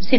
Si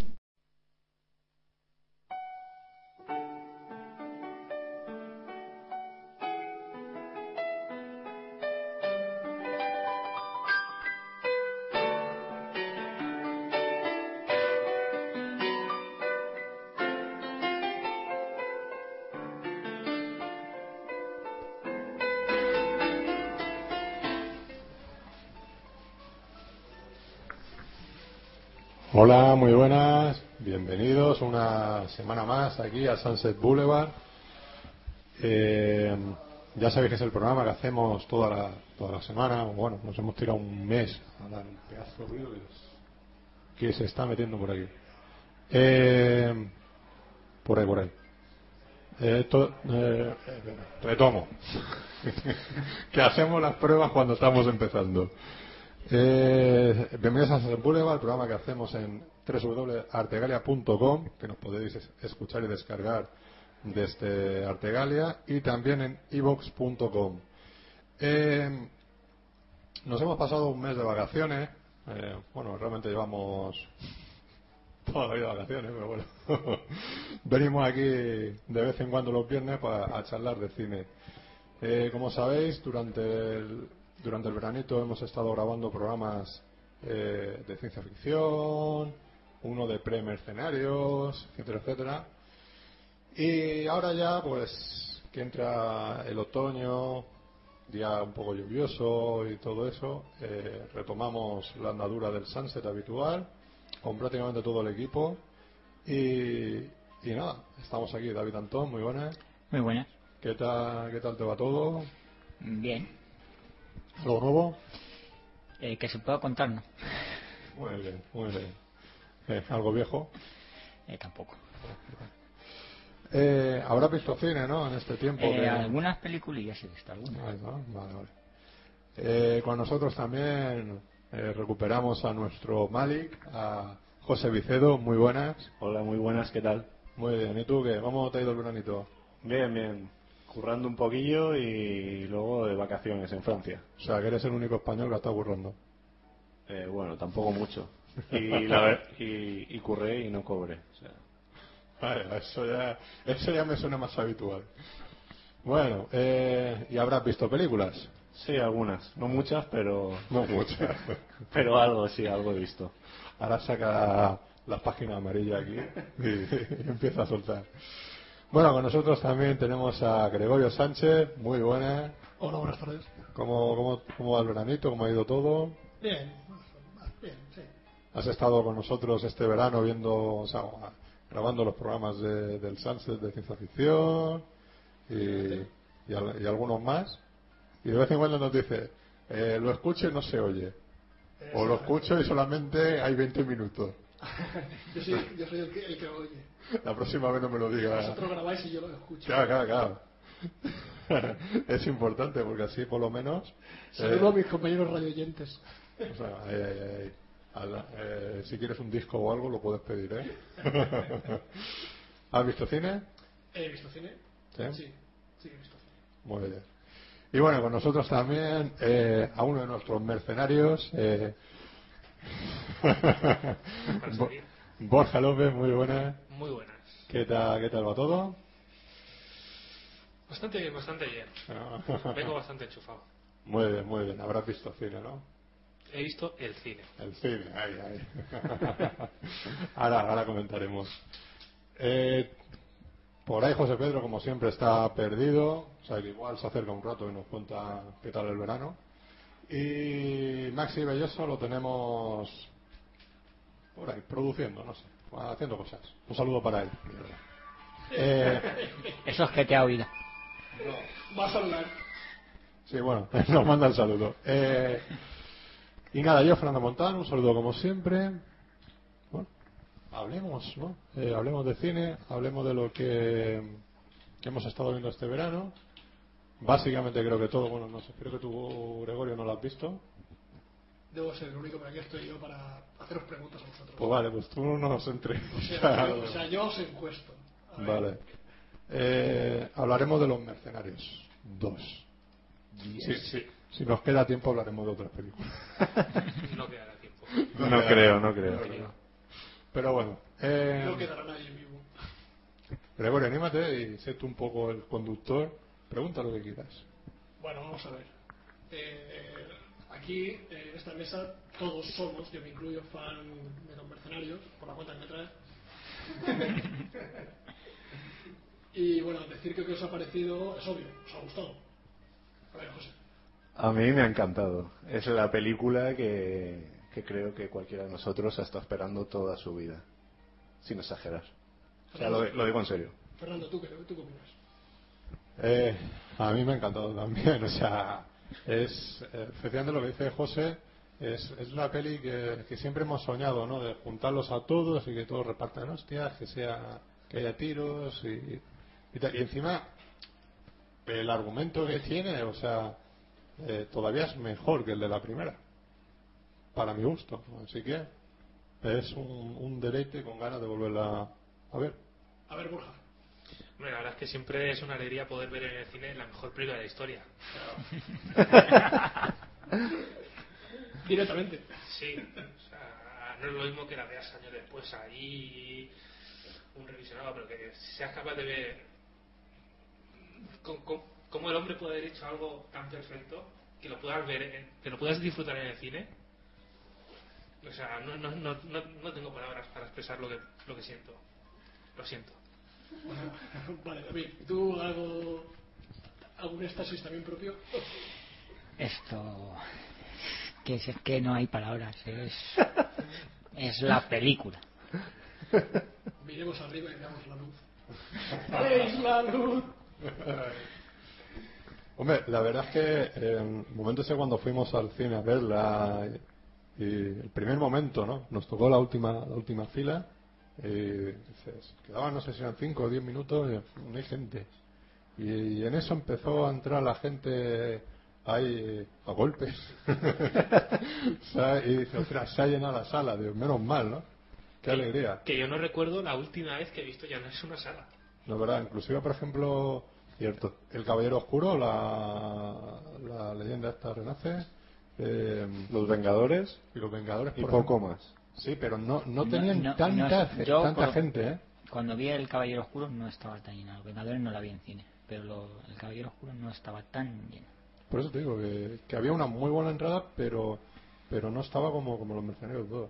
Hola, muy buenas. Bienvenidos una semana más aquí a Sunset Boulevard. Eh, ya sabéis que es el programa que hacemos toda la, toda la semana. Bueno, nos hemos tirado un mes a dar un pedazo de ruido que, que se está metiendo por aquí. Eh, por ahí, por ahí. Eh, to- eh, retomo. que hacemos las pruebas cuando estamos empezando. Eh, bienvenidos a Sunset Boulevard, el programa que hacemos en www.artegalia.com, que nos podéis es- escuchar y descargar desde Artegalia y también en ibox.com. Eh, nos hemos pasado un mes de vacaciones. eh, bueno, realmente llevamos toda la vida de vacaciones, pero bueno. Venimos aquí de vez en cuando los viernes para a charlar de cine. Eh, como sabéis, durante el, durante el veranito hemos estado grabando programas eh, de ciencia ficción, uno de premercenarios, etcétera, etcétera. Y ahora ya, pues, que entra el otoño, día un poco lluvioso y todo eso, eh, retomamos la andadura del sunset habitual con prácticamente todo el equipo. Y, y nada, estamos aquí, David Antón, muy buenas. Muy buenas. ¿Qué tal, qué tal te va todo? Bien. ¿Algo nuevo? Eh, que se pueda contarnos. Muy bien, muy bien. Eh, ¿Algo viejo? Eh, tampoco. Eh, Habrás visto cine, ¿no? En este tiempo. Eh, que- algunas películas he visto, algunas. Ahí está, Vale, vale. Eh, con nosotros también eh, recuperamos a nuestro Malik, a José Vicedo, muy buenas. Hola, muy buenas, ¿qué tal? Muy bien, ¿y tú qué? ¿Cómo te ha ido el veranito? Bien, bien. Currando un poquillo y luego de vacaciones en Francia. O sea, que eres el único español que ha estado burlando. Eh, bueno, tampoco mucho. Y, la ver- y, y curré y no cobré. o sea. Vale, eso ya, eso ya me suena más habitual. Bueno, eh, ¿y habrás visto películas? sí, algunas. No muchas, pero, No muchas. pero algo, sí, algo he visto. Ahora saca las páginas amarillas aquí y empieza a soltar. Bueno, con nosotros también tenemos a Gregorio Sánchez, muy buena. Hola, buenas tardes. ¿Cómo, cómo, cómo va el veranito? ¿Cómo ha ido todo? Bien, bien, sí. Has estado con nosotros este verano viendo, o sea, grabando los programas de- del Sunset de ciencia ficción y, y al- y algunos más. Y de vez en cuando nos dice, eh, lo escucho y no se oye. O lo escucho y solamente hay 20 minutos. Yo soy, yo soy el, que, el que oye. La próxima vez no me lo digas. Vosotros grabáis y yo lo escucho. Claro, claro, claro. es importante porque así por lo menos. Saludo a eh, mis compañeros radioyentes. o sea, ay, ay, ay. Ala, eh, si quieres un disco o algo lo puedes pedir, ¿eh? ¿Has visto cine? ¿He visto cine? ¿Sí? Sí, sí, he visto cine. Muy bien. Y bueno, con nosotros también eh, a uno de nuestros mercenarios, eh, Bo- Borja López, muy buena. Muy buenas. ¿Qué tal, qué tal va todo? Bastante bien, bastante bien. Vengo bastante enchufado. Muy bien, muy bien. Habrás visto cine, ¿no? He visto el cine. El cine, ay, ay. ahora, ahora comentaremos. Eh, por ahí José Pedro, como siempre, está perdido. O sea, que igual se acerca un rato y nos cuenta qué tal el verano. Y Maxi Belloso lo tenemos por ahí, produciendo, no sé, haciendo cosas. Un saludo para él. Eh, Eso es que te ha oído. Vas a hablar. Sí, bueno, nos manda el saludo. Eh, y nada, yo, Fernando Montán, un saludo como siempre. Bueno, hablemos, ¿no? Eh, hablemos de cine, hablemos de lo que, que hemos estado viendo este verano. Básicamente creo que todo, bueno, no sé, creo que tú, Gregorio, no lo has visto. Debo ser el único, pero aquí estoy yo para haceros preguntas a vosotros. Pues vale, pues tú no nos entre. O sea, yo, o sea, yo os encuesto. A ver, Vale. Eh, hablaremos de los mercenarios. Dos. Sí, sí. Si nos queda tiempo hablaremos de otras películas. No quedará tiempo. No creo, no creo. Pero bueno. Eh, No quedará nadie vivo. Gregorio, anímate y sé tú un poco el conductor. Pregunta lo que quieras. Bueno, vamos a ver. Eh, aquí, eh, en esta mesa, todos somos, yo me incluyo, fan de los mercenarios, por la cuenta que me traes. y bueno, decir que qué os ha parecido es obvio, os ha gustado. A ver, José. A mí me ha encantado. Es la película que, que creo que cualquiera de nosotros ha estado esperando toda su vida. Sin exagerar. O sea, lo, lo digo en serio. Fernando, ¿tú qué, tú qué opinas? Eh, a mí me ha encantado también, o sea, es eh, efectivamente lo que dice José, es, es una peli que, que siempre hemos soñado, ¿no? De juntarlos a todos y que todos repartan hostias, que sea que haya tiros y, y tal. Y encima el argumento que tiene, o sea, eh, todavía es mejor que el de la primera, para mi gusto. Así que es un, un deleite con ganas de volverla a ver. A ver, Borja. Hombre, la verdad es que siempre es una alegría poder ver en el cine la mejor película de la historia. Directamente. Sí, o sea, no es lo mismo que la veas años después ahí, un revisionado, pero que seas capaz de ver co- co- cómo el hombre puede haber hecho algo tan perfecto que lo puedas ver, en- que lo puedas disfrutar en el cine. O sea, no, no, no, no, no tengo palabras para expresar lo que, lo que siento. Lo siento. vale, David, ¿tú algo, algún éxtasis también propio? Esto. Que es, es que no hay palabras, es. Es la película. Miremos arriba y veamos la luz. ¡Veis la luz! Hombre, la verdad es que eh, en el momento ese cuando fuimos al cine a verla, y, y el primer momento, ¿no? Nos tocó la última la última fila, y dices, quedaban no sé si eran 5 o 10 minutos, y no hay gente. Y, y en eso empezó a entrar la gente ahí a golpes. O sea, y dice, ostras, se ha llenado la sala, digo, menos mal, ¿no? Qué alegría. Que yo no recuerdo la última vez que he visto ya no es una sala. La verdad, inclusive, por ejemplo, cierto, El Caballero Oscuro, la, la leyenda esta renace, eh, Los Vengadores y los Vengadores, y por poco ejemplo. más. Sí, pero no, no No, tenían no, tanta, no, yo tanta por- gente, ¿eh? Cuando vi El Caballero Oscuro no estaba tan llena. Los Vengadores no la vi en cine. Pero lo- El Caballero Oscuro no estaba tan llena. Por eso te digo que, que había una muy buena entrada, pero pero no estaba como, como los mercenarios dos.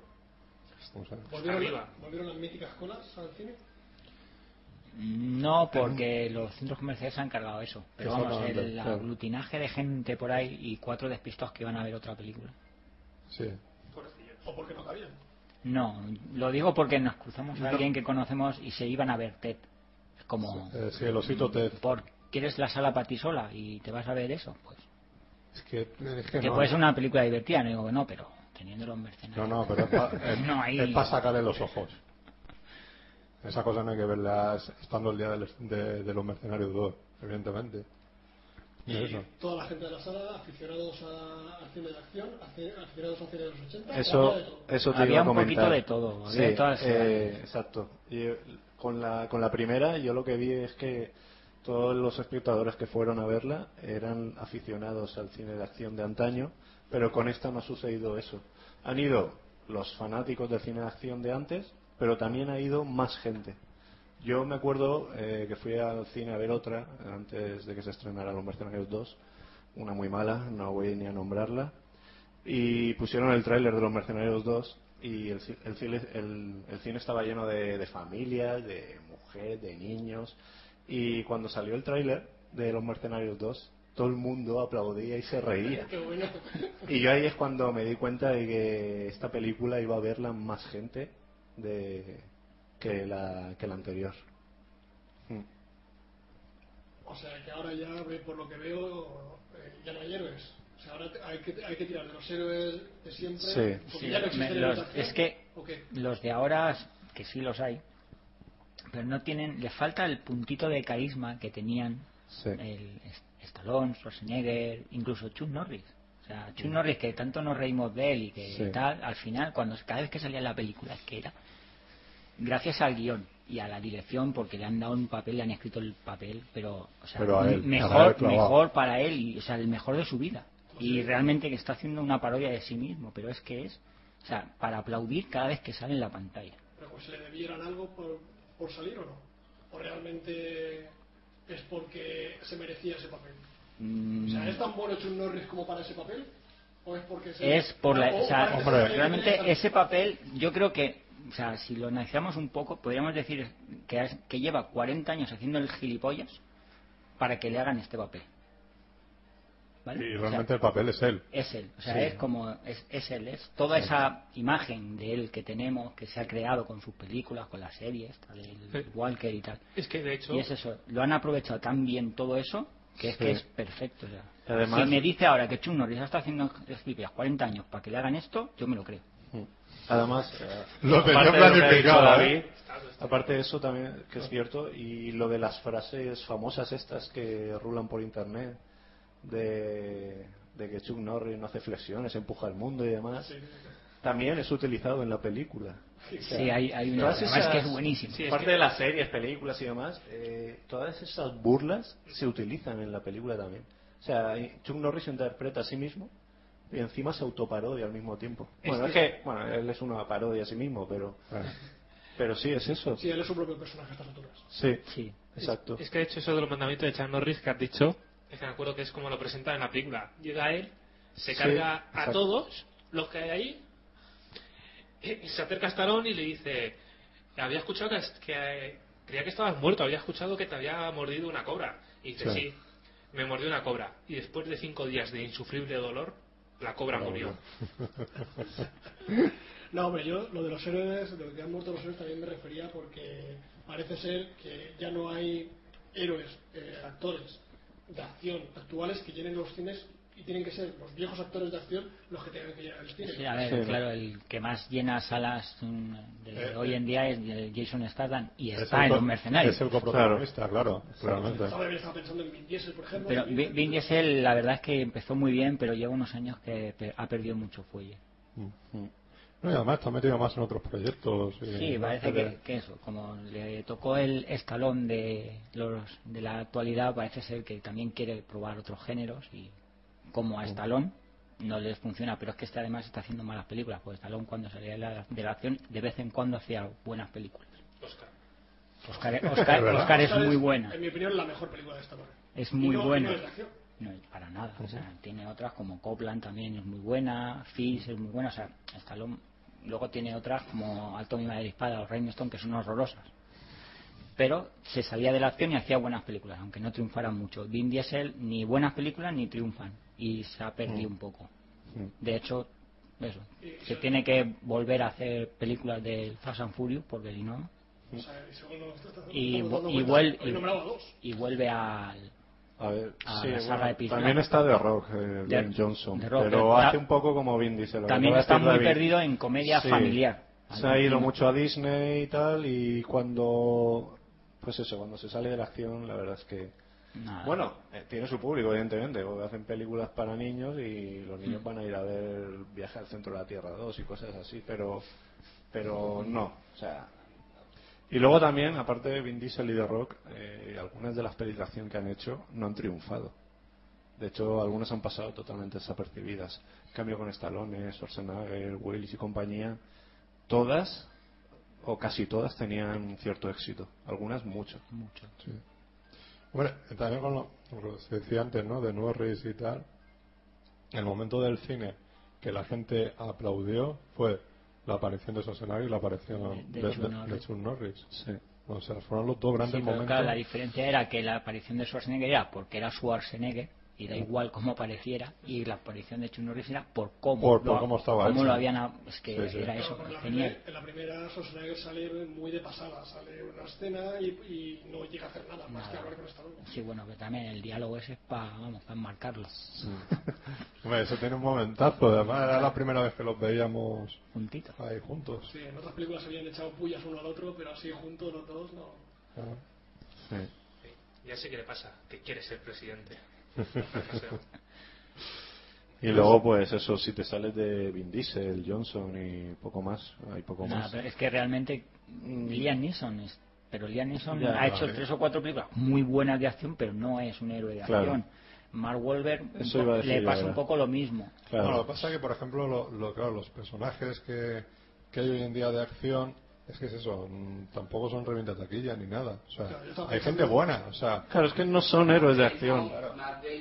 O sea, ¿Volvieron, Arriba. ¿Volvieron las míticas colas al cine? No, porque los centros comerciales se han cargado eso. Pero vamos, Exactamente, el claro. aglutinaje de gente por ahí y cuatro despistos que van a ver otra película. sí. eh, ¿O porque no cabían? No, lo digo porque nos cruzamos a alguien que conocemos y se iban a ver TED. Es como, Eh, sí, el osito te... ¿por quieres la sala para ti sola y te vas a ver eso? Pues, Es que, es que que no. puede ser una película divertida, no digo que no, pero teniendo los No, mercenarios. no, pero es para No, ahí- sacarle los ojos. Esas cosas no hay que verlas estando el día del- de, de los mercenarios 2, evidentemente. Y Eso. toda la gente de la sala, aficionados a, al cine de acción, afi- aficionados al cine de los 80, Eso, había de todo. eso te Había iba a un poquito comentar. de todo, había de todas las eh, edades. exacto. Y, eh, con, la, con la primera, yo lo que vi es que todos los espectadores que fueron a verla eran aficionados al cine de acción de antaño, pero con esta no ha sucedido eso. Han ido los fanáticos del cine de acción de antes, pero también ha ido más gente. Yo me acuerdo eh, que fui al cine a ver otra antes de que se estrenara Los Mercenarios 2, una muy mala, no voy ni a nombrarla, y pusieron el tráiler de Los Mercenarios 2 y el, ci- el cine, el- el cine estaba lleno de, de familias, de mujeres, de niños y cuando salió el tráiler de Los Mercenarios 2 todo el mundo aplaudía y se reía. Qué bueno. Y yo ahí es cuando me di cuenta de que esta película iba a verla más gente de, que, la, que la anterior. O sea, que ahora ya, ve- por lo que veo, eh, ya no hay héroes. O sea, ahora te- hay que, hay que tirar de los héroes de siempre. Sí. porque Sí, ya no me- existen los- héroes de acción. es que- ¿O qué? Los de ahora, que sí los hay, pero no tienen, les falta el puntito de carisma que tenían Sí. el Est- Stallone, Schwarzenegger, incluso Chuck Norris. O sea, sea, Chuck Norris, que tanto nos reímos de él y que Sí. tal, al final, cuando cada vez que salía en la película, es que era gracias al guión y a la dirección, porque le han dado un papel, le han escrito el papel, pero, o sea, Pero a él, para él mejor, clavado. mejor para él, y, o sea, el mejor de su vida. Y realmente que está haciendo una parodia de sí mismo, pero es que es, o sea, para aplaudir cada vez que sale en la pantalla. Pero pues le debieran algo por, por salir o no. O realmente es porque se merecía ese papel. Mm, O sea, ¿es tan bueno Chuck Norris como para ese papel? ¿O es porque se... Ah, es por la o o sea, parece hombre, que- realmente ese papel yo creo que o sea si lo analizamos un poco podríamos decir que, has- que lleva 40 años haciendo el gilipollas para que le hagan este papel ¿Vale? Y O sea, realmente el papel es él. es él o sea Sí. es como es, es él es toda esa imagen de él que tenemos que se ha creado con sus películas con las series tal, el Sí. Walker y tal Es que de hecho, y es eso lo han aprovechado tan bien todo eso que es Sí. que es perfecto o sea. Y además- si me dice ahora que Chuck Norris está haciendo gilipollas 40 años para que le hagan esto yo me lo creo Además, eh, Lo tenía aparte de lo que ha planificado, dicho ¿eh? David, aparte de eso también, que es cierto, y lo de las frases famosas estas que rulan por internet, de, de que Chuck Norris no hace flexiones, empuja al mundo y demás, también es utilizado en la película. Sí, hay, hay una. Todas Además esas- que es buenísimo. Sí, es Parte que- de las series, películas y demás, eh, todas esas burlas se utilizan en la película también. O sea, y Chuck Norris se interpreta a sí mismo y encima se autoparodia al mismo tiempo. Bueno, es que, bueno, él es una parodia a sí mismo, pero, Eh, pero sí, es eso. Sí, él es su propio personaje a estas alturas. Sí, Sí. exacto. Es que de hecho eso de los mandamientos de Chuck Norris que has dicho, es que me acuerdo que es como lo presentan en la película. Llega él, se Sí, carga a exacto. todos los que hay ahí, y se acerca a Stallone y le dice, había escuchado que, es- que, eh, creía que estabas muerto, había escuchado que te había mordido una cobra. Y dice, Sí. sí, me mordió una cobra. Y después de cinco días de insufrible dolor, la cobra murió. No, hombre, yo lo de los héroes, de lo que han muerto los héroes también me refería porque parece ser que ya no hay héroes, eh, actores de acción actuales que llenen los cines y tienen que ser los viejos actores de acción los que tengan que llenar el cine. Sí, a ver, Sí. claro, el que más llena salas mm, de Eh, hoy en día es el Jason Statham y Es está el en co- los mercenarios. Es el coprotagonista, claro, realmente. Estaba estaba pensando en Vin Diesel, por ejemplo. Pero Vin Vin Diesel, la verdad es que empezó muy bien, pero lleva unos años que pe- ha perdido mucho fuelle. No, y además está metido más en otros proyectos. y- Sí, parece que, que eso, como le tocó el escalón de los de la actualidad, parece ser que también quiere probar otros géneros y como a Stallone no les funciona, pero es que este además está haciendo malas películas, pues Stallone cuando salía de la, de la acción de vez en cuando hacía buenas películas. Oscar. Oscar, Oscar- ¿Verdad? Oscar es Oscar muy buena, En mi opinión, la mejor película de esta hora. es Y muy no- y buena. no es de acción. No, para nada. O sea, tiene otras como Copland también es muy buena, Fizz es muy buena, o sea, Stallone. Luego tiene otras como Alto Mi Madre Espada o Rain Stone que son horrorosas. Pero se salía de la acción y hacía buenas películas, aunque no triunfaran mucho. Vin Diesel ni buenas películas ni triunfan y se ha perdido un poco. De hecho, eso. Se tiene que volver a hacer películas de Fast and Furious porque si no O sea, y según nos estamos y, dando vu- y, cuenta, vuel- hoy nombraba dos. y, y vuelve al A ver, A Ah, sí, la saga de Pizza. también está de Rock, eh, The- Dwayne Johnson, The Rock, pero eh, ta- hace un poco como Vin Diesel. lo que También acaba de está decir muy David. perdido en comedia Sí. familiar. Se ha ido mucho a Disney y tal, y cuando, pues eso, cuando se sale de la acción, la verdad es que Nada. Bueno, eh, tiene su público, evidentemente, porque hacen películas para niños y los niños van a ir a ver Viaje al Centro de la Tierra 2 y cosas así, pero, pero no. O sea, y luego también, aparte de Vin Diesel y The Rock, eh, algunas de las pelis de acción que han hecho no han triunfado. De hecho, algunas han pasado totalmente desapercibidas. En cambio, con Stallone, Schwarzenegger, Willis y compañía, todas o casi todas tenían cierto éxito. Algunas mucho. Mucho. Sí. Hombre, también con lo, con lo que se decía antes, ¿no? De Norris y tal. El momento del cine que la gente aplaudió fue la aparición de Schwarzenegger y la aparición De- de, de de, Chuck Norris. de Chuck Norris. Sí. O sea, fueron los dos Sí, grandes pero momentos. claro, la diferencia era que la aparición de Schwarzenegger era porque era Schwarzenegger y da igual cómo apareciera y la aparición de Chuck Norris era por cómo Por- por lo, cómo estaba cómo hecho. lo habían a- es que Sí, sí. era Claro, eso porque que la tenía primer- en la primera Schwarzenegger sale muy de pasada, sale una escena y, y no llega a hacer nada más que hablar con Stallone. sí bueno pero también el diálogo ese es para vamos para enmarcarlo Hombre, eso tiene un momentazo. Además, era la primera vez que los veíamos juntito ahí juntos. Sí, en otras películas se habían echado pullas uno al otro, pero así juntos los dos no. Claro. Sí. Ya sé qué le pasa, que quiere ser presidente. Y luego, pues eso, si te sales de Vin Diesel, Johnson y poco más, hay poco Nada, más. pero es que realmente mm, Liam Neeson es. Pero Liam Neeson Ya, ha hecho vale. tres o cuatro películas muy buenas de acción, pero no es un héroe de Claro. acción. Mark Wahlberg un Eso po- iba a decir le yo pasa ahora. un poco lo mismo. Claro. Bueno, lo que pasa es que, por ejemplo, lo, lo- claro, los personajes que, que hay hoy en día de acción, es que es eso, mm, tampoco son reventataquillas ni nada. O sea, Claro, yo tampoco hay gente buena, o sea, Claro, es que no son héroes de acción.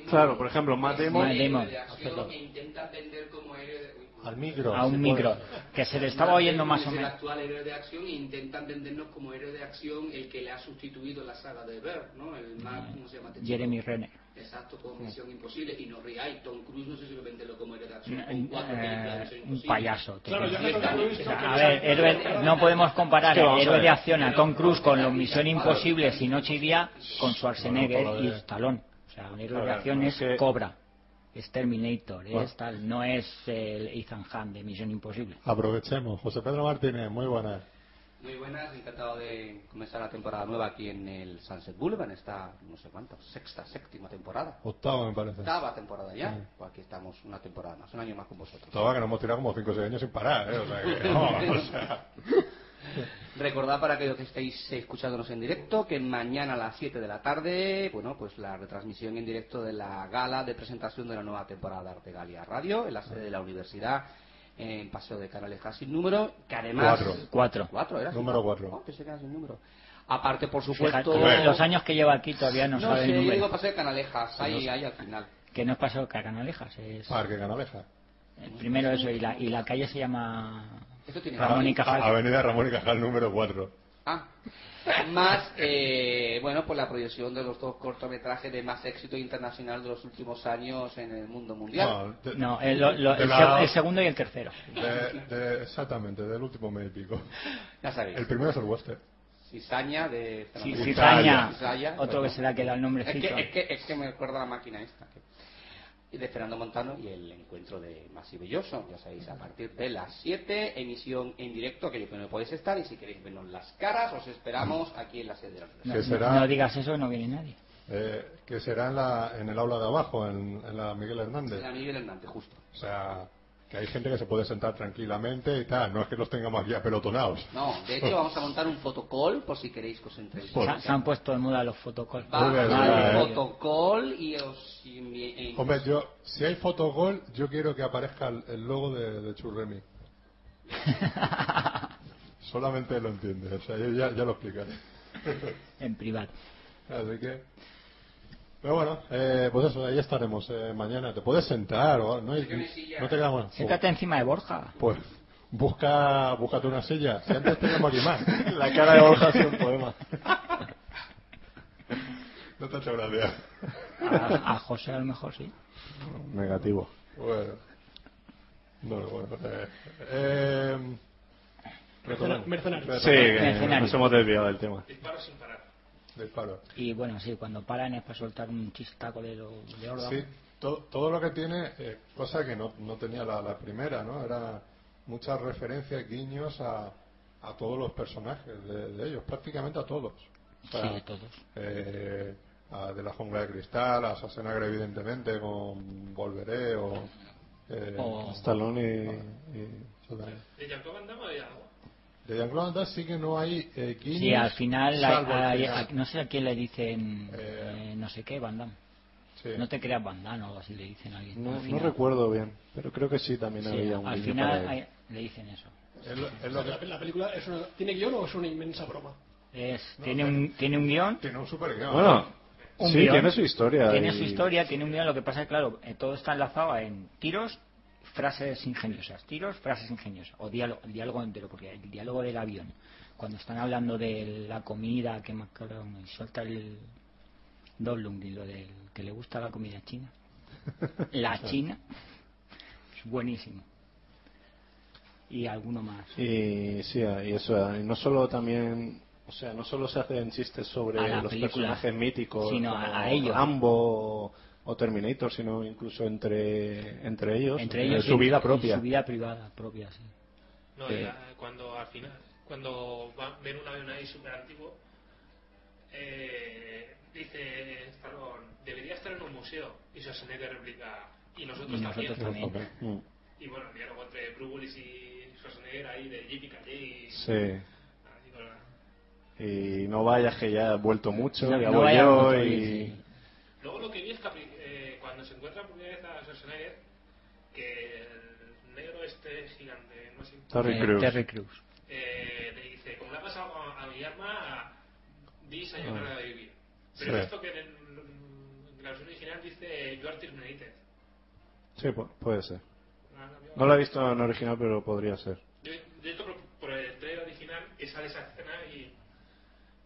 Claro, por ejemplo, Matt Damon- Matt Damon, de acción perfecto. que intentan vender como héroe de- uy, al micro. a se un puede- micro. Que se le estaba Matt oyendo Damon más o es el menos. actual héroe de acción e intentan vendernos como héroe de acción el que le ha sustituido la saga de Ver, ¿no? El más, ¿cómo se llama? este chico? Mm. Jeremy Renner. Exacto, con Misión Imposible. Y no riáis, Tom Cruise no sé si lo venderlo como héroe de acción con cuatro películas de Eh, Misión un Imposible. payaso. Claro, yo Y creo que está- lo he visto, O está- que sea, a ver, héroe- no podemos comparar Es que el vamos a héroe ver. de acción a Tom Cruise con los Misión Imposible y Noche y Día con Schwarzenegger Bueno, por y lo de- Stallone. O sea, un héroe de Claro, acción no, es es que- Cobra, es Terminator, Bueno. es tal, no es el Ethan Hunt de Misión Imposible. Aprovechemos. José Pedro Martínez, muy buenas. Muy buenas, encantado de comenzar la temporada nueva aquí en el Sunset Boulevard. Está, no sé cuánto, sexta, séptima pues. temporada. Octavo, me parece. Octava temporada ya. Sí. Pues aquí estamos una temporada más, un año más con vosotros. Octava que nos hemos tirado como 5 o 6 años sin parar, ¿eh? O sea, que no, o sea. Recordad para aquellos que estéis escuchándonos en directo que mañana a las 7 de la tarde, bueno, pues la retransmisión en directo de la gala de presentación de la nueva temporada de Galia Radio en la sede de la universidad en Paseo de Canales casi sin número, que además... Cuatro. Cuatro. Cuatro, era Número cinco. cuatro. Oh, pensé que era sin número. Aparte, por Fíjate, supuesto... los años que lleva aquí todavía no, No, sabe sé, el yo digo número. Paseo de Canalejas, ahí, ahí al final. Que no es pasado Canalejas, es Parque Canaleja. el primero eso. Y la, y la calle se llama Esto tiene Ramón y Cajal. A- Avenida Ramón y Cajal número 4. Ah, más, eh, bueno, pues la proyección de los dos cortometrajes de más éxito internacional de los últimos años en el mundo Ah, mundial. No, el, lo- lo- de el la- se- el segundo y el tercero. de- de- exactamente, del último mes y pico. Ya sabéis, El primero es el western. Cizaña de... Sí, Fernando Cizaña. Cizaña, otro que se le ha quedado el Es que, nombrecito. es, que, es que me recuerda la máquina esta. que- y De Fernando Montano y el encuentro de Masi Belloso, ya sabéis, a partir de las 7, emisión en directo, aquello que no podéis estar, y si queréis vernos las caras, os esperamos aquí en la sede de la No, Universidad. que no- será- no digas eso, no viene nadie. Eh, que será en, la, en el aula de abajo, en, en la Miguel Hernández. La Miguel Hernández, justo. O sea, que hay gente que se puede sentar tranquilamente y tal. No es que los tengamos aquí apelotonados. No, de hecho vamos a montar un fotocall por si queréis que os entréis. Por- Se, han- se han puesto de moda los fotocalls. Va Muy bien, a ¿eh? haber muy un bien. fotocall y os envi- en- Hombre, yo, si hay fotogol, yo quiero que aparezca el, el logo de, de Churremi. Solamente él lo entiende, o sea, yo ya, ya lo explicaré. en privado. Así que. Pero bueno, eh, pues eso, ahí estaremos eh, mañana. ¿Te puedes sentar o no? hay- no te quedamos. Siéntate encima de Borja. Pues busca, búscate una silla. Si antes teníamos aquí más. La cara de Borja ha sido un poema. No te ha hecho gracia. A, a José a lo mejor sí. pues, Negativo. Bueno. No, bueno. Eh, eh, retomemos. Mercenario. Sí, Retomemos. que Mercenario. nos hemos desviado del tema. Disparo sin parar. Disparo. Y bueno, sí, cuando paran es para soltar un chistaco de, lo, de órdago. Sí, to- todo lo que tiene, eh, cosa que no, no tenía la, la primera, ¿no? Era muchas referencias, guiños a, a todos los personajes de, de ellos, prácticamente a todos. O sea, Sí, de todos. eh, a- de la jungla de cristal, a Schwarzenegger evidentemente, con Volveré o... eh, O- Stallone y... exactamente. ¿De Jacob andamos de algo? De Jean-Claude Van Damme sí que no hay eh, guiños. Sí, al final, salvo al hay- hay- final. a- no sé a quién le dicen Eh, eh, no sé qué, Bandam. Sí. No te creas Bandam o algo así le dicen a alguien. No, Al no final- recuerdo bien, pero creo que sí también sí, había un al guiño final para él. hay- le dicen eso. Es lo- es lo La, que- la película es una, tiene guión o es una inmensa broma. Es, tiene, un, tiene un guión Tiene un super guión. Bueno, un sí, guión. tiene su historia. Tiene y- su historia, tiene un guión. Lo que pasa es que, claro, eh, todo está enlazado en tiros, frases ingeniosas. Tiros, frases ingeniosas. O diálogo, el diálogo entero, porque el diálogo del avión. Cuando están hablando de la comida, que más claro, y suelta el Doblung y lo del que le gusta la comida china. La china. Es buenísimo. Y alguno más. Y sí, y eso, y no solo también, o sea, no solo se hacen chistes sobre A la los película, personajes míticos, sino a- como a ellos. Rambo o Terminator, sino incluso entre entre ellos, Entre en ellos. su y- vida y propia. Su vida privada propia, sí. No, Sí. era cuando al final, cuando va- ven un avión ahí súper antiguo, eh, dice Stallone, debería estar en un museo. Y Schwarzenegger replica, Y nosotros, Y nosotros también. también. Mm. Y bueno, el diálogo entre Bruce Willis y Schwarzenegger ahí de Jimmy Calle y. Sí. Así con la- Y no vayas que ya he vuelto mucho, No, ya no voy vaya yo otro, y... sí. Luego lo que vi es que apri- eh, cuando se encuentra por primera vez a Schwarzenegger, que el negro este gigante, no sé, Terry Eh, Crews. Terry Crews. eh, le dice, como le ha pasado a, a mi arma, dis a yo Ah. no de vivir. Pero Sí. es esto que en, el- en la versión original dice, you are terminated. Sí, pu- puede ser. ¿No han cambiado? No la he visto en original, pero podría ser. Yo, de hecho, por, por el trailer original, que sale esa escena y,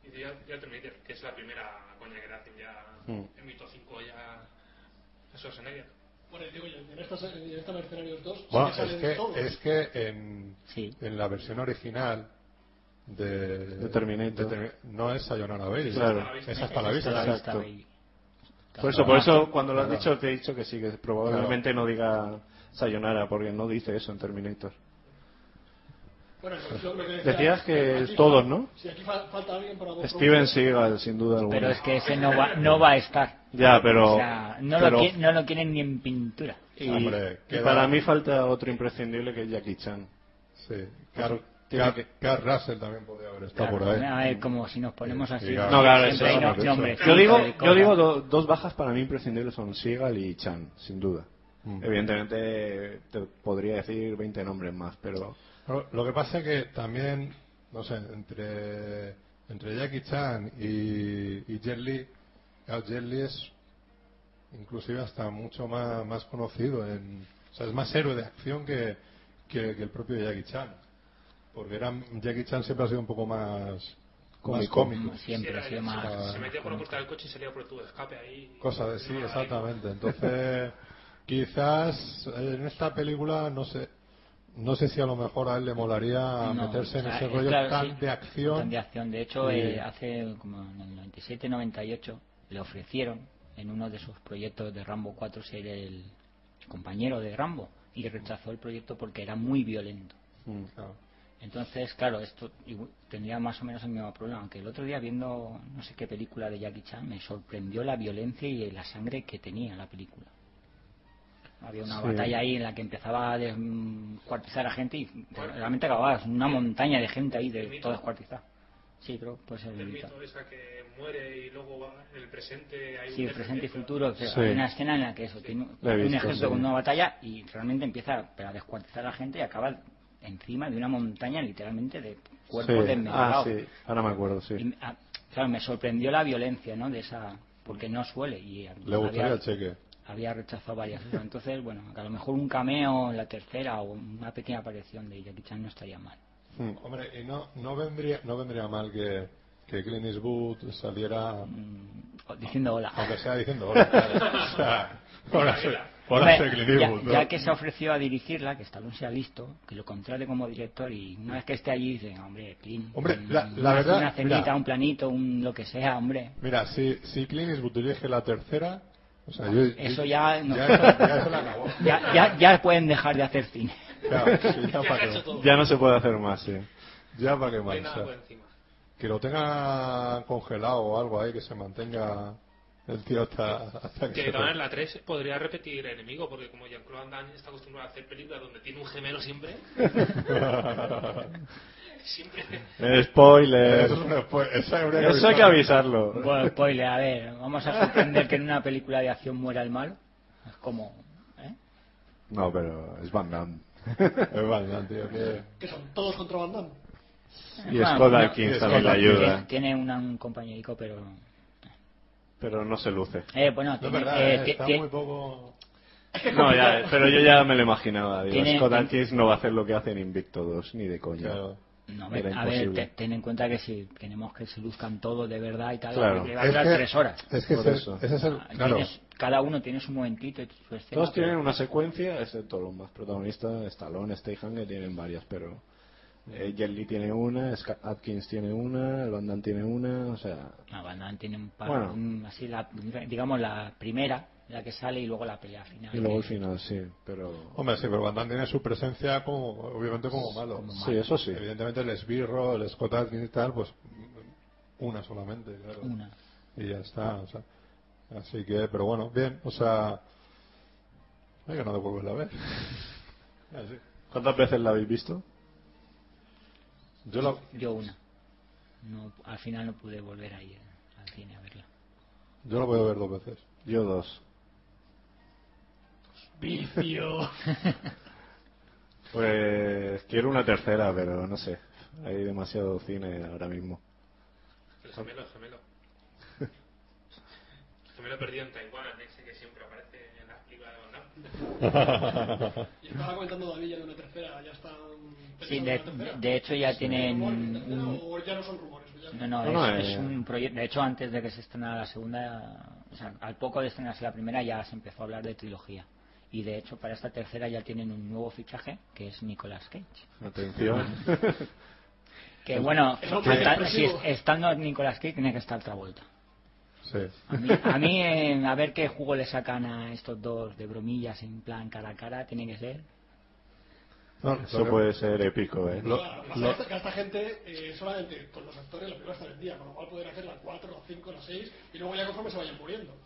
y dice, ya, ya Terminator, que es la primera coña que le hacen ya Mm. en Mito 5 ya a Schwarzenegger. Bueno, digo yo, en esta, en esta Mercenarios 2 sí Bueno, que salen es que, todos. es que en, Sí. en la versión original de, De Terminator. de Termi- no es Sayonara Baby. Claro. Es hasta la Esa vista. es hasta Exacto. la vista. Por eso, por Claro. eso cuando lo has Claro. dicho te he dicho que sí, que probablemente no diga Sayonara, porque no dice eso en Terminator. Bueno, pues yo creo que Decías que aquí todos, fal- ¿no? Sí, aquí fal- falta alguien para vos. Steven Seagal, sin duda alguna. Pero es que ese no va, no va a estar. Ya, pero... O sea, no, pero- Ah, lo qui- no lo quieren ni en pintura. y, Hombre, y queda- para mí falta otro imprescindible que es Jackie Chan. Sí. Car, Tiene Car- que- Car Russell también podría haber estado Claro, por ahí. A ver, como si nos ponemos Sí, así. claro. No, claro, siempre eso hay no, unos eso. nombres. Yo digo, Cosas. yo digo do- dos bajas para mí imprescindibles son Seagal y Chan, sin duda. Mm. Evidentemente te podría decir 20 nombres más, pero Lo- Lo que pasa es que también, no sé, entre, entre Jackie Chan y, y Jet Li, claro, Jet Li es inclusive hasta mucho más, más conocido, en, o sea, es más héroe de acción que, que, que el propio Jackie Chan. Porque era, Jackie Chan siempre ha sido un poco más más Cómico. cómico. Siempre ha Sí, sido era- más. se, se metía por la puerta del coche y salía por el tubo de escape ahí. Cosa de sí, Ah, ahí. exactamente. Entonces, quizás en esta película, no sé, no sé si a lo mejor a él le molaría No, meterse o sea, en ese es rollo claro, tan sí, de acción. tan de acción. De hecho, Sí. eh, hace como en el 97, 98, le ofrecieron en uno de sus proyectos de Rambo 4 ser el compañero de Rambo y rechazó el proyecto porque era muy violento. Claro. Entonces, claro, esto igu- tendría más o menos el mismo problema. Aunque el otro día viendo no sé qué película de Jackie Chan me sorprendió la violencia y la sangre que tenía la película. Había una Sí. batalla ahí en la que empezaba a descuartizar a gente y realmente acababas una montaña de gente ahí de todo descuartizado. Sí, pero pues el El mito. mito esa que muere y luego va en el presente. Hay Sí, un presente y descendiente. futuro. o sea, Sí. Hay una escena en la que eso tiene La he un visto, ejército sí. con una batalla y realmente empieza a descuartizar a la gente y acaba encima de una montaña literalmente de cuerpos Sí. Ah, desmembrados. sí, ahora me acuerdo, sí. Y, ah, claro, me sorprendió la violencia, ¿no? De esa, porque no suele y Le gustaría había, el cheque. había rechazado varias. pero Entonces, bueno, a lo mejor un cameo en la tercera o una pequeña aparición de Jackie Chan no estaría mal. Mm. Hmm. Hombre, y no, no, vendría, no vendría mal que, que Clint Eastwood saliera, Mm, o- Diciendo hola. aunque sea diciendo, hola, claro. o sea, ahora soy, ahora Hombre, soy Clint ya, Eastwood. ¿no? ya que se ofreció a dirigirla, que Stallone sea listo, que lo contrate como director y una vez que esté allí dice, hombre, Clint, Hombre, mm, la- la una, verdad, una cenita, mira. un planito, un lo que sea, hombre. Mira, si, si Clint Eastwood dirige la tercera, o sea, yo, Ah, Eso ya no- ya, ya se la acabó. Ya, ya, ya pueden dejar de hacer cine. Claro, sí, ya Ya para ha hecho qué, todo. Ya no se puede hacer más, sí. ya para qué No más. hay o nada sea. por encima. que lo tenga congelado o algo ahí que se mantenga el tío hasta, hasta que Que se de todas maneras te- la 3 podría repetir enemigo, porque como Jean-Claude Van Damme está acostumbrado a hacer películas donde tiene un gemelo siempre, siempre Spoiler. Eso es un spoiler, eso habría que Eso hay que avisarlo. avisarlo. Bueno, spoiler, a ver, vamos a sorprender que en una película de acción muera el malo. Es como. ¿eh? No, pero es Van Damme. Es verdad, tío, que- Que son todos contra Van Damme. Y Bueno, Scott no, Adkins y también le Scott ayuda. Tiene una- un compañerico, pero. Pero no se luce. Eh, bueno, No es tiene, verdad, eh, eh, ti- está ti- muy poco... No, ya, pero yo ya me lo imaginaba. Digo, Tiene- Scott Adkins no va a hacer lo que hace en Invicto 2, ni de coña. Claro. No, hombre, Era a ver, imposible. te- ten en cuenta que si queremos que se luzcan todos de verdad y tal, Claro. le va a durar que- tres horas. Es que Por ese, eso. ese es el... Ah, Claro, tienes- cada uno tiene su momentito y su escena. Todos tienen pero- una secuencia, excepto los más protagonistas, Stallone, Statham, que tienen varias, pero eh, Jet Li tiene una, Scott Adkins tiene una, el Van Damme tiene una, o sea, Ah, Van Damme tiene un par, Bueno. un- así la, digamos la primera, la que sale y luego la pelea final. y luego el que- final, sí, pero... hombre, sí, pero Van Damme tiene su presencia como, obviamente como malo. Sí, eso sí. Evidentemente el esbirro, el Scott Adkins y tal, pues una solamente, claro. Una. y ya está o sea, así que pero bueno bien o sea Hay que no devolverla a ver. Así. ¿Cuántas veces la habéis visto? Yo la, Yo una. No, al final no pude volver a ir al cine a verla. yo la puedo ver dos veces. Yo dos. Vicio. Pues quiero una tercera, pero no sé. Hay demasiado cine ahora mismo. El gemelo, el gemelo. El gemelo perdido en Taiwán, ese que siempre aparece en las películas de Bonao. Y estaba comentando David ya en una tercera, ya está. Sí, de, de hecho ya tienen un, O ya no son rumores. pues Ya... No, no, No, no, es, eh. es un proyecto. De hecho, antes de que se estrenara la segunda, o sea, al poco de estrenarse la primera ya se empezó a hablar de trilogía. Y de hecho, para esta tercera ya tienen un nuevo fichaje, que es Nicolas Cage. Atención. Que bueno, Es hombre hasta- si expresivo. es- estando Nicolas Cage tiene que estar otra vuelta. Sí. A mí, a, mí, eh, a ver qué jugo le sacan a estos dos de bromillas en plan cara a cara, tiene que ser. No, lo Eso que- puede ser épico, ¿eh? Lo- Claro, pasa lo- que esta- que esta gente eh, solamente con los actores la película está vendida, con lo cual pueden hacer la 4, la 5, la 6 y luego ya conforme se vayan muriendo.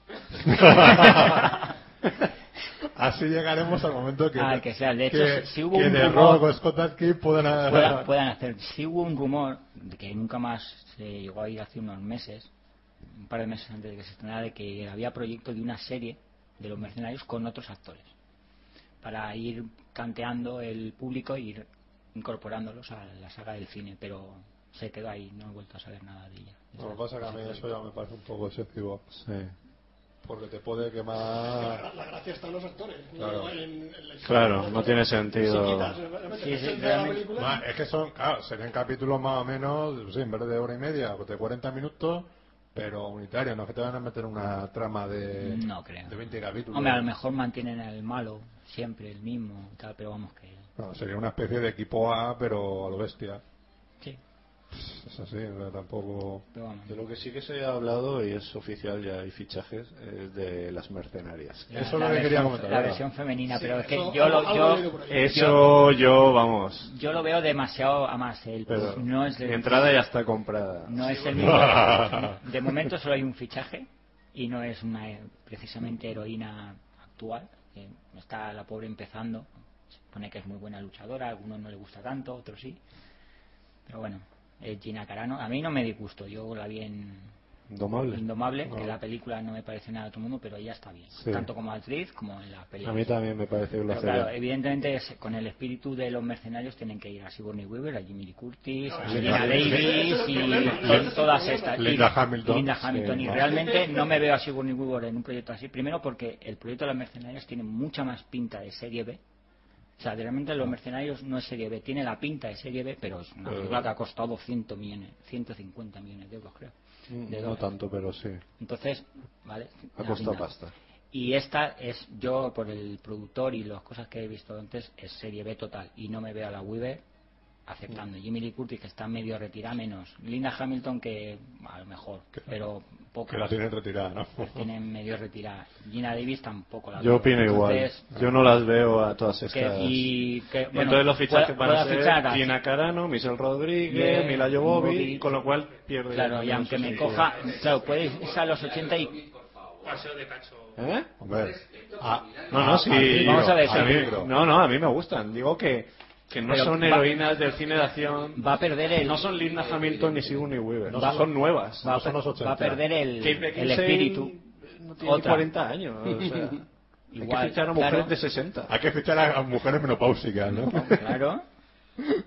Así llegaremos al momento que, Ah, que sea, de hecho, que, si- si hubo que un de rumor- Rock o Scott Adkins puedan, puedan, puedan hacer. Sí hubo un rumor de que nunca más se llegó a ir hace unos meses, un par de meses antes de que se estrenara, de que había proyecto de una serie de los mercenarios con otros actores para ir canteando el público e ir incorporándolos a la saga del cine, pero se quedó ahí, no he vuelto a saber nada de ella. Lo que pasa es que a mí eso ya me parece un poco excesivo. Sí. Porque te puede La, quemar. la gracia está en los actores. no Claro. en- en la historia. Ah. Claro, no tiene sentido. Si quitas, realmente, Sí, sí, la realmente. película, Ma- es que son, claro, serían capítulos más o menos, sí, en vez de hora y media, pues de 40 minutos, pero unitarios, no es que te van a meter una trama de, No creo. de 20 capítulos. Hombre, a lo mejor mantienen al malo siempre el mismo, y tal, pero vamos que. No, sería una especie de equipo A, pero a lo bestia. Sí, Es así, no, tampoco. pero vamos. De lo que sí que se ha hablado, y es oficial, ya hay fichajes, es de las mercenarias. La- Eso la no le quería versión- comentar, La ¿verdad? versión femenina, pero es que eso- yo lo, algo- yo- eh, algo he leído por ahí. Eso yo, vamos. Yo lo veo demasiado a más. El, Pero no es mi el, entrada ya está comprada. no es el mismo. De momento solo hay un fichaje y no es una eh, precisamente heroína actual. que Está la pobre empezando. Se supone que es muy buena luchadora. A algunos no le gusta tanto, otros sí. Pero bueno, es Gina Carano. A mí no me disgustó. Yo la vi en Domable. Indomable, que No. la película no me parece nada de otro mundo, pero ella está bien. Sí. Tanto como actriz como en la película. A mí también me pareció Pero una claro, serie. evidentemente es- con el espíritu de los mercenarios tienen que ir a Sigourney Weaver, a Jimmy Lee Curtis, a No, Gina sí, sí. Davis y, Lin- y todas estas. Linda Y- Hamilton. Linda Hamilton. Sí, y no. realmente no me veo a Sigourney Weaver en un proyecto así. Primero porque el proyecto de los mercenarios tiene mucha más pinta de serie B. O sea, realmente Ah. los mercenarios no es serie B, tiene la pinta de serie B, pero es Eh. una película que ha costado 100 millones, 150 millones de euros, creo. Mm, eh, de No dólares. tanto, pero sí. Entonces, ¿vale? Ha La costado pinta. pasta. Y esta es, yo por el productor y las cosas que he visto antes, es serie B total. Y no me veo a la Weaver aceptando. Jimmy Lee Curtis, que está medio retirada, menos. Linda Hamilton, que a lo mejor, pero poco. Que la tienen retirada, ¿no? La tienen medio retirada. Gina Davis tampoco la Yo veo. opino igual. Entonces, Yo no las veo a todas que- estas. y que, bueno, Entonces los fichajes pueda- van a pueda fichar ser a- Gina Carano, Michelle Rodríguez, Bien, Mila Jovovich, Jovovich. con lo cual pierde. Claro, y también aunque su me sentido. coja, claro, puedes irse a los 80 y Paseo de cacho. ¿Eh? Hombre. Ah, No, no, sí. Vamos a ver, mí- sí. no, no, a mí me gustan. Digo que, que no Pero son va- heroínas del cine de acción. va a perder el... No son Linda Hamilton ni Sigourney Weaver. No No son son- nuevas. va, a no son los per- 80. va a perder el, Kate el Beckinsale espíritu. No tiene ni Otra. 40 años. O sea, hay Igual, que fichar a mujeres claro. de 60. Hay que fichar a a mujeres menopáusicas, ¿no? Claro.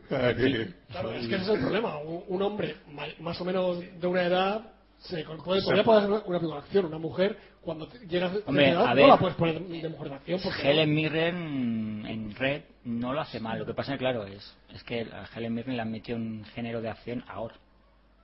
Aquí. Claro, es que ese es el problema. Un, un hombre ma- más o menos de una edad se con- puede podría poder hacer una figura de acción. Una mujer, cuando te- llegas a Hombre, esa edad, a no ver. la puedes poner de mujer de acción. Porque Helen Mirren en red no lo hace mal. Lo que pasa, claro, es, es que a Helen Mirren le han metido un género de acción ahora.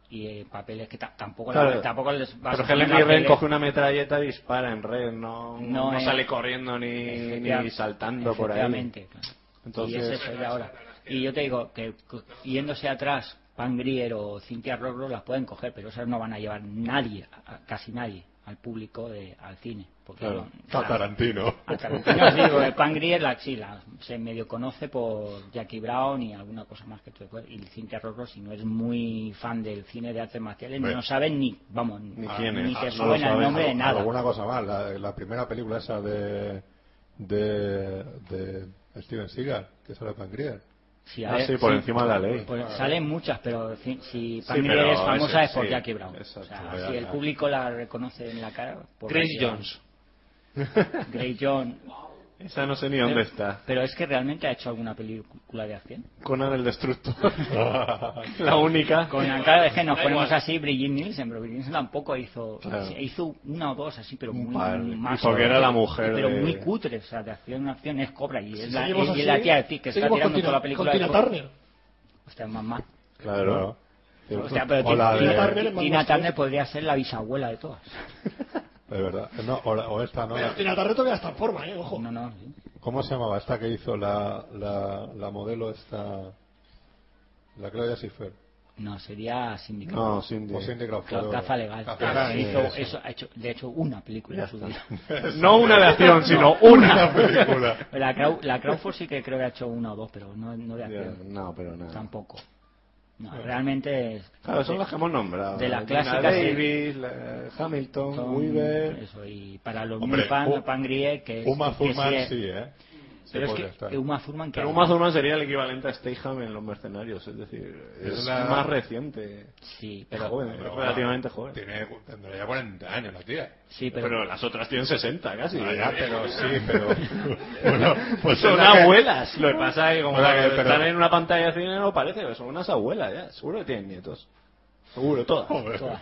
Y eh, papeles que ta- tampoco, la- Claro. tampoco les va Pero a poner Helen Mirren papeles- coge una metralleta y dispara en red, no, no, No, eh. sale corriendo ni, Efectiva- ni saltando por ahí. efectivamente, claro. Entonces- y es eso de ahora. Y yo te digo que co- yéndose atrás, Pangrier o Cintia Rorro las pueden coger, pero esas no van a llevar nadie, a- a- casi nadie, al público, de, al cine. Porque Claro. no- A Tarantino. A Tarantino, sí, porque Pan Grier la axila. Se medio conoce por Jackie Brown y alguna cosa más que tú recuerdes. Y Cintia Rorro, si no es muy fan del cine de artes marciales, Hombre. no sabe ni, vamos, ni, quién es. ni Ah, te no lo suena el saben. nombre de Al- nada. Alguna cosa más. La, la primera película esa de de, de Steven Seagal, que sale Pan Grier. Sí, Ah, sí, por encima de la ley. Pues salen muchas, pero si, si Sí, para mí pero es famosa ese, es porque sí, ha quebrado. exacto, O sea, ya, si el ya. público la reconoce en la cara. por Grace porque- Jones. Grace Jones. Esa no sé ni dónde está. Pero es que realmente ha hecho alguna película de acción. Conan el Destructor. la única. Con claro, es que nos Da ponemos igual. así, Brigitte Nielsen, pero Brigitte Nielsen tampoco hizo, Claro. hizo una o dos así, pero muy Vale. más. Y porque era la mujer Pero de- muy cutre, o sea, de acción en acción es Cobra y es la, y Seguimos es así, la tía de ti que está seguimos tirando con toda la Tina- película. con de- Tina Turner. Hostia, más mal. Claro. O sea, pero O la eh. Tina, de- Turner es más Tina más Turner fuerte. podría ser la bisabuela de todas. De verdad. No, o, la- o esta, ¿no? Pero La- Tina Turner todavía está en forma, ¿eh? Ojo. No, no, sí. ¿Cómo se llamaba esta que hizo la, la, la modelo esta? La Claudia Schiffer. no sería sindicato. No, Cindy. O Cindy Crawford. Ca- Caza legal. Caza Claro, legal, hizo- sí, eso ha hecho, de hecho, una película en su vida. No una de acción, sino Una una. película. La, Crau- la Crawford sí que creo que ha hecho una o dos, pero no, no de Ya, acción. No, pero nada. Tampoco. No, realmente es- Claro, son las que hemos nombrado. De las Gina clásicas, sí. Davis, la- Hamilton, son- Weaver. eso, y para los Hombre, muy fan, U- fan Grier, que es... Uma que sí Thurman es- sí, ¿eh? Sí Pero puede es estar. que Uma Thurman... que Pero además- más uno sería el equivalente a Stayham en Los Mercenarios, es decir, es, Es la- más reciente. Sí, Es pero, joven, es relativamente joven. Tiene, tendría ya 40 años la tía. sí, pero, Pero, las otras tienen 60 casi. Ah, ya, pero sí, pero... bueno, pues son es la que- abuelas. Lo que pasa es que como O sea que, pero- están en una pantalla de cine no parece, pero son unas abuelas ya. Seguro que tienen nietos. Seguro, todas. Joder. Eh. Todas.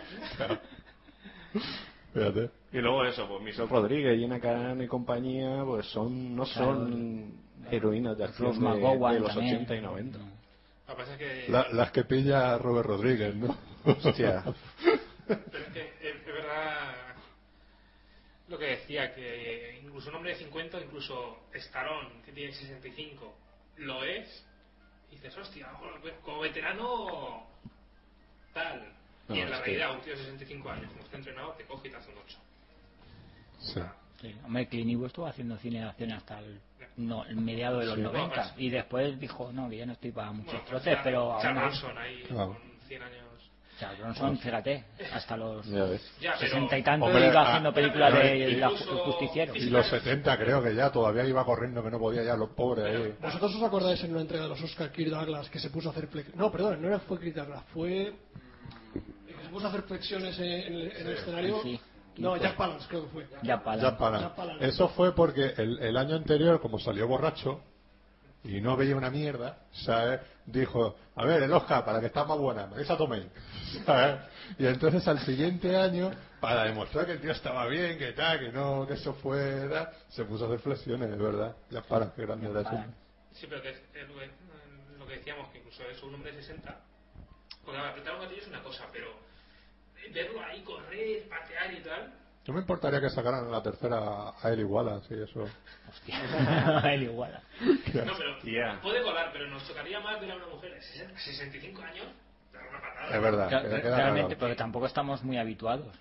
Fíjate. Y luego eso, pues Michelle Rodríguez, Gina Carano y compañía, pues son no son heroínas de Rose acción de, McGowan de los también. 80 y 90. No. Lo que pasa es que, La- las que pilla Robert Rodríguez, ¿no? Hostia. pero es, que es- es verdad lo que decía, que incluso un hombre de 50, incluso Stallone, que tiene 65, lo es, y dices, hostia, bueno, pues como veterano tal. y No, en la es que- realidad, un tío de 65 años, como está entrenado, te coge y te hace un 8. Sí. Sí, hombre, Clint Eastwood estuvo haciendo cine de acción hasta el, no, el mediado de los Sí. 90 y después dijo, no, que ya no estoy para muchos Bueno, pues trotes, pero aún Charles más. Bronson ahí, Claro. con 100 años. Charles Bronson, fíjate, hasta los Ya ves. Ya, pero- 60 y tantos Hombre, iba ah, haciendo películas de incluso- la ju- justiciero. Y los 70 creo que ya todavía iba corriendo que no podía ya los pobres ahí. ¿Vosotros os acordáis en una entrega de los Oscar Kirk Douglas que se puso a hacer flexiones? No, perdón, no era fue Kirk Douglas, fue. que se puso a hacer flexiones en, en el, en el escenario. sí. No, Jack Palance creo que fue. Ya para. Ya para. Ya para. Eso fue porque el, el año anterior, como salió borracho y no veía una mierda, ¿sabes? Dijo, a ver, el Oscar, para que está más buena, esa tomé. ¿sabes? Y entonces al siguiente año, para demostrar que el tío estaba bien, que tal, que no, que eso fuera, se puso a hacer flexiones, de verdad. Ya para, qué grande era eso. para. Sí, pero que es, es lo, que, lo que decíamos, que incluso es un hombre de 60. Porque claro, apretar un gatillo es una cosa, pero verlo ahí correr, patear y tal. No me importaría que sacaran la tercera a él igual, y eso. Hostia, él iguala. No, pero Hostia. puede colar, pero nos tocaría más ver a una mujer de 60, 65 años dar una patada. Es verdad. Ca- que le queda Realmente, raro. porque tampoco estamos muy habituados.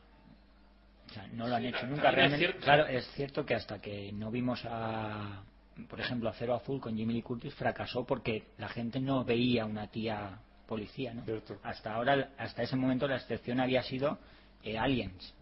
O sea, no lo han Sí, hecho ta- nunca. también es Realmente, cierto. claro, es cierto que hasta que no vimos a, por ejemplo, a Cero Azul con Jimmy Lee Curtis, fracasó porque la gente no veía una tía policía, ¿no? Cierto. Hasta ahora, hasta ese momento, la excepción había sido eh, Aliens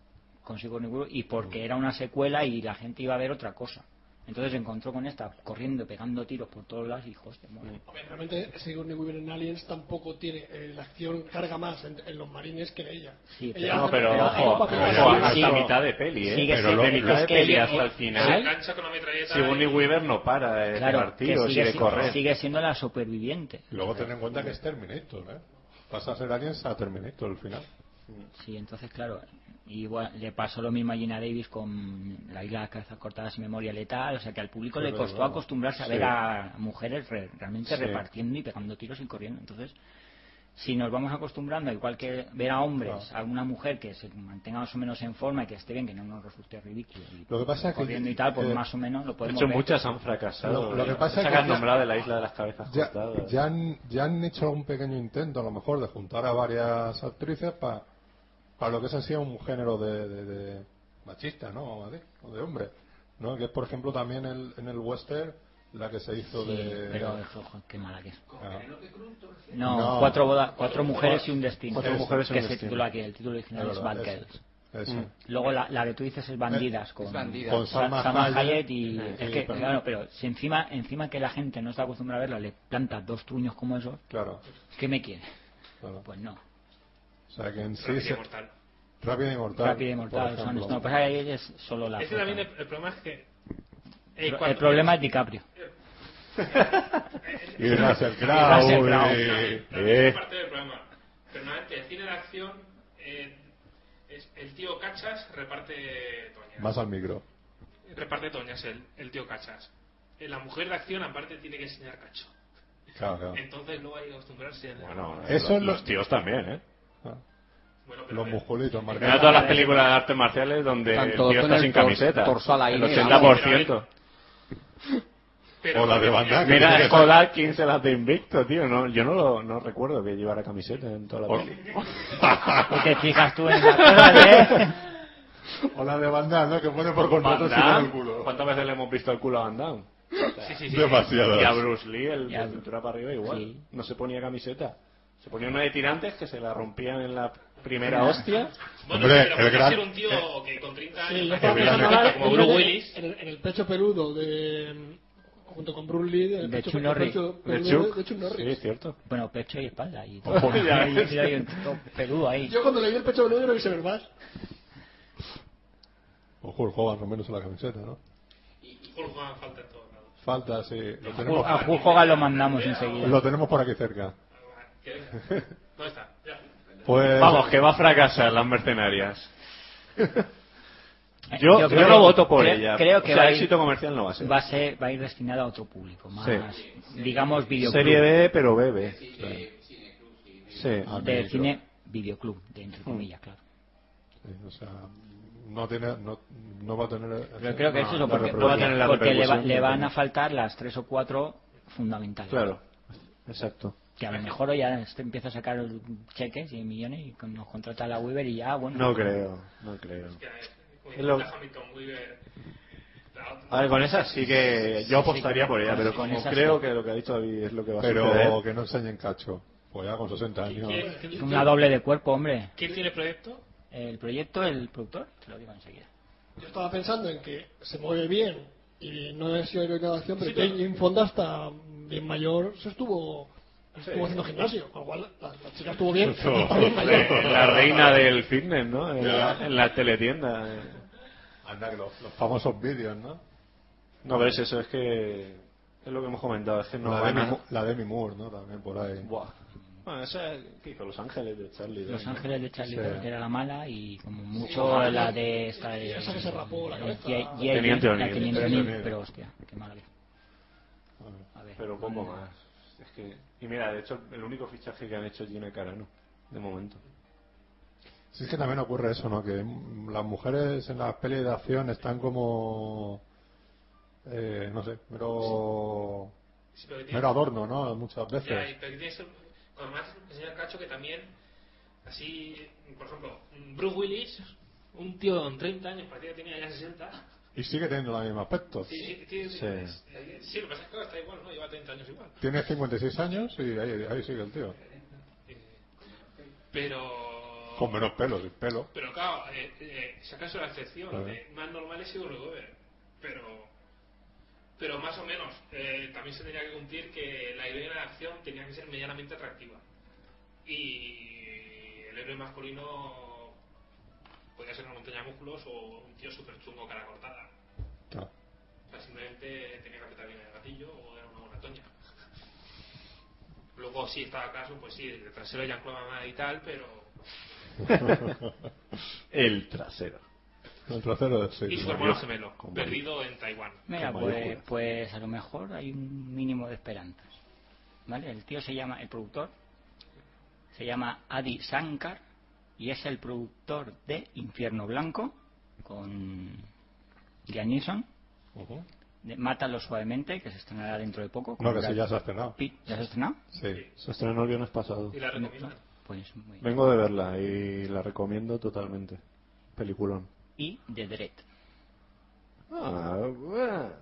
con Sigourney Weaver, y porque era una secuela y la gente iba a ver otra cosa. Entonces se encontró con esta corriendo, pegando tiros por todos lados y hostia, mola. Hombre, realmente Sigourney Weaver en Aliens tampoco tiene eh, la acción carga más en, en los marines que en ella. Sí, Ella pero- No, hace- pero, Pero, ojo, eh, pero ojo, ojo, sí, hasta sí. mitad de peli, ¿eh? Sigue pero siendo- de mitad de es que- peli hasta el Se final, engancha con la metralleta. Sigourney y- Weaver no para de Claro, dar que tiros y sigue, de si- correr. sigue siendo la superviviente. Y luego ten en cuenta que es Terminator, ¿eh? Pasa a ser Aliens a Terminator al final. Sí, entonces, claro, igual le pasó lo mismo a Gina Davis con La isla de las cabezas cortadas y Memoria letal, o sea que al público Sí, le es costó verdad. acostumbrarse a Sí. ver a mujeres re- realmente Sí. repartiendo y pegando tiros y corriendo. Entonces, si nos vamos acostumbrando, igual que ver a hombres, Claro. a una mujer que se mantenga más o menos en forma y que esté bien, que no nos resulte ridículo, y Lo que pasa es que- corriendo y tal, pues eh, más o menos lo De podemos hecho, ver. muchas han fracasado. Lo- lo que pasa Esa es que que han ya- nombrado de la isla de las cabezas Ya, cortadas. ya, han, ya han hecho un pequeño intento, a lo mejor, de juntar a varias actrices para lo que es así un género de, de- de machista, ¿no? O de, o de hombre. ¿no? Que es, por ejemplo, también el- en el western la que se hizo Sí, de... pero ojo, qué mala que es. Ah, No, No. cuatro bodas, cuatro mujeres y un destino. Cuatro mujeres y que un se destino. titula aquí, el título original Es es verdad, Bad es- Girls. Eso. Luego la, la que tú dices es Bandidas con, Bandidas. Con Salma Hayek. y Sí, es que pero- claro, pero si encima encima que la gente no está acostumbrada a verla le plantas dos truños como esos, Claro. ¿qué me quiere? claro. Pues no. O sea que en sí. Rápido y se- mortal. Rápido y mortal. Rápido y mortal, por son ejemplo. no, pues ahí es solo la. Ese también el, el problema es que. eh, el cuando- problema es DiCaprio. Y Russell Russell Crowe. Crowe. eh, La primera eh. parte del programa. Pero normalmente el cine de acción, eh, es- el tío Cachas reparte toñas. Más al micro. Reparte toñas el, el tío Cachas. Eh, La mujer de acción, aparte, tiene que enseñar cacho. Claro, claro. Entonces luego hay que acostumbrarse. a- Bueno, Eso los, es lo- los tíos también, ¿eh? Bueno, pero Los eh, musculitos Mira marcados. todas las películas de artes marciales donde el Tanto tío con está el sin tor- camiseta. dorsal ahí, el mira, 80%. pero- o la de Van Damme. Mira, Kodak, ¿quién se las de invicto, tío? No, yo no, lo, no recuerdo que llevara camiseta en toda la O- peli. Y te Oh. fijas tú en la cosa de... O la de bandana, ¿no? Que pone por contrato Van sin el Damme, culo. ¿Cuántas veces le hemos visto el culo a Van Damme? Sí, sí, sí. Demasiado. Y a Bruce Lee, el Y a- de cintura para arriba, igual. Sí. No se ponía camiseta. Se ponía una de tirantes que se la rompían en la Ah. primera hostia. Bueno, Hombre, pero el puede gran- eh, ser un tío que con 30 Sí, años yo parece estaba el que gran- pensando está ahora como en Bruce el- Willis. En el, en el pecho peludo de. Junto con Bruce Lee. en El De pecho, Chuck el Norris. pecho De peludo Chuck. de Chuck Norris. Sí, es cierto. Bueno, pecho y espalda. Y todo. Ojo, ya Ahí, ves. sí, hay un todo peludo ahí. Yo cuando le vi el pecho peludo no quise ver más. O Hulk Hogan, menos en la camiseta, ¿no? Y Hulk Hogan falta en todos lados. Falta, sí. Lo tenemos, A Hulk Hogan lo mandamos enseguida. lo tenemos por aquí cerca. ¿Qué? ¿Dónde está? Ya. Pues. Vamos, que va a fracasar las mercenarias. Eh, Yo, yo, creo- no voto por creo- ella. Creo que o sea, va, a ir- éxito comercial no va a ser. va a ser, va a ir destinada a otro público. Más, Sí. digamos, videoclub. Serie B, pero bebe. Sí. Ah, de micro. cine videoclub, de entre Mm. comillas, claro. Sí, o sea, no, tiene, no, no va a tener. eh, Pero creo que no, eso es no lo porque, reproduce. reproduce. Va a tener la porque le, va- repercusión le que van tiene. a faltar las tres o cuatro fundamentales. Claro. Exacto. Que a lo mejor hoy ya este empieza a sacar cheques y millones y con- nos contrata la Weaver y ya, bueno. No creo, no creo. Que, eh, como Es lo- la Hamilton Weaver, la otra- A ver, con esa sí que yo apostaría por ella, pero Con como esa creo sí. que lo que ha dicho David es lo que va a Pero suceder. que no enseñen cacho. Pues ya con 60 ¿Quién- años. quién- Es quién- una doble de cuerpo, hombre. ¿Quién tiene proyecto? El proyecto, el productor, te lo digo enseguida. Yo estaba pensando en que se mueve bien y no he sido heroica de acción, pero Sí, que pero- en Fonda hasta bien mayor se estuvo, estuvo haciendo gimnasio, con lo cual la, la chica estuvo bien. Eso, está bien mayor. Eh, La reina del fitness, ¿no? En la, en la teletienda. eh. Anda, que los, los famosos vídeos, ¿no? No, pero es eso, es que es lo que hemos comentado, es que no la, van Demi, a... Mu- la Demi Moore, ¿no? También por ahí. Buah. Bueno, esa que hizo Los Ángeles de Charlie. Los ¿no? Ángeles de Charlie Sí. Brown, que era la mala y como mucho la de esta de... Esa que se rapó la eh, cabeza. Ye- Ye- Teniente la O'Neill. Teniente Teniente O'Neill, O'Neill. pero hostia, qué mala que... A ver. Pero poco más. Es que... Y mira, de hecho, el único fichaje que han hecho es Gina Carano, de momento. Sí, es que también ocurre eso, ¿no? Que mm, las mujeres en las pelis de acción están como. Eh, no sé, mero. Sí, pero que tiene- mero adorno, ¿no? Muchas Ya, y- veces. pero que tiene que ser- Cuando me hace el señor Cacho que también, así, por ejemplo, Bruce Willis, un tío con 30 años, parecía que tenía ya 60. Y sigue teniendo el mismo aspecto. Sí, sí, tiene- Sí. eh, sí, lo que pasa es que ahora está igual, ¿no? Lleva 30 años igual. Tiene 56 años y ahí, ahí sigue el tío. Eh, Pero... Con menos pelo, sin pelo. Pero claro, eh, eh, si acaso la excepción, Claro. eh, más normal es Sigourney Weaver, pero, pero más o menos, eh, también se tenía que cumplir que la idea de la acción tenía que ser medianamente atractiva. Y el héroe masculino podía ser una montaña de músculos o un tío súper chungo cara cortada. Claro. O sea, simplemente tenía que apretar bien el gatillo o era una buena toña. Luego sí estaba caso, pues sí, el trasero de Jean-Claude Van Damme y tal, pero... El trasero. El trasero de sí. Y su ¿no? hermano gemelo, Con perdido en Taiwán. Mira, Qué pues, mayúscula. pues a lo mejor hay un mínimo de esperanzas. ¿Vale? El tío se llama, el productor, se llama Adi Sankar y es el productor de Infierno Blanco con Liam Neeson, Ujú. de Mátalo Suavemente, que se estrenará dentro de poco. con No, que sí, Brad ya se ha estrenado. Pitt. ¿Ya se ha estrenado? Sí. Se estrenó el viernes pasado. Y la recomiendan. Pues muy bien. Vengo de verla y la recomiendo totalmente. Peliculón. Y de Dread. Ah, bueno.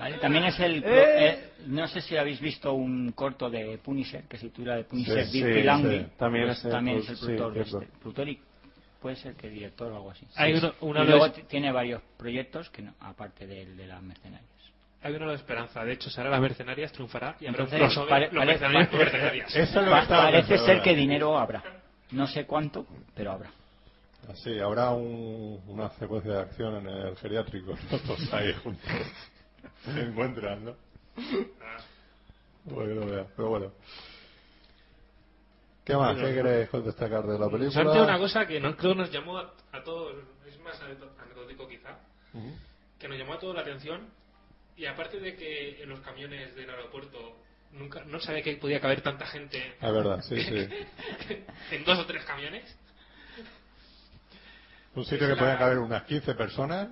¿vale? También es el. pro- eh, no sé si habéis visto un corto de Punisher que se titula de Punisher Sí, Dirty sí, Laundry. sí. También es el también es el pro- sí, productor. de cierto. este- productor y puede ser que director o algo así. Hay Sí, uno- sí. uno y de luego los- t- tiene varios proyectos que no- aparte del de las mercenarias. Hay una nueva esperanza. De hecho, será las mercenarias, triunfará y habrá un Entonces, crossover. pare- los pare- mercenarios con pare- mercenarias. Eso es lo que Pa- estaba parece pensando ser ahora. que dinero habrá. No sé cuánto, pero habrá. Ah, Sí, habrá un- una secuencia de acción en el geriátrico. ¿no? Todos ahí juntos. Se encuentran, ¿no? Ah. Bueno, que lo vea, pero bueno. ¿Qué más? ¿Qué queréis destacar de la película? Nos han dicho una cosa que no, creo que nos llamó a, a todos, es más anedo- anecdótico quizá, que nos llamó a todos la atención y aparte de que en los camiones del aeropuerto nunca no sabía que podía caber tanta gente Ah, Es verdad, sí, sí. en dos o tres camiones, Un sitio que pueden caber unas 15 personas,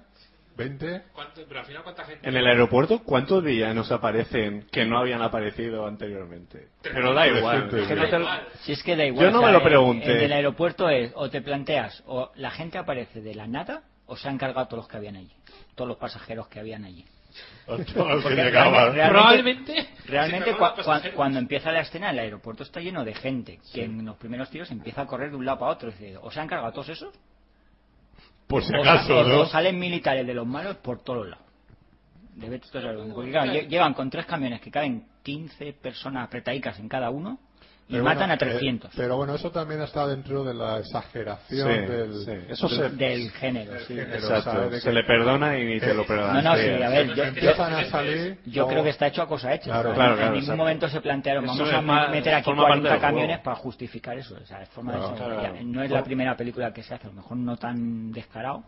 20. ¿cuánto- pero al final cuánta gente... En el aeropuerto, ¿cuántos villanos aparecen que no habían aparecido anteriormente? Pero da igual. Trescientos, es que no te lo- igual. Si es que da igual. Yo no me lo pregunté. El, el del aeropuerto es, o te planteas, o la gente aparece de la nada, o se han cargado todos los que habían allí. Todos los pasajeros que habían allí. Todos Porque que realmente- acaban. Probablemente... Realmente, se cua- cargaron a cua- pasajeros. cuando empieza la escena, el aeropuerto está lleno de gente que en los primeros tiros empieza a correr de un lado para otro. Y dice, ¿O se han cargado todos esos? Por si o, acaso, o- o ¿no? salen militares de los malos por todos lados. De ver todos lados. Porque, claro, lle- llevan con tres camiones que caben 15 personas apretadicas en cada uno y Pero matan bueno, a 300. eh, pero bueno, eso también está dentro de la exageración Sí, del. sí. Eso del- se- del género, sí. género. Exacto. ¿sabes? De Se que- le perdona y ni te lo perdona. Eh, No, no, sí, a ver, yo, yo- Empiezan a salir. yo como- creo que está hecho a cosa hecha. Claro, O sea, claro, en claro, ningún exacto. momento se plantearon, Eso vamos es a más- meter aquí forma parte 40 del juego. camiones para justificar eso. O sea, es forma de Claro, desarrollar. claro. No es la primera película que se hace, a lo mejor no tan descarado,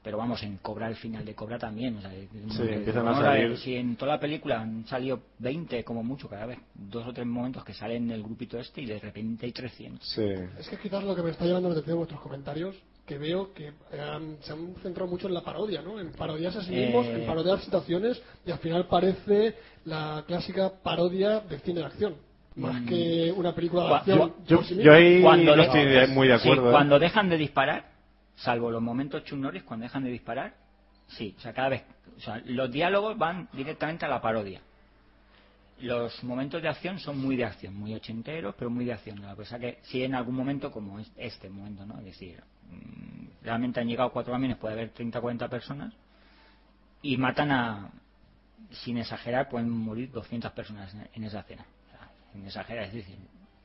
pero vamos, en Cobra, el final de Cobra también. o sea, que- empiezan a vamos ver, salir. si en toda la película han salido 20 como mucho cada vez, dos o tres momentos que salen del grupito este y de repente hay 300. Sí. Es que quizás lo que me está llamando la atención de vuestros comentarios, que veo que eh, se han centrado mucho en la parodia, ¿no? En parodiarse a sí mismos, Eh. en parodiar situaciones, y al final parece la clásica parodia de cine de acción. Más que una película de Gua- acción. gua- Mm. Yo, por sí yo misma. ahí Cuando no le- estoy de- muy de Sí, acuerdo. ¿eh? cuando dejan de disparar, salvo los momentos Chuck Norris, cuando dejan de disparar, sí, o sea, cada vez, o sea, los diálogos van directamente a la parodia. Los momentos de acción son muy de acción, muy ochenteros, pero muy de acción. La cosa que si en algún momento como es- este momento, ¿no? Es decir, mm, realmente han llegado cuatro camiones, puede haber 30 40 personas y matan a, sin exagerar, pueden morir 200 personas en- en esa cena. O sea, sin exagerar, es decir,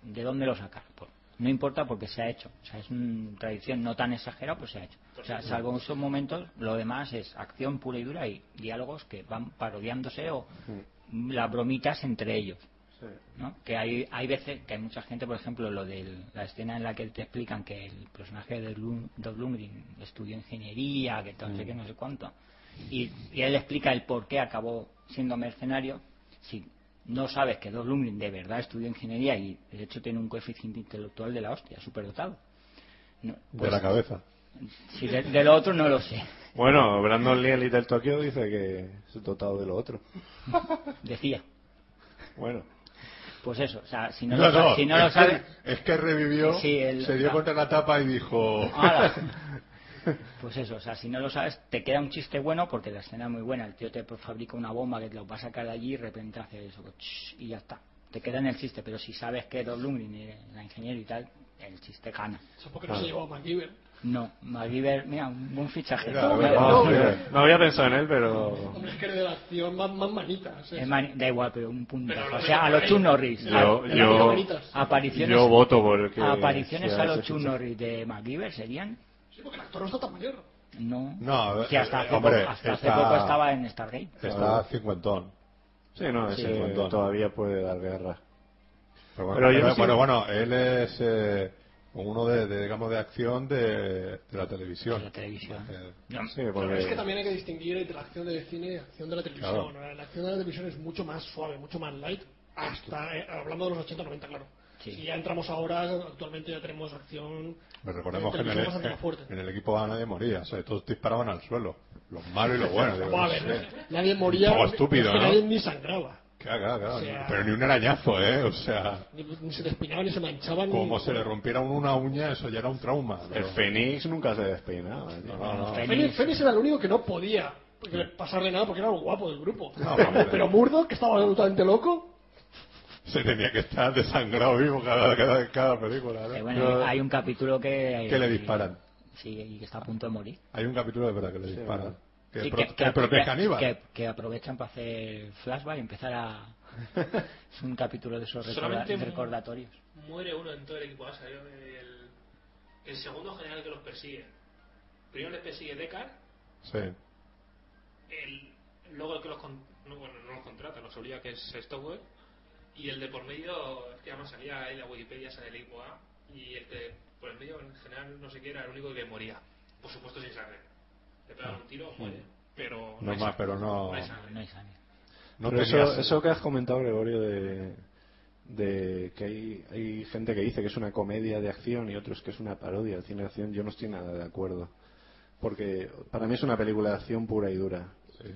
¿de dónde lo sacar? Pues, no importa porque se ha hecho. O sea, es una tradición no tan exagerada, pues se ha hecho. O sea, salvo esos momentos, lo demás es acción pura y dura y diálogos que van parodiándose o las bromitas entre ellos. ¿no? Que hay, hay veces que hay mucha gente, por ejemplo, lo de la escena en la que te explican que el personaje de Blum, de Blumgren estudió ingeniería, que tal, no Mm. sé qué, no sé cuánto. Y, y él explica el por qué acabó siendo mercenario. Si no sabes que Dolph Lundgren de verdad estudió ingeniería y de hecho tiene un coeficiente intelectual de la hostia, superdotado. No, Pues, De la cabeza. si de, de lo otro no lo sé. Bueno, Brandon Lee, el del Tokio, dice que es dotado de lo otro. Decía. Bueno. Pues eso, o sea, si no, lo, sa- si no lo es que- sabes. Es que revivió, Sí, el- se dio ah. contra la tapa y dijo. ¡Hala! Pues eso, o sea, si no lo sabes, te queda un chiste bueno porque la escena es muy buena. El tío te fabrica una bomba que te lo va a sacar de allí y de repente hace eso ch, y ya está. Te queda en el chiste, pero si sabes que Dolph Lundgren era ingeniero y tal, el chiste gana. Eso porque no se llevó a MacGyver. No, MacGyver, mira, un buen fichaje. Mira, a ver, No, eh, Ah, vamos No, a no, ver. Ah, eh. no había pensado en él, pero. Hombre, es que de la acción más, más manitas. es mani- da igual, pero un punto. Pero O sea, a los Chuck Norris. Yo, Las yo, manitas. A- apariciones yo voto por el que. apariciones sea a los ese Chuck fichaje. Norris de MacGyver serían. Sí, porque el actor no está tan mayor. No. No, que hasta, eh, hace, hombre, poco, hasta hace está- poco estaba en Stargate. Está cincuentón. Sí, no, Sí, ese montón. todavía puede dar guerra. Pero bueno, Pero yo pero- no sé- bueno, bueno, él es eh, uno de, de, digamos, de acción de, de la televisión. De la televisión. Eh, No. Sí, Pero es que porque. también hay que distinguir entre la acción de cine y la acción de la televisión. La acción de la televisión es mucho más suave, mucho más light, hasta eh, hablando de los 80 90, claro. Sí. Si ya entramos ahora, actualmente ya tenemos acción. pero recordemos de que en el, e- eh, televisión bastante más fuerte. en el equipo a nadie moría, o sea, todos disparaban al suelo. Los malos y los buenos. digo, Vamos a no ver, sé. pues, eh, nadie moría. Un poco estúpido, es que ¿no? Nadie ni sangraba. Claro, claro, claro. O sea- Pero ni un arañazo, ¿eh? O sea, Ni, ni se despeinaban ni se manchaban. como se le rompiera una uña, eso ya era un trauma. El pero- Fénix nunca se despeinaba. ¿no? No, no. Fénix, Fénix era el único que no podía pasarle nada porque era el guapo del grupo. No, hombre. Pero Murdo, que estaba absolutamente loco, Se tenía que estar desangrado vivo cada, cada, cada película, ¿no? Que bueno, Yo- hay un capítulo que... que le disparan. sí, y que está a punto de morir. Hay un capítulo de verdad que le Sí, disparan. verdad. Que, Sí, pro- que protege a Aníbal. que- que aprovechan para hacer flashback y empezar a... es un capítulo de esos recorda- Solamente un- recordatorios. Muere uno en todo el equipo Asa. yo- El, el segundo general que los persigue. Primero les persigue Deckard, Sí. el, luego el que los, con- no, bueno, no los contrata, los obliga que es Stowell. Y el de por medio, que además salía ahí la Wikipedia, sale el equipo A. Y el que por el medio, en general, no sé qué, era el único que moría. Por supuesto, sin sangre. Le pegan un tiro, muere. Pero No hay más, sangre. pero no- hay No, sangre. no hay sangre. No Pero tenía- eso, eso que has comentado, Gregorio, de, de que hay, hay gente que dice que es una comedia de acción y otros que es una parodia de cine de acción, yo no estoy nada de acuerdo. Porque para mí es una película de acción pura y dura. Sí.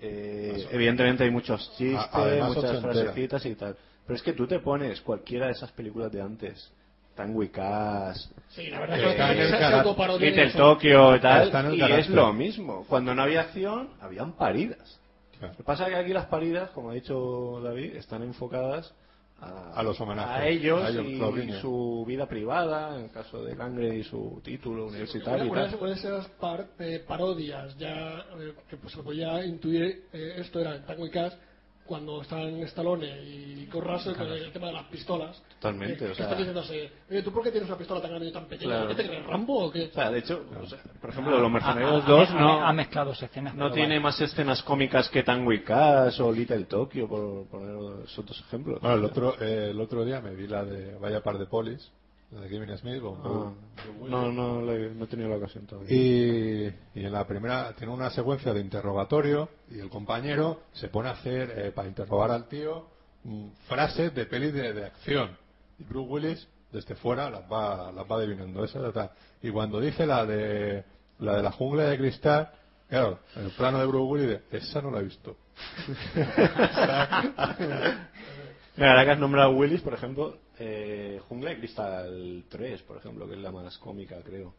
Eh, evidentemente hay muchos chistes, A- además muchas ochentera. frasecitas y tal. Pero es que tú te pones cualquiera de esas películas de antes. Tango y Cash, Sí, la verdad Eh, es que está en el esa carácter. autoparodia de Little eso- Tokyo y Está en tal, el y es carácter. lo mismo. Cuando no había acción, habían paridas. Claro. Lo que pasa es que aquí las paridas, como ha dicho David, están enfocadas a, A los homenajes, a ellos, a ellos, y, los guiños. su vida privada, en el caso de Langre y su título universitario. y Una- tal. una de esas par- eh, parodias ya eh, que pues, se podía intuir eh, esto era en Tango y Cash cuando estaban Stallone y Kurt Russell con el tema de las pistolas Totalmente, que, o que sea- están diciéndose oye tú por qué tienes una pistola tan grande y tan pequeña Claro. ¿qué te crees Rambo o qué? O sea, de hecho, o sea, por ejemplo, Los Mercenarios Ha- ha- 2 ha- no, Ha mezclado dos escenas. no pero tiene vale. más escenas cómicas que Tango y Cash o Little Tokyo, por poner esos dos ejemplos. Bueno, el otro, eh, el otro día me vi la de Vaya Par de Polis, la de Kevin Smith. con Ah, no, no, le- no he tenido la ocasión todavía. Y, y en la primera tiene una secuencia de interrogatorio y el compañero se pone a hacer, eh, para interrogar al tío, mm, frases de pelis de, de acción. Y Bruce Willis, desde fuera, las va, las va adivinando. Esa es la tal. Y cuando dice la de la de la jungla de cristal, claro, el plano de Bruce Willis, de, esa no la he visto. Mira, ahora que has nombrado a Willis, por ejemplo, eh, Jungla de Cristal 3, por ejemplo, que es la más cómica, creo.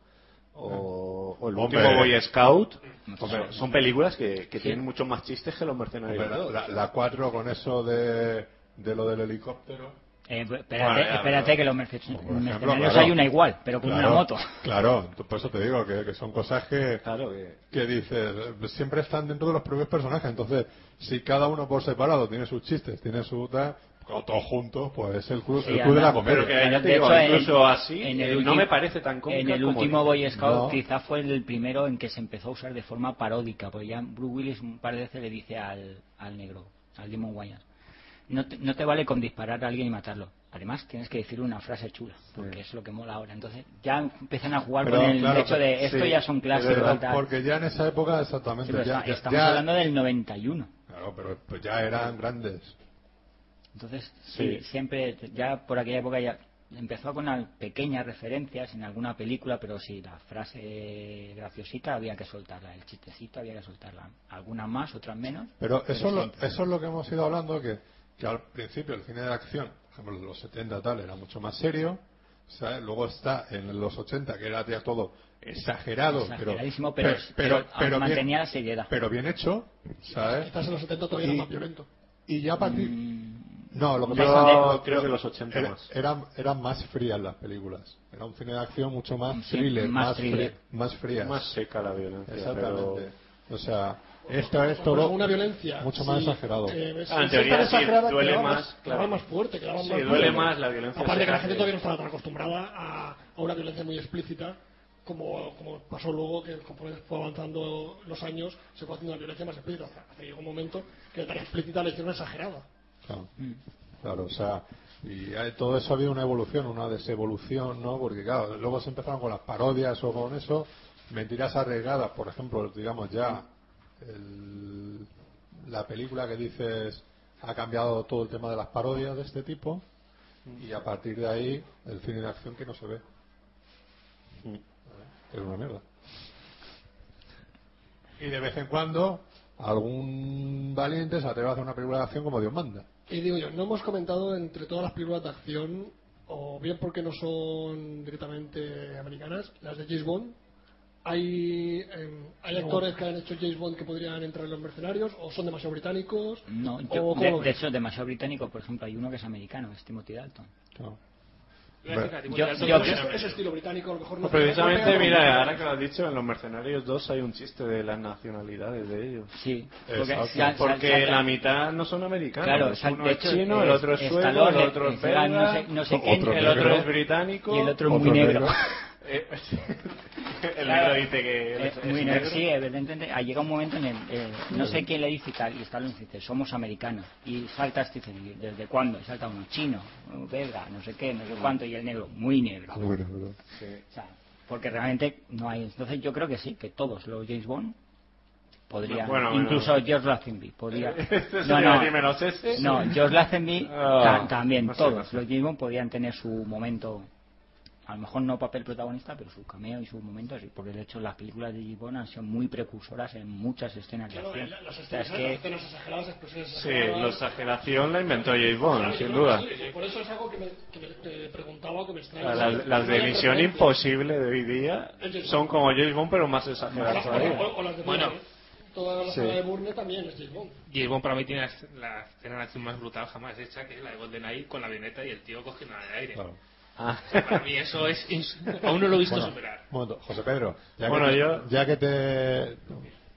O, o El Hombre. último Boy Scout. Hombre. son películas que, que Sí. tienen muchos más chistes que Los Mercenarios. Pero la, la 4 con eso de, de lo del helicóptero. Eh, espérate, Bueno, ya, espérate pero- que los merce- Como por ejemplo, mercenarios claro. hay una igual, pero con Claro, una moto. Claro, por eso te digo que, que son cosas que, Claro que. que dices, eh, siempre están dentro de los propios personajes. Entonces, si cada uno por separado tiene sus chistes, tiene su tal, o todos juntos, pues es el club, Sí, el club de la además, comedia. Pero que ya te De digo, hecho, incluso en- así, en eh, el no ulti- me parece tan cómica En el como último Boy Scout No. quizá fue el primero en que se empezó a usar de forma paródica, porque ya Bruce Willis un par de veces le dice al, al negro, al Demon Wayans, no te, no te vale con disparar a alguien y matarlo. Además, tienes que decir una frase chula, porque es lo que mola ahora. Entonces, ya empiezan a jugar Pero, con el claro, hecho de pero- esto sí, ya son clásicos pero- y tal. Porque ya en esa época, exactamente. Sí, pero ya, está- ya- estamos ya- hablando del 91. Claro, pero pues ya eran grandes. Entonces, sí, Sí. siempre, ya por aquella época ya empezó con al- pequeñas referencias en alguna película, pero sí, la frase graciosita había que soltarla, el chistecito había que soltarla. Algunas más, otras menos. Pero eso, es lo, siempre. eso es lo que hemos ido hablando, que, que al principio el cine de acción, por ejemplo, en los 70 tal, era mucho más serio. ¿sabes? Luego está en los 80, que era ya todo exagerado, pero, Exageradísimo, pero, pe- pero, pero bien, mantenía la seriedad. pero bien hecho, ¿sabes? quizás en los 70 todavía Y- era más violento Y ya a partir... No, lo que Mm. Yo pasa es creo que los 80 era- más. Eran, eran más frías las películas. Era un cine de acción mucho más Sí, thriller, más más, fri- thriller. más frías. Más seca la violencia. Exactamente. pero- O sea, esto es Pero todo... una violencia mucho más exagerado. eh, es- Ah, en es teoría tan sí, exagerada que duele daba más, más, claro. daba más fuerte que daba Sí, más duele duro. más la violencia aparte que la exagerada. gente todavía no estaba tan acostumbrada a, a una violencia muy explícita como, como pasó luego que conforme fue avanzando los años se fue haciendo una violencia más explícita hace llegó un momento que tan explícita le hicieron exagerada Claro, Claro, o sea, y hay- todo eso ha habido una evolución, una desevolución, ¿no? Porque, claro, luego se empezaron con las parodias o con eso, mentiras arriesgadas, por ejemplo, digamos ya, el- la película que dices ha cambiado todo el tema de las parodias de este tipo, y a partir de ahí, el cine de acción que no se ve. Es una mierda. Y de vez en cuando, algún valiente se atreve a hacer una película de acción como Dios manda. y digo yo no hemos comentado entre todas las películas de acción o bien porque no son directamente americanas las de James Bond hay em, hay actores que han hecho James Bond que podrían entrar en los mercenarios o son demasiado británicos No, o Oh, yo, ¿cómo de, ves? de hecho, demasiado británico, por ejemplo, hay uno que es americano, es Timothy Dalton. Claro. Iba a Bueno, decir nativo yo- de alto yo- Toledo, Es, pero- es estilo británico, a lo mejor no. No, precisamente, no- mira, ahora que lo has dicho, en Los Mercenarios 2 hay un chiste de las nacionalidades de ellos. Sí, Exacto. sal- sal- Porque salta- la mitad no son americanos. Claro, sal- uno de es hecho, chino, el es- otro es sueco, el Stallone, otro es es- era no sé- belga, no sé quién, Otro el negro. otro es británico. y el otro es muy Otro negro. negro. Eh, el Claro, negro dice que él eh, es, es muy negro, negro. sí, evidentemente. Ah, Llega un momento en el. eh, no sé quién le dice y tal, y Stallone dice, somos americanos. Y salta este, dice, ¿desde cuándo? Y salta uno, chino, uno belga, no sé qué, no sé cuánto, y el negro, muy negro. Ah, bueno, bueno. Sí. O sea, porque realmente no hay. Entonces yo creo que sí, que todos los James Bond podrían. Bueno, bueno. incluso George Lazenby podría. Este no, señor no, ni me lo sé, sí. no, George Lazenby Ah, ta- también, no sé, todos no sé. los James Bond podían tener su momento. A lo mejor no papel protagonista, pero su cameo y su momento sí, porque de hecho las películas de James Bond han sido muy precursoras en muchas escenas de Claro, acción. la- las O sea, escenas, es las que escenas exageradas, explosiones Sí, exageradas. la exageración la inventó James Bond, sin duda. Sí, Por eso es algo que me, que me- que preguntaba, que me extraña. Las, las de Misión Imposible de hoy día son como James Bond, pero más exageradas O, todavía. o- o las de Bueno. Burne. Toda la Sí. saga de Burne también es James Bond. James Bond para mí tiene la- la escena de acción más brutal jamás hecha, que es la de GoldenEye con la avioneta y el tío cogiendo la de aire. Claro. Ah. Para mí eso es... ins- Aún no lo he visto Bueno, superar. un momento, José Pedro, ya, Bueno, que te, yo- ya que te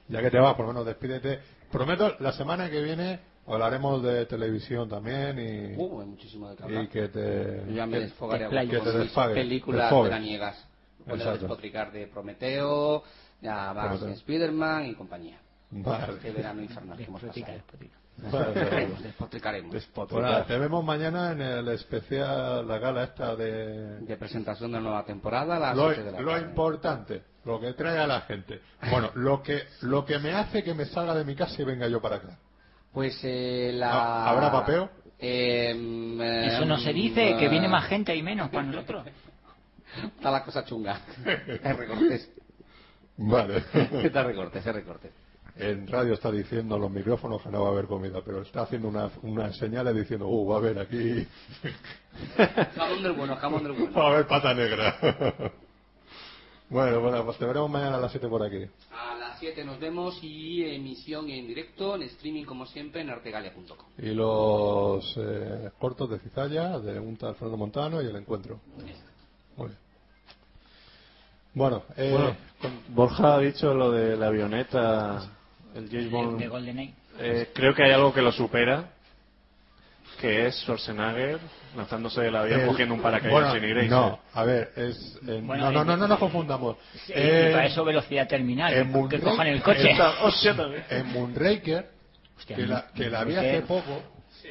ya que te vas, por lo menos despídete. Prometo, la semana que viene hablaremos de televisión también y, Uh, hay muchísimo de que y hablar. que te... Yo ya me que- desfogaré a que gusto te con mis desfagues, películas desfogues. veraniegas. Voy a Exacto. despotricar de Prometeo, a Max Prometeo. Spiderman y compañía. Este Vale. verano infernal que hemos despotrica, pasado. despotrica. Vale. Despotricaremos, despotricaremos. Pues nada, te vemos mañana en el especial, la gala esta de... De presentación de la nueva temporada a las Lo, 7 de la lo tarde. importante, lo que trae a la gente. Bueno, lo que, lo que me hace que me salga de mi casa y venga yo para acá. Pues eh, Ah, la... ¿habrá papeo? Eh, mm, eh, Eso no se dice, mm, que viene eh, más gente y menos para nosotros. Eh, Está la cosa chunga. R. Cortés. Vale. R. Cortés, R. Cortés. En radio está diciendo a los micrófonos que no va a haber comida, pero está haciendo una- unas señales diciendo, uh, va a haber aquí, Jamón del bueno, jamón del va a bueno. haber pata negra. bueno, bueno, pues te veremos mañana a las 7 por aquí. A las 7 nos vemos y emisión en directo, en streaming como siempre en artegalia.com. Y los eh, cortos de Cizalla, de un tal Fernando Montano y el encuentro. Muy bien. Bueno, eh, Bueno, con- Borja ha dicho lo de la avioneta, el James Bond. De, de GoldenEye. Eh, creo que hay algo que lo supera, que es Schwarzenegger lanzándose del avión el- cogiendo un paracaídas bueno, sin iris. No, a ver, es. eh, Bueno, no, no, eh, no, no nos confundamos. Sí, Eh, y para eso velocidad terminal. en que- que Mundial- cojan el coche. Esta- en Moonraker, Hostia, que la, que la vi hace Moonraker. poco,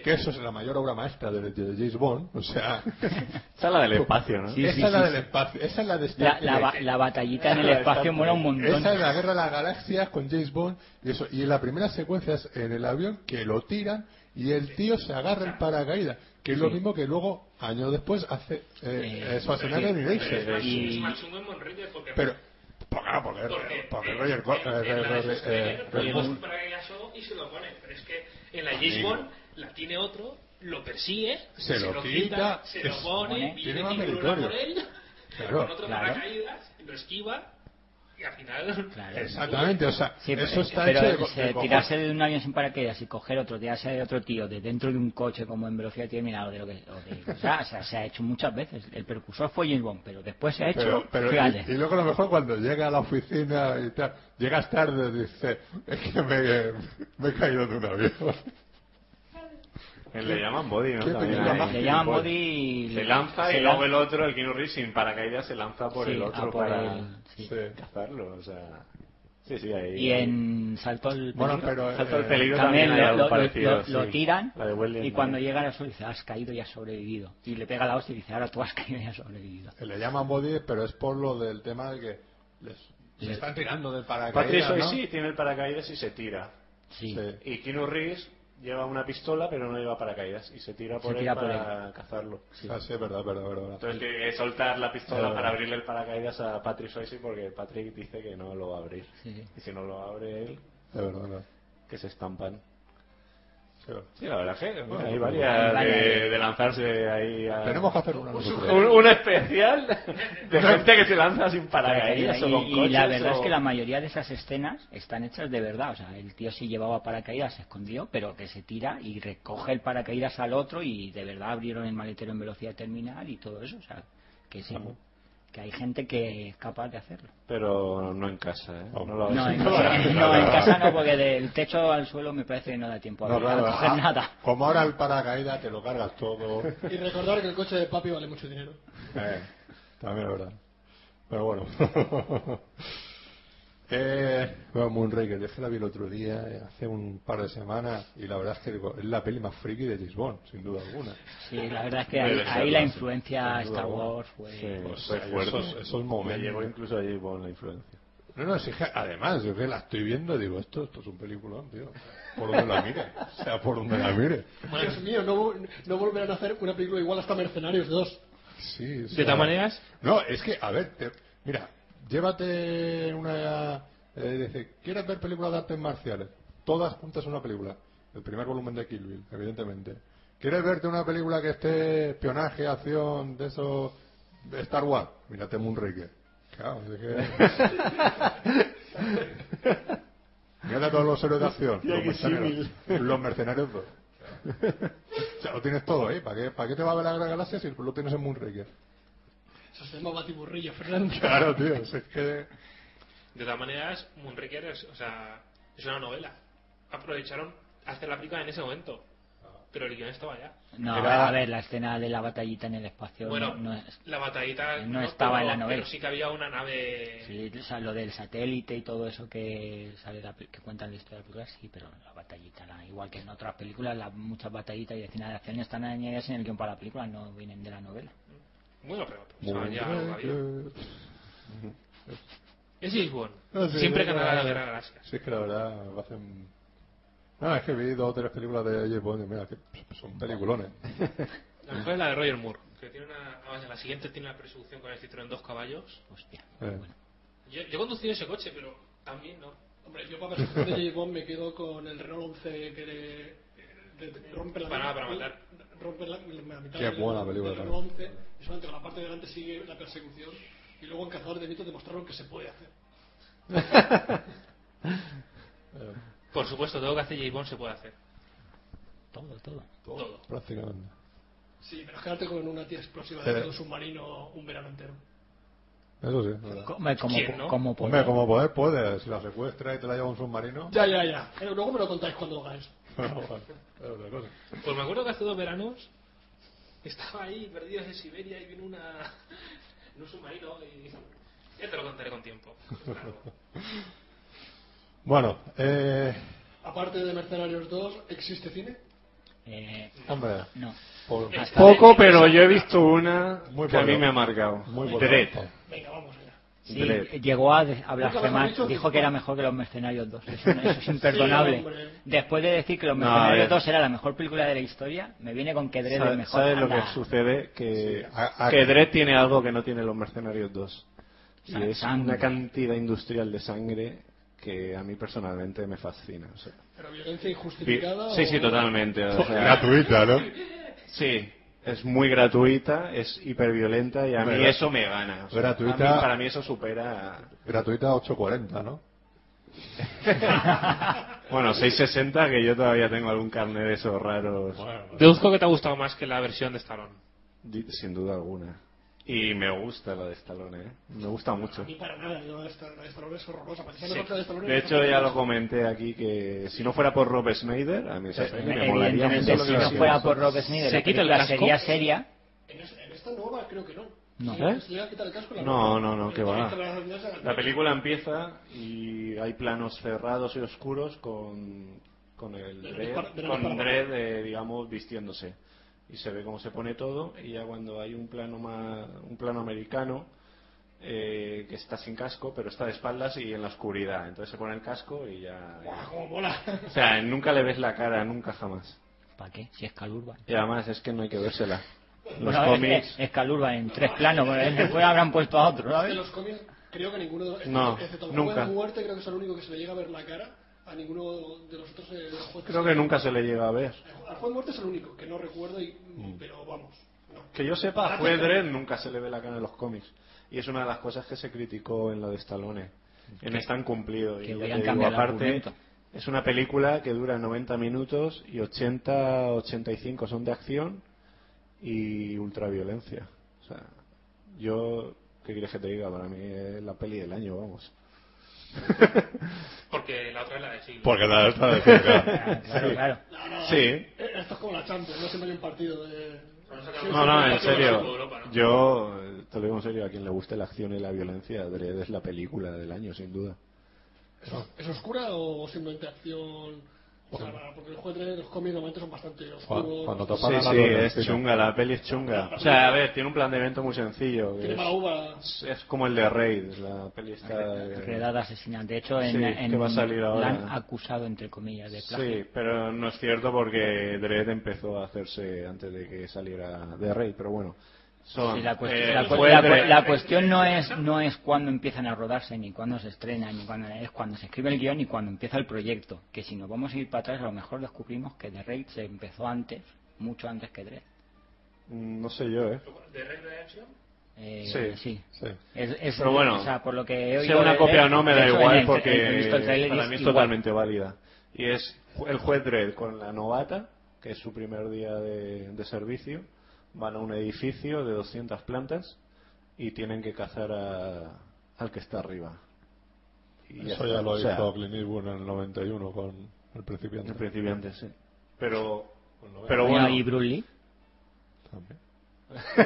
que eso es la mayor obra maestra de, de James Bond, o sea, Está la del espacio, ¿no? Sí, esa sí, es la sí, del sí. espacio, esa es la de Star La, la, ba- Trek. la batallita en el espacio mola un montón. Esa es la guerra de las galaxias con James Bond y eso. Y en la primera secuencia es en el avión que lo tiran y el tío se agarra el paracaídas, que es lo Sí. mismo que luego, años después, hace eh, Eh, eh, Schwarzenegger sí. y Es más- Racer. Y- es más chungo en Monrilla porque... Pero, porque, porque, porque Roger Co- eh, Roger- Roger- eh, Roger Moore- Ah, y se lo pone. Pero es que en la James Amigo. Bond la tiene otro, lo persigue, Se lo quita, se se lo lo pone, pone. viene Tiene más Nick Fury meritorio. por él, Claro, con otro claro. paracaídas, lo esquiva y al final... Claro. Exactamente, o sea, Sí, eso está pero hecho de, se- de tirarse de un avión sin paracaídas y coger otro, tirarse de otro tío de dentro de un coche como en velocidad terminal o de lo que o de- o sea, o sea, se ha hecho muchas veces. El precursor fue James Bond, pero después se ha hecho. Pero, pero fíjate. y, y luego a lo mejor cuando llega a la oficina y tal, llegas tarde y dice, es que me, me he caído de un avión. Le llaman body, ¿no? Qué También pequeño hay- más le que llaman puede. Body. y- Se lanza se y luego lanza- el otro, el Kino Reeves, sin paracaídas, se lanza por sí, el a otro por para el- sí. Sí. cazarlo, o sea... Sí, sí, ahí... Y en Salto el Bueno, Peligro pero... Salto eh, al peligro también también, hay lo, algo lo- parecido. lo- lo sí. tiran La de William y cuando Knight. llega la suerte dice, has caído y has sobrevivido. Y le pega la hostia y dice, ahora tú has caído y has sobrevivido. Le llaman body, pero es por lo del tema de que les, Sí. se están tirando del Patrick paracaídas, ¿no? Swayze tiene el paracaídas y se tira. Sí. Sí. Y Keanu Reeves lleva una pistola, pero no lleva paracaídas. Y se tira por, Se él, tira por para cazarlo. Ah, sí, es verdad, verdad, verdad. verdad. Entonces tiene que soltar la pistola Ah. para abrirle el paracaídas a Patrick Swayze porque Patrick dice que no lo va a abrir. Sí. Y si no lo abre él, Es verdad, verdad. que se estampan. Sí, eh, vale. Sí, la verdad es que Bueno, hay hay varias varias. de, de lanzarse ahí a... Tenemos que hacer una. un, un especial de gente que se lanza sin paracaídas Y, o con y la coches verdad es o- que la mayoría de esas escenas están hechas de verdad. O sea, el tío sí llevaba paracaídas, se escondió, pero que se tira y recoge el paracaídas al otro y de verdad abrieron el maletero en velocidad terminal y todo eso. O sea, que sí, que hay gente que es capaz de hacerlo. Pero no en casa, Oh. ¿eh? No lo hagáis No, en, casa. no, en casa no, porque del techo al suelo me parece que no da tiempo a, No, claro, a coger ah, nada. Como ahora el paracaídas te lo cargas todo. Y recordar que el coche de papi vale mucho dinero. Eh, también es verdad. Pero bueno. eh, bueno, Moonraker, yo es que la vi el otro día, eh, hace un par de semanas, y la verdad es que digo, es la peli más friki de Lisbon, sin duda alguna. Sí, la verdad es que ahí, Debe ahí serlo, la sí. influencia Sin duda Star alguna. Wars fue... Sí, Pues, fue ahí fuerte. esos- esos Me momentos. llegó incluso a J. Bond la influencia. No, no, sí, que además, yo que la estoy viendo y digo, esto, esto es un peliculón, tío. Por donde la mire, o sea, por donde la mire. Dios mío, no, vol- no volverán a hacer una película igual hasta Mercenarios 2. Sí, o De sea, todas maneras, No, es que, a ver, te- mira, llévate una... eh, dice, ¿quieres ver películas de artes marciales? Todas juntas en una película. El primer volumen de Kill Bill, evidentemente. ¿Quieres verte una película que esté espionaje, acción, de esos... de Star Wars? Mírate Moonraker. Claro, es que... Mírate todos los héroes de acción. Ya Los que mercenarios, símil. los mercenarios dos. O sea, lo tienes todo, ¿eh? ¿Para qué, ¿Para qué te va a ver la Gran galaxia si lo tienes en Moonraker? Eso se llama batiburrillo, Fernando. Claro, tío, si es que... De todas maneras, Moonraker es, o sea, es una novela. Aprovecharon hacer la película en ese momento. Pero el guión estaba ya. No, Era- a ver, la escena de la batallita en el espacio Bueno, no, no es... la batallita no estaba en la pero- novela. Pero sí que había una nave. Sí, o sea, lo del satélite y todo eso que sale la pel- que cuentan la historia de la película, sí, pero la batallita, la- igual que en otras películas, las muchas batallitas y escenas de acción están añadidas en el guión para la película, no vienen de la novela. Bueno, pero pues, Muy ya algo había. bien. Es James Bond. No sé, Siempre yo ganará la Ah, ya- guerra de galaxias. Sí, es que la verdad me hacen... No, es que vi dos o tres películas de James Bond y mira, que son peliculones. La Ah. mejor es la de Roger Moore. Que tiene una. Además, en la siguiente tiene una persecución con el Citroën dos caballos. Hostia. Eh, Yo, yo he conducido ese coche, pero también no. Hombre, yo para personas de James Bond me quedo con el Renault 11 que le, le- le rompe la Para nada, para matar. Rompe la, la mitad Qué del- buena del película, Renault 11. Y solamente con la parte de delante sigue la persecución. Y luego en Cazadores de Mitos demostraron que se puede hacer. Por supuesto, todo lo que hace James Bond se puede hacer. Todo, todo. Todo. prácticamente. Sí, pero es quedarte con una tía explosiva Pero- dentro de un submarino un verano entero. Eso sí. es verdad. Como, como, ¿Quién no? como Hombre, poder. como poder puedes. Si la secuestra y te la lleva un submarino... Ya, ya, ya. Eh, luego me lo contáis cuando lo hagáis. bueno, bueno, es otra cosa. Pues me acuerdo que hace dos veranos estaba ahí perdido en Siberia y vino una en Ah, un submarino y ya te lo contaré con tiempo. Bueno, eh, Aparte de Mercenarios 2, ¿existe cine? Eh, hombre, no. por- Esta Poco, vez- pero yo he visto una Muy que a mí poco. me ha marcado. muy por Dread. debajo. Venga, vamos allá. Sí, Dread. llegó a, de- a blasfemar, dicho- dijo que era mejor que Los Mercenarios 2. Eso, no- eso es imperdonable. hombre. Después de decir que Los No, Mercenarios ya. 2 era la mejor película de la historia, me viene con que Dredd es ¿Sabes mejor. lo que Anda. sucede? Que, Sí, a- a- que Dredd tiene algo que no tiene los Mercenarios 2. Sa- Y es sangre. una cantidad industrial de sangre que a mí personalmente me fascina. o sea. ¿Pero violencia injustificada? sí, o- sí, totalmente. o sea, Gratuita, ¿no? sí, es muy gratuita, es hiperviolenta y a mí Verdad. eso me gana. o sea, Gratuita. a mí- para mí eso supera... Gratuita 8.40, ¿no? Bueno, 660 que yo todavía tengo algún carnet de esos raros. Deduzco que te ha gustado más que la versión de Stallone. Di- Sin duda alguna. Y me gusta la de Stallone, ¿eh? Me gusta A mucho. mí para nada, yo la de Star- la de Stallone es horrorosa. Para que sea Sí. mejor que la de Stallone, De es hecho, ya lo horrorosa. comenté aquí que si no fuera por Rob Schneider, a mí esa peli me molaría mucho. Eh, Evidentemente, si no fuera por Rob Schneider, Se la quita el película casco. sería seria. En, es- en esta nueva creo que no. No. Si le- si le va a quitar el casco, la ¿Eh? No, nueva. no, no, Pero que si va. esta la- la- la- La película empieza y hay planos cerrados y oscuros con, con el Pero Dredd- dispara- pero con dispara. Dredd, eh, digamos, vistiéndose. Y se ve cómo se pone todo y ya cuando hay un plano más, un plano americano eh, que está sin casco, pero está de espaldas y en la oscuridad. Entonces se pone el casco y ya... ¡Guau, Ah, cómo mola! O sea, nunca le ves la cara, nunca jamás. ¿Para qué? Si es Calurban. Y además es que no hay que vérsela. Los Bueno, es- cómics... es, es Calurban en tres planos, bueno, después habrán puesto a otro, En ¿sabes? los cómics creo que ninguno de los... No, excepto el nunca. Juego de muerte creo que es el único que se le llega a ver la cara. a ninguno de los otros eh, jueces. Creo que nunca se le llega a ver. Al juez muerto es el único, que no recuerdo, y, Mm. pero vamos. no. Que yo sepa, a Juez Dredd nunca se le ve la cara en los cómics. Y es una de las cosas que se criticó en la de Stallone. En esta han cumplido. que Y ya hubieran te digo, cambiado el aparte, argumento. es una película que dura 90 minutos y 80, 85 son de acción y ultraviolencia. O sea, yo, ¿qué quieres que te diga? Para mí es la peli del año, vamos. Porque la otra es la de siglo. Porque la otra decía, claro. Ah, Claro, claro, claro. No, no, Sí. eh, Esto es como la Champions, no se me un partido de. No, no, en Por serio. Europa, ¿no? Yo, eh, te lo digo en serio, a quien le guste la acción y la violencia, Dredd es la película del año, sin duda. ¿Es, es oscura o simplemente acción? O sea, para- porque los juegos de los cómics normalmente son bastante oscuros. Cuando bastante- topa Sí, la sí, torre, es sí. chunga, la peli es chunga. O sea, a ver, tiene un planteamiento muy sencillo. que Tiene mala es, uva. es como el de Raid, la peli está... Redada asesina. De hecho, en, Sí, en- que va a salir la ahora. han acusado, entre comillas, de plagio. Sí, pero no es cierto porque Dredd empezó a hacerse antes de que saliera de Raid, pero bueno. Son, Sí, la, cuestión, eh, la cu- fue la cu- Dredd- la cuestión no es no es cuándo empiezan a rodarse ni cuándo se estrenan ni cuándo es cuando se escribe el guión y cuando empieza el proyecto que si nos vamos a ir para atrás a lo mejor descubrimos que The Raid se empezó antes mucho antes que Dredd Mm, No sé yo, ¿eh? ¿De Red Redemption? Eh, Sí, Sí. Es, es- Pero bueno, o sea, por lo que he oído sea una de copia o Dredd, no me de da hecho, en igual el- he porque visto el tráiler y para es mí es igual. totalmente válida. Y es ju- el juez Dredd con la novata, que es su primer día de, de servicio, van a un edificio de 200 plantas y tienen que cazar a- al que está arriba. Y Eso está. ya lo O sea, hizo Clint Eastwood en el 91 con El Principiante. el principiante, sí. Pero, Con lo pero Bueno, bueno, y Bruce Lee También.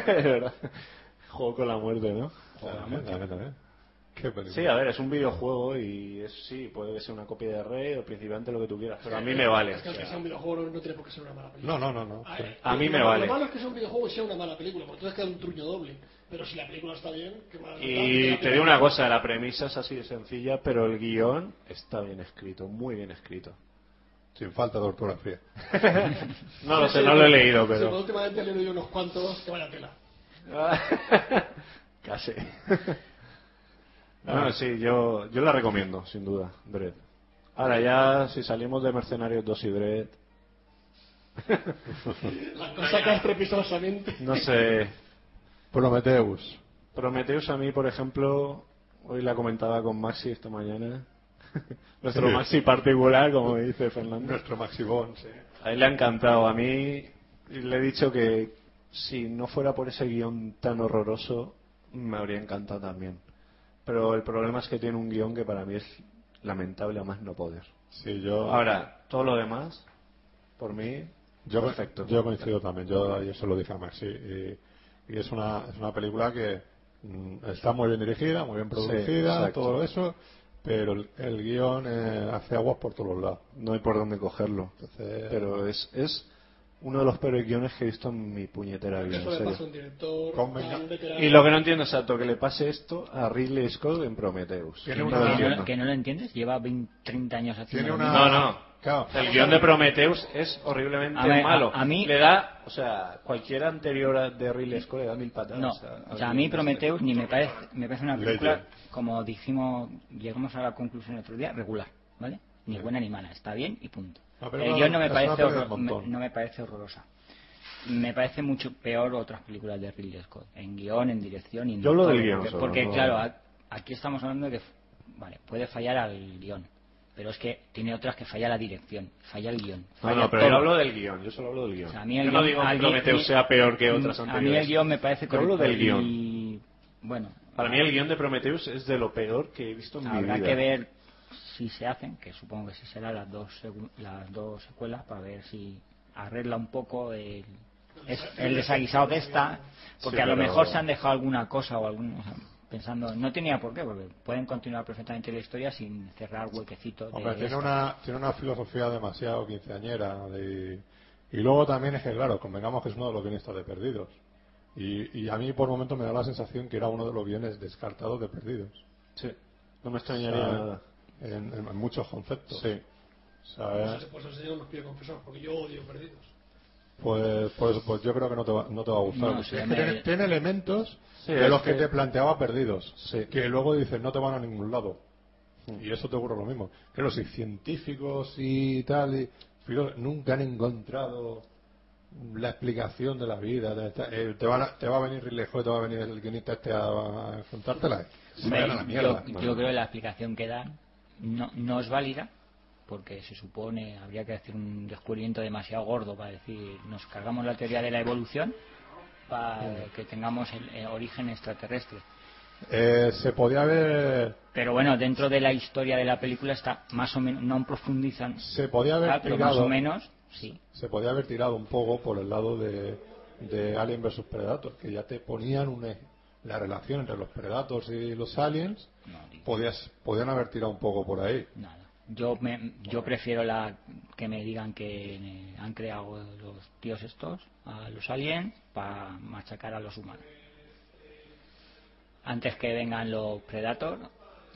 es verdad. juego con la muerte, ¿no? También, también, también. Ah, ¿eh? Qué película. Sí, a ver, es un videojuego y es, sí, puede ser una copia de Rey o principiante, lo que tú quieras, pero a mí me vale. Es que o el que sea. sea un videojuego no tiene por qué ser una mala No, película. no, no, no. Ah, Sí. eh, A mí lo me malo- vale. Lo malo es que sea un videojuego y sea una mala película, porque entonces queda un truño doble. Pero si la película está bien, qué mala Y te digo una cosa, la premisa es así de sencilla, pero el guión está bien escrito, muy bien escrito. Sin falta de ortografía. No lo sé, no lo he leído, Sí, pero... últimamente he leído yo unos cuantos que vaya tela. Casi. No, sí, yo, yo la recomiendo, sin duda, Dredd. Ahora ya, si salimos de Mercenarios 2 y Dredd, La cosa tan estrepitosamente. no sé... Prometeus. Prometheus a mí, por ejemplo, hoy la comentaba con Maxi esta mañana. Nuestro Maxi particular, como dice Fernando. Nuestro Maximón, sí. A él le ha encantado. A mí le he dicho que si no fuera por ese guión tan horroroso, me habría encantado también. Pero el problema es que tiene un guión que para mí es lamentable a más no poder. Sí, yo... Ahora, todo lo demás, por mí, Yo, perfecto. yo coincido también, yo ayer se lo dije a Maxi. Y, y es, una, es una película que mm, está muy bien dirigida, muy bien producida, exacto. todo eso, pero el, el guión eh, hace aguas por todos los lados. No hay por dónde cogerlo. Entonces, Pero es, es uno de los peores guiones que he visto en mi puñetera vida, en Eso le serio. pasa a un director. Convenga. tan veterano. Y lo que no entiendo es exacto que le pase esto a Ridley Scott en Prometheus. Tiene No una- lo que, entiendo. no, que no lo entiendes lleva 20, 30 años haciendo tiene lo una... mismo. No, no. Claro. El guión de Prometheus es horriblemente A ver, malo. a- a mí- Le da, o sea, cualquier anterior a- de Ridley Scott le da mil patadas. No, o sea, a mí Prometheus ni me parece, me parece una película, Legend. como dijimos, llegamos a la conclusión el otro día, regular, ¿vale? Ni buena ni mala, está bien y punto. Una película- El guión no me, es una parece película horror- del montón. me- no me parece horrorosa. Me parece mucho peor otras películas de Ridley Scott, en guión, en dirección y en Yo lo todo, del guión Porque, solo, porque, no- claro, a- aquí estamos hablando de que, vale, puede fallar al guión, pero es que tiene otras que falla la dirección, falla el guión. No, falla no, pero todo. yo hablo del guión. Yo solo hablo del guión. O sea, a mí el yo no guión- digo a que mí- mm, Prometheus sea peor que otras A mí anteriores. el guión me parece Yo hablo correcto del guión. y, bueno, Para mí el guión de Prometheus es de lo peor que he visto en mi Habrá vida. que ver si se hacen, que supongo que sí serán las dos segu- las dos secuelas para ver si arregla un poco el, es- el desaguisado de esta, porque Sí, a lo pero- mejor se han dejado alguna cosa o algún o sea, pensando no tenía por qué, porque pueden continuar perfectamente la historia sin cerrar huequecitos. de Hombre, tiene esta. una, tiene una filosofía demasiado quinceañera. de- y luego también es que, claro, convengamos que es uno de los guionistas de Perdidos. Y, y a mí por momentos me da la sensación que era uno de los guiones descartados de Perdidos. Sí. No me O sea, extrañaría nada. en, en muchos conceptos. Sí. O sea, Pues pues el señor nos pide confesar, porque yo odio perdidos. Pues, pues, pues yo creo que no te va, no te va a gustar. No, Es sí, que me- tiene, tiene elementos Sí, de es los que, que- te planteaba perdidos, Sí. que luego dices no te van a ningún lado. Y eso te ocurre lo mismo. Claro, si científicos y tal, y filó- nunca han encontrado la explicación de la vida. de esta- eh, te, van a- te va a venir Rilejo, te va a venir el guionista este a, a enfrentártela. y se Hombre, vayan a la mierda. yo, yo creo que la explicación que dan no, no es válida, porque se supone habría que hacer un descubrimiento demasiado gordo para decir, nos cargamos la teoría de la evolución para que tengamos el, el origen extraterrestre. Eh, se podía haber Pero bueno, dentro de la historia de la película está más o menos, no profundizan, se podía haber tal, pero más tirado- o menos, sí. se podía haber tirado un poco por el lado de, de Alien versus Predator, que ya te ponían una, la relación entre los Predators y los Aliens, No, tío, podías, podían haber tirado un poco por ahí. nada. Yo, me, yo prefiero la que me digan que eh, han creado los tíos estos, a los aliens, para machacar a los humanos. Antes que vengan los Predator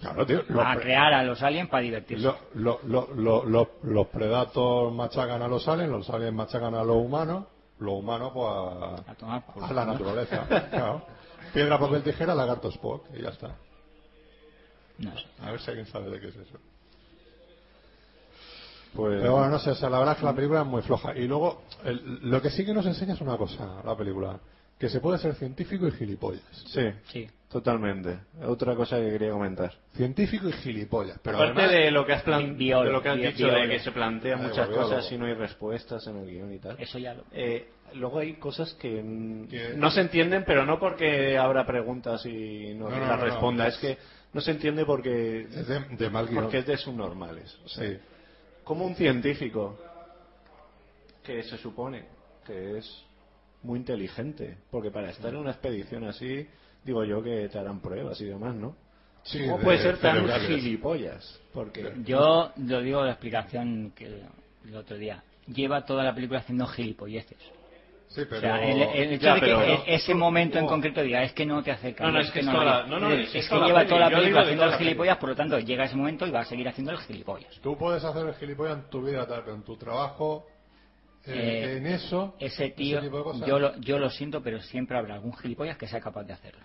Claro, tío, los, a pre- crear a los aliens para divertirse. lo- lo- lo- lo- lo- los Predators machacan a los Aliens, los Aliens machacan a los humanos, los humanos pues a, A tomar por a culo, la ¿no? naturaleza. claro. Piedra, papel, tijera, lagarto, Spock, y ya está. No sé. A ver si alguien sabe de qué es eso. Pues, Pero bueno, no sé, o sea, la verdad es que la película es muy floja. Y luego, el- lo que sí que nos enseña es una cosa, la película, que se puede ser científico y gilipollas. sí, Sí. totalmente. Otra cosa que quería comentar. Científico y gilipollas. Pero Aparte además, de lo que has, plan- Viola, de lo que has vi- dicho, viola. de que se plantean Ah, muchas igual, cosas luego. y no hay respuestas en el guión y tal. Eso ya lo... Eh, luego hay cosas que, mm, Que- no se entienden, pero no porque habrá preguntas y no, No, no, las no, no. responda. Es que no se entiende porque, es de, de mal guión. porque es de subnormales. O sea, Sí. Como un científico que se supone que es muy inteligente, porque para estar en una expedición así, digo yo que te harán pruebas y demás, ¿no? Sí, ¿Cómo de- puede ser tan cerebrales. gilipollas? Porque Yo lo digo la explicación que el otro día. Lleva toda la película haciendo gilipolleces. Sí, pero... O sea, el, el hecho Ya, de que pero- e- ese momento en No. concreto diga es que no te acercas. No, no, es que es toda la- no, no, es, es que que es toda la lleva peli, toda la yo película digo de haciendo toda el la peli. gilipollas, por lo tanto llega ese momento y va a seguir haciendo el gilipollas. Tú puedes hacer el gilipollas en tu vida, tal, pero en tu trabajo, eh, Eh, en eso... Ese tío, tipo de cosas. yo lo, yo lo siento, pero siempre habrá algún gilipollas que sea capaz de hacerlo.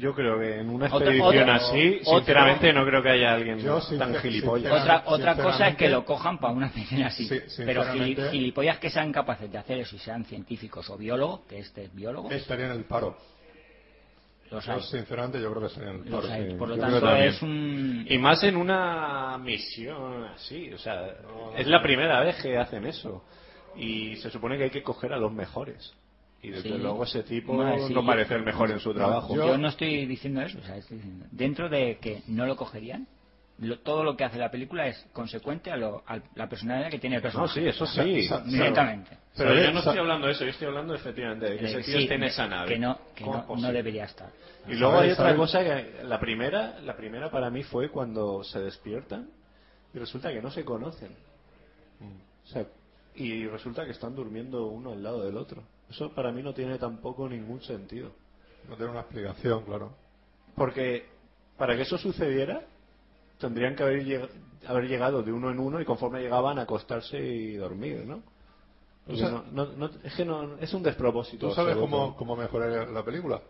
Yo creo que en una Otro- expedición otro- así, otro- sinceramente no creo que haya alguien Yo, sincer- tan gilipollas. Otra, Sinceramente- otra cosa es que lo cojan para una escena así. Sí, pero gili- sinceramente- gilipollas que sean capaces de hacer eso y sean científicos o biólogos, que este es biólogo, Estaría en el paro. los hay. Yo, sinceramente, yo creo que estaría en el Los paro. hay. sí. Por lo Yo creo que tanto también. es un... Y más en una misión así, o sea, es la primera vez que hacen eso. Y se supone que hay que coger a los mejores. Y desde Sí. luego ese tipo Bueno, sí, no yo- parece el mejor en su trabajo. Yo, no estoy diciendo eso, o sea, estoy diciendo- dentro de que no lo cogerían, lo- todo lo que hace la película es consecuente a, lo- a la personalidad que tiene el No, personaje. sí, eso sí. Sa- sa- Directamente. Pero ¿Sabes? yo no Sa- estoy hablando de eso, yo estoy hablando efectivamente de que ese Eh, tío sí, esté en esa nave. Que no, que ¿Cómo no- es no posible? debería estar. Y luego hay ¿Sabes? otra ¿Sabes? cosa que la primera, la primera para mí fue cuando se despiertan y resulta que no se conocen. O sea, y resulta que están durmiendo uno al lado del otro. Eso para mí no tiene tampoco ningún sentido. No tiene una explicación, claro. Porque para que eso sucediera tendrían que haber, lleg- haber llegado de uno en uno y conforme llegaban acostarse y dormir, ¿no? Porque sea- no- no- no- es que no, es un despropósito. ¿Tú sabes absoluto. cómo, cómo mejorar la película?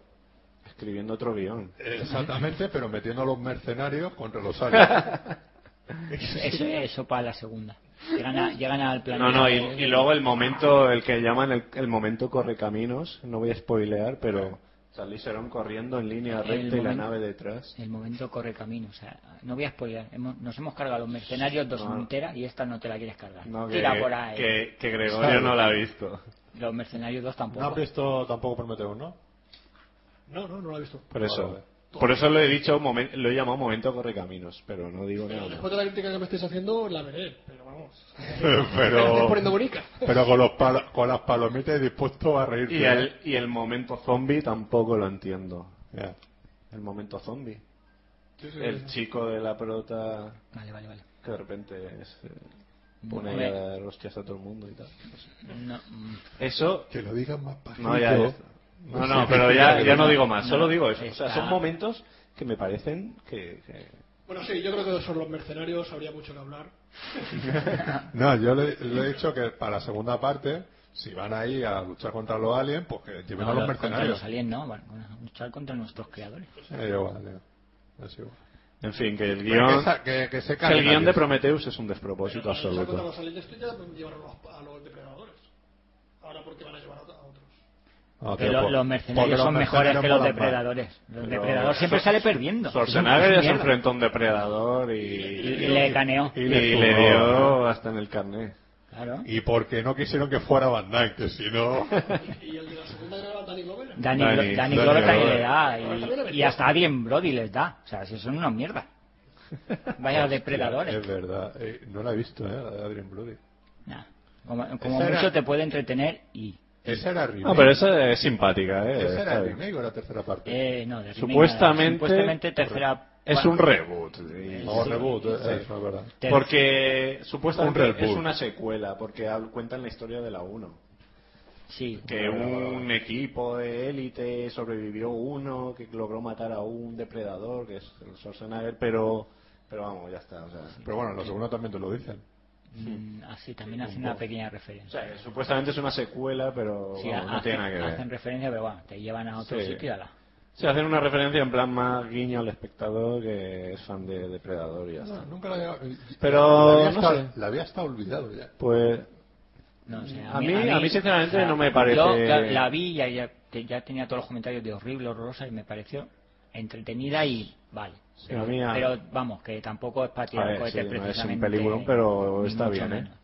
Escribiendo otro guión. Exactamente, pero metiendo a los mercenarios contra los aliens. Eso, eso para la segunda. Llegan, a- llegan al plan. No, no, y, y luego el momento, el que llaman el, el momento correcaminos, no voy a spoilear, pero salí Serón corriendo en línea El recta y la momento- nave detrás. El momento corre camino, o sea, no voy a spoilear. hemos- nos hemos cargado a los mercenarios dos No. enteras y esta no te la quieres cargar. No, que, Tira por ahí. que- que Gregorio no la ha visto. Los mercenarios dos no has tampoco. pues visto tampoco Prometheus, ¿no? No, no, no lo he visto. Por eso, Vale. por eso lo he dicho, momen- lo he llamado momento correcaminos, pero no digo nada. más. Después de la crítica que me estáis haciendo, la veré, pero vamos. Oh. Me la estáis pero, poniendo bonita. pero con, los palo- con las palomitas y dispuesto a reírte. Y el, y el momento zombie tampoco lo entiendo. Ya. El momento zombie. Sí, sí, El sí. chico de la prota Vale, vale, vale. que de repente se pone Hombre. ahí a dar hostias a todo el mundo y tal. No, mm. Eso Que lo digas más bajito. No, ya, ya está. No, no, pero ya, ya no digo más, solo digo eso. O sea, son momentos que me parecen que... que- Bueno, sí, yo creo que sobre los mercenarios habría mucho que hablar. No, yo le, le he dicho que para la segunda parte, si van ahí a luchar contra los aliens, pues que lleven No, a los los- contra mercenarios. los aliens no, van a luchar contra nuestros creadores. Eh, yo, vale. Así va. En fin, que el Que guión, sa- que- que se que el calmen guión de ellos. Prometheus es un Pero despropósito para luchar contra absoluto. los aliens tú ya pueden llevar a los, a los depredadores. Ahora porque van a llevar a a otros. No, tío, Pero por- los mercenarios pues, porque son los mejores mercenarios que los molan más. depredadores. El Pero- depredador siempre sale perdiendo. Schwarzenegger Es un ya se mierda. enfrentó a un depredador y, Y, y le caneó. y le dio hasta en el carnet. Claro. Y porque no quisieron que fuera Van Dyke, que si no... Y, y el de la segunda era Danny Glover. Danny, Danny- Glo- Danny Danny Glover también Glover. le da. Pero también le Y, metió. y hasta Adrien Brody les da. O sea, si son unos mierdas. Vaya Es depredadores. verdad. Eh, no la he visto, ¿eh? La de Adrien Brody. Nah. Como, como Esa era- mucho te puede entretener y. Esa era remake. No, pero esa es simpática, ¿eh? ¿Esa Está era bien. remake o la tercera parte? Eh, no, de remake nada. Supuestamente- Supuestamente tercera. Es bueno, un reboot. y- o reboot, eh, eso es verdad. ter- Porque Un supuestamente reboot. es una secuela, porque al- cuentan la historia de la 1. Sí. Que un equipo de élite sobrevivió uno, que logró matar a un depredador, que es el Schwarzenegger, pero, pero vamos, ya está. O sea, Pero bueno, en la segunda también te lo dicen. Mm, Así también hacen una pequeña o referencia. sea, que supuestamente es una secuela, pero Sí, vamos, no hacen, tiene nada que ver. hacen referencia, pero bueno, te llevan a otro Sí. sitio y ala. Se hacen una referencia en plan más guiño al espectador que es fan de Depredador y ya está. nunca la había... Pero, La había, no hasta, sé. la había hasta olvidado ya. Pues No, o sea, A mí- a mí, sinceramente, no me parece- Yo la, la vi y ya, ya, te- ya tenía todos los comentarios de horrible, horrorosa y me pareció entretenida y vale. Sí, Pero, a mí a- pero, vamos, que tampoco es para A tirar ver, cohetes sí, no es un precisamente, peliculón, pero ni está mucho bien, ¿eh? menos.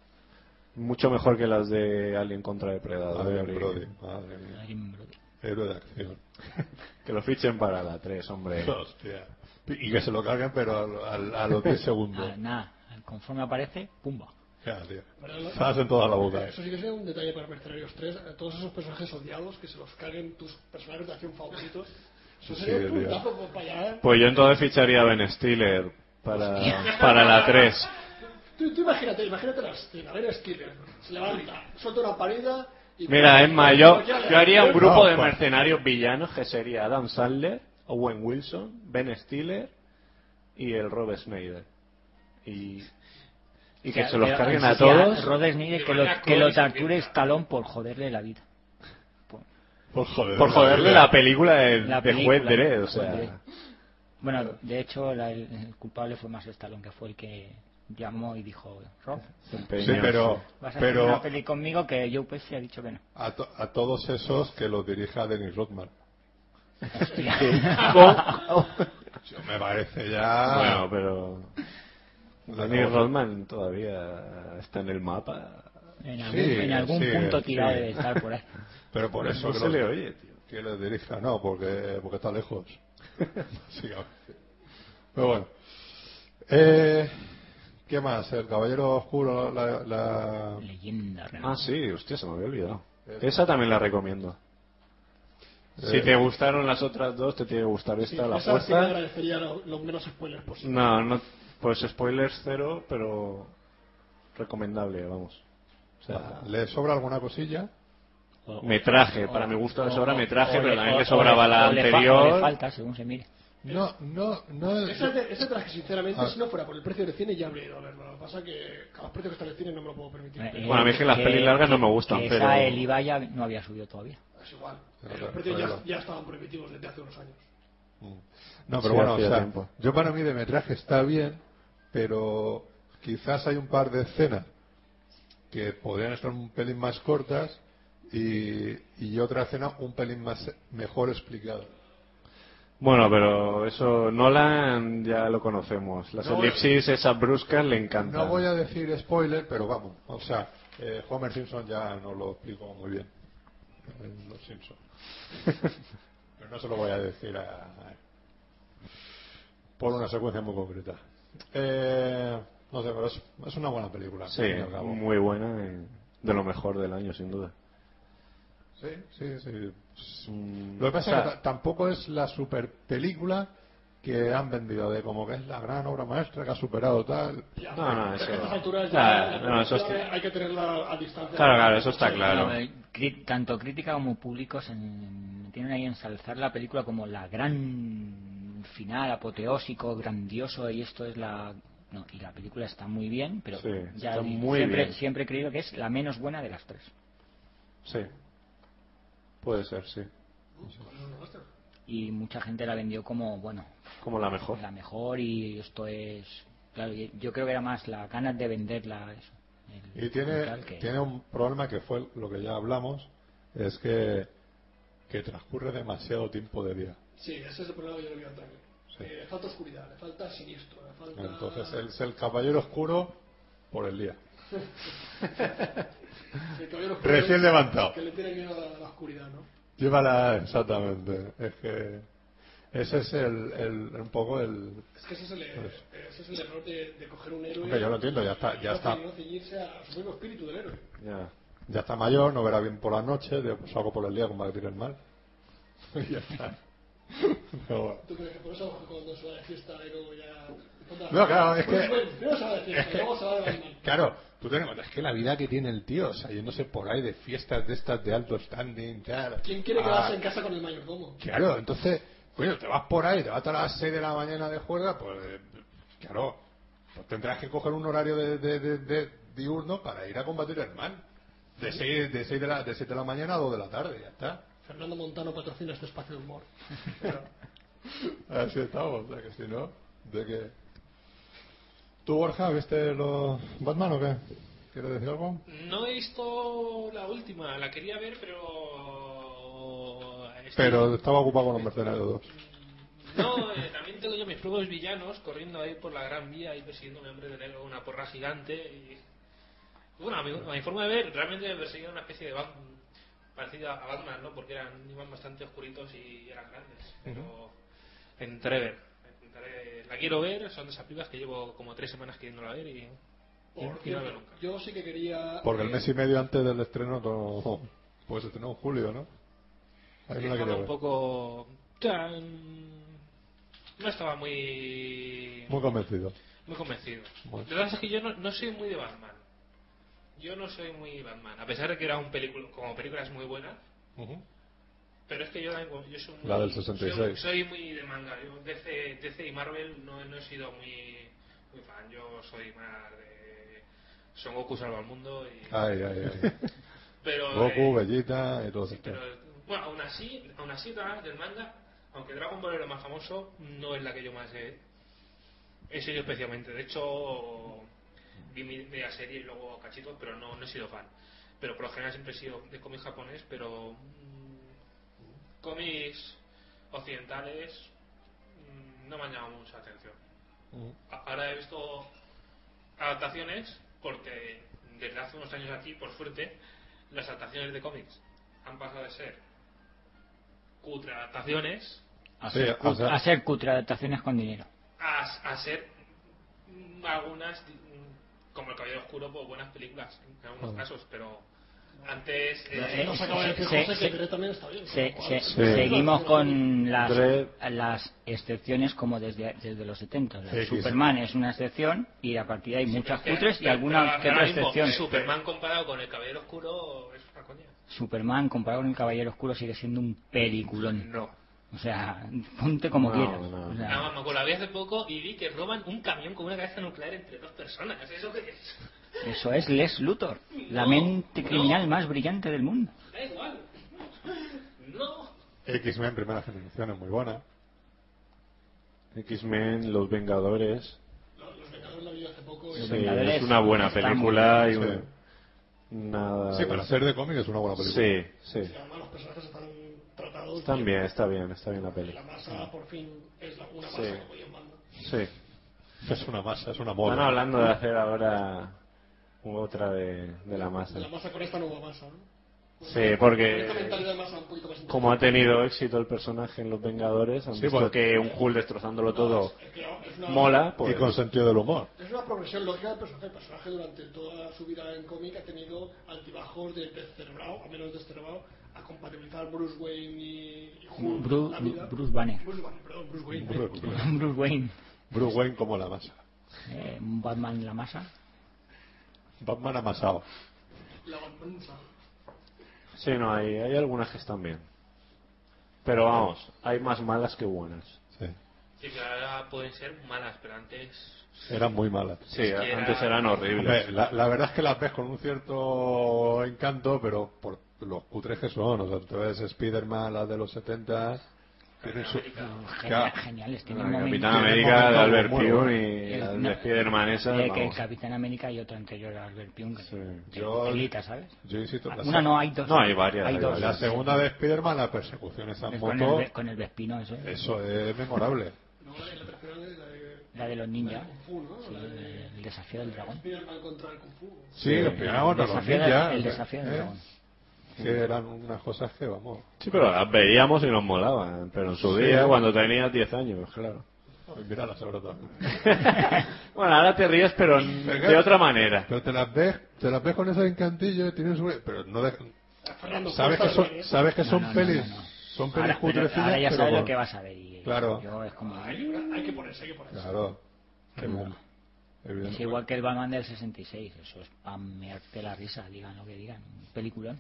mucho mejor que las de Alien contra Depredador. Adrien y- Brody, madre mía. Adrien Brody. Héroe de acción. Que lo fichen para la 3, hombre. Hostia. Y que se lo carguen, pero al- al- a los 10 segundos. Ah, nada, conforme aparece, pumba. Ya, tío. Pero no- Estás en toda la boca. Eso sí que es un detalle para Mercenarios 3. A todos esos personajes odiados que se los carguen tus personajes de acción favoritos. Eso sería Sí, un tío. puntazo por- para allá. Pues yo entonces ficharía a Ben Stiller para, para la 3. Tú, tú imagínate, imagínate la escena. Ver a Stiller. Se levanta, suelta una parida. Y Mira, Emma, yo, yo haría un grupo No, de pues. mercenarios villanos que sería Adam Sandler, Owen Wilson, Ben Stiller y el Rob Schneider. Y, y que O sea, se los pero carguen a así todos. Rod Schneider que Que lo, vaya que lo con- torture Stallone por joderle la vida. Por- Por joder. Por joderle la película de, La de película, Juez Dredd, o Juez sea. Dredd. Bueno, de hecho, la- el, el culpable fue más Stallone, que fue el que llamó y dijo, Rob, Sí, pero, vas a hacer pero una peli conmigo que Joe Pesci ha dicho que no. a, to- a todos esos que los dirija Dennis Rodman. Hostia. Yo me parece ya... Bueno, pero. Danny Rodman todavía está en el mapa. en Sí, algún, en algún sí, punto sí. tirado debe estar por ahí. Pero por eso Pues No que se los- le oye, tío. que los dirija, no, porque, porque está lejos. Básicamente. Pero bueno. Eh, ¿Qué más? El Caballero Oscuro, la... la- Leyenda real. Ah, sí, hostia, se me había olvidado. Esa también la recomiendo. Si Eh. te gustaron las otras dos, te tiene que gustar esta, la la esa sí que fuerza. agradecería lo- los menos spoilers posibles. No, no, pues spoilers cero, pero recomendable, vamos. O sea, ¿Le sobra alguna cosilla? metraje, para O- mi gusto le o- sobra metraje, o pero le- también o- le sobraba o la o le fa- o le anterior. falta, según se mire. No, no, no. Ese, de- ese traje, sinceramente, Ah. si no fuera por el precio del cine, ya habría ido a verlo. Lo que pasa que a los precios que está el cine no me lo puedo permitir. Eh, pero Bueno, a mí es que las pelis largas no me gustan, que pero- Esa el IVA ya no había subido todavía. es igual. Pero los claro, precios ya, claro. ya estaban prohibitivos desde hace unos años. No, pero Sí, bueno, o hacía sea, tiempo. yo para mí de metraje está bien, pero quizás hay un par de escenas que podrían estar un pelín más cortas y, y otra escena un pelín más mejor explicada. Bueno, pero eso, Nolan ya lo conocemos. Las No voy- elipsis esas bruscas le encantan. No voy a decir spoiler, pero vamos, o sea, eh, Homer Simpson ya nos lo explico muy bien. Eh, Los Simpson. pero no se lo voy a decir a, a- por una secuencia muy concreta. Eh, no sé, pero es, es una buena película. al Sí, fin y al cabo. muy buena, eh, de lo mejor del año, sin duda. Sí, sí, sí. Mm, Lo que pasa o sea, es que ta- tampoco es la super película que han vendido, de como que es la gran obra maestra que ha superado tal. Ya, No, no, es eso- que a estas alturas ya, Claro, la no, eso película está- hay que tenerla a distancia. Claro, claro, eso está claro. Bueno, eh, cri- tanto crítica como público se en- tienen ahí a ensalzar la película como la gran final, apoteósico, grandioso, y esto es la... No, y la película está muy bien, pero Sí, ya está di- muy siempre, bien. siempre he creído que es la menos buena de las tres. Sí. Puede ser, sí. Y mucha gente la vendió como, bueno, Como la mejor. la mejor y esto es claro y- yo creo que era más las ganas de venderla eso, el- Y tiene, el tal que- tiene un problema que fue lo que ya hablamos, es que, que transcurre demasiado tiempo de día. Sí, ese es el problema que yo le veo al tanque. Sí. Eh, le falta oscuridad, le falta siniestro, le falta... Entonces es el caballero oscuro por el día. el caballero oscuro Recién es- levantado. Que le tiene miedo a la, a la oscuridad, ¿no? Llévala exactamente. Es que ese es el, el- un poco el... Es que ese es el, eh, ese es el error de, de coger un héroe... Hombre, yo lo entiendo, ya está- ya y no- está. y no ceñirse a su mismo espíritu del héroe. Ya. Ya está mayor, no verá bien por la noche, digo, pues hago por el día, combatir el mal. y ya está. Pero bueno. ¿Tú crees que por eso cuando se va de fiesta de como ya... No, claro, es Pues, que- bueno, primero se va de Es fiesta, que- luego se va de es- Batman. claro, tú ten en cuenta, es que la vida que tiene el tío, o sea, yéndose por ahí de fiestas de estas de alto standing, tal. ¿Quién quiere Ah, quedarse en casa con el mayordomo? Claro, entonces, coño, te vas por ahí, te vas a las 6 de la mañana de juerga, pues, eh, claro, pues tendrás que coger un horario de, de- de- de- diurno para ir a combatir el mal. De 6 de, seis de, la, de, seis de la mañana a 2 de la tarde, ya está. Fernando Montano patrocina este espacio de humor. Así estamos, o sea, que si no, de que... ¿Tú, Borja, viste los Batman o qué? ¿Quieres decir algo? No he visto la última, la quería ver, pero. estoy- Pero estaba ocupado con los mercenarios 2. No, eh, también tengo yo mis propios villanos corriendo ahí por la gran vía y persiguiendo a un hombre de negro con una porra gigante. Y... Bueno, a mi, a mi forma de ver, realmente perseguían una especie de Batman parecida a Batman, ¿no? Porque eran iban bastante oscuritos y eran grandes. Pero la intentaré ver. la intentaré- La quiero ver, son de esas películas que llevo como tres semanas queriéndola ver y, Por y no la cierto, veo nunca. yo sí que quería... Porque el eh, mes y medio antes del estreno, no, pues estrenó en julio, ¿no? Ahí no la Estaba quería un ver. poco... tan- No estaba muy... Muy convencido. Muy convencido. Bueno. Lo que pasa es que yo no, no soy muy de Batman. Yo no soy muy Batman. A pesar de que era un película, como película es muy buena, pero es que yo, yo soy muy... La del 66. Soy, soy muy de manga. Yo DC, DC y Marvel no, no he sido muy, muy fan. Yo soy más de... Son Goku salva al mundo y... Ay, ay, ay. Pero, Goku, eh, Bellita y todo Sí, eso. pero bueno, aún así, aún así Dragon del manga, aunque Dragon Ball era más famoso, no es la que yo más he, he seguido especialmente. De hecho, vi mi- media serie y luego cachitos, pero no, no he sido fan. Pero por lo general siempre he sido de cómic japonés, pero mm, cómics occidentales mm, no me han llamado mucha atención. A- Ahora he visto adaptaciones porque desde hace unos años aquí, por suerte, las adaptaciones de cómics han pasado de ser cutre adaptaciones a Sí, ser, o cut- sea- a ser cutre adaptaciones con dinero a, a ser mm, algunas, mm, como El Caballero Oscuro, pues, buenas películas en algunos Ah. casos, pero antes... Eh, No eh, se acaba de decir se- José se- que Dredd también está bien. Se- con lo se- cual- Sí. Seguimos con las, Dredd. las excepciones como desde, desde los 70. O sea, Sí, sí, sí. Superman es una excepción y a partir de ahí muchas pero es que- cutres y pero- alguna pero que otra eh, ahora mismo, excepción. Superman comparado con El Caballero Oscuro es una coña. Superman comparado con el Caballero Oscuro sigue siendo un peliculón. No. O sea, ponte como No, quieras. no. O sea, Nada más me acuerdo, la vi hace poco y vi que roban un camión con una cabeza nuclear entre dos personas. ¿Eso qué es? eso es Les Luthor, la No, mente no. criminal más brillante del mundo. Da igual. No. X-Men, primera generación, es muy buena. X-Men, Los Vengadores. Lo- Los Vengadores la vi hace poco. Los Sí, y- Vengadores es una buena están película muy y bien. un- nada. Sí, para ser de cómic es una buena película. Sí, sí. y además los personajes están tratados. Está bien. bien, está bien, está bien la peli. La masa por fin es la, una Sí. masa como yo mando. Sí. Es una masa, es una Están moda. hablando de hacer ahora otra de, de la masa. La masa con esta nueva masa, ¿no? Sí, Con esta porque mentalidad de masa un poquito más como ha tenido éxito el personaje en Los Vengadores, han Sí, pues, visto porque- que un Hulk destrozándolo todo Es que es una- mola, Y pues con sentido del humor. Es una progresión lógica del personaje. El personaje durante toda su vida en cómic ha tenido altibajos de descerebrado, a menos descerebrado, a compatibilizar Bruce Wayne y y Hulk. Bru- la vida. Bruce Banner. Bruce Banner, perdón, Bruce Wayne. Bruce Bruce Wayne, Wayne como la masa. eh, un Batman en la masa. Batman amasado. La Batmanza. sí, no, hay, hay algunas que están bien. Pero vamos, hay más malas que buenas. Sí. Sí, que ahora pueden ser malas, pero antes. Eran muy malas. Sí, Es que antes era- eran horribles. Hombre, la, la verdad es que las ves con un cierto encanto, pero por los cutres que son. O sea, tú ves Spider-Man, las de los 70, Tiene su- Genial, Claro. geniales. Tiene un La momento. Capitán Tiene América un de Albert momento muy Pion bueno. y El- la no. de Spiderman esa. Eh, que el vamos. Capitán América y otro anterior a Albert Pyun, que Sí. de Yo- pelita, ¿sabes? Yo insisto, la, Una se- no, hay dos. No, hay varias, hay dos. la segunda de Spiderman, la persecución esa en Es con, el, moto, ve- con el Vespino ese. eso es memorable. No, es la tercera de la de La de los ninjas. Kung Fu, ¿no? Sí, La de el desafío del dragón. Spider-Man contra el Kung Fu. Sí, los primeros el contra los desafío, ninjas. del, el desafío del ¿eh? dragón. Que eran unas cosas que, vamos, Sí, pero las veíamos y nos molaban. Pero en su Sí. día, cuando tenías 10 años, claro. mira las verdad. bueno, ahora te ríes, pero de claro. otra manera. Pero te las ves, te las ves con esos encantillos, tienen su... Pero no de- Fernando, Sabes que Costa son, Rodríguez. sabes que No, son no, no, pelis, no, no. son pelis Ahora, pero- putrecillas, ahora ya pero sabes con- lo que vas a ver. Y Claro. Yo es como. Hay que- hay que ponerse, hay que ponerse. Claro. Qué bueno. Es Evidente. igual que el Batman del 66. Eso es para mearte la risa, digan lo que digan. Un Peliculón.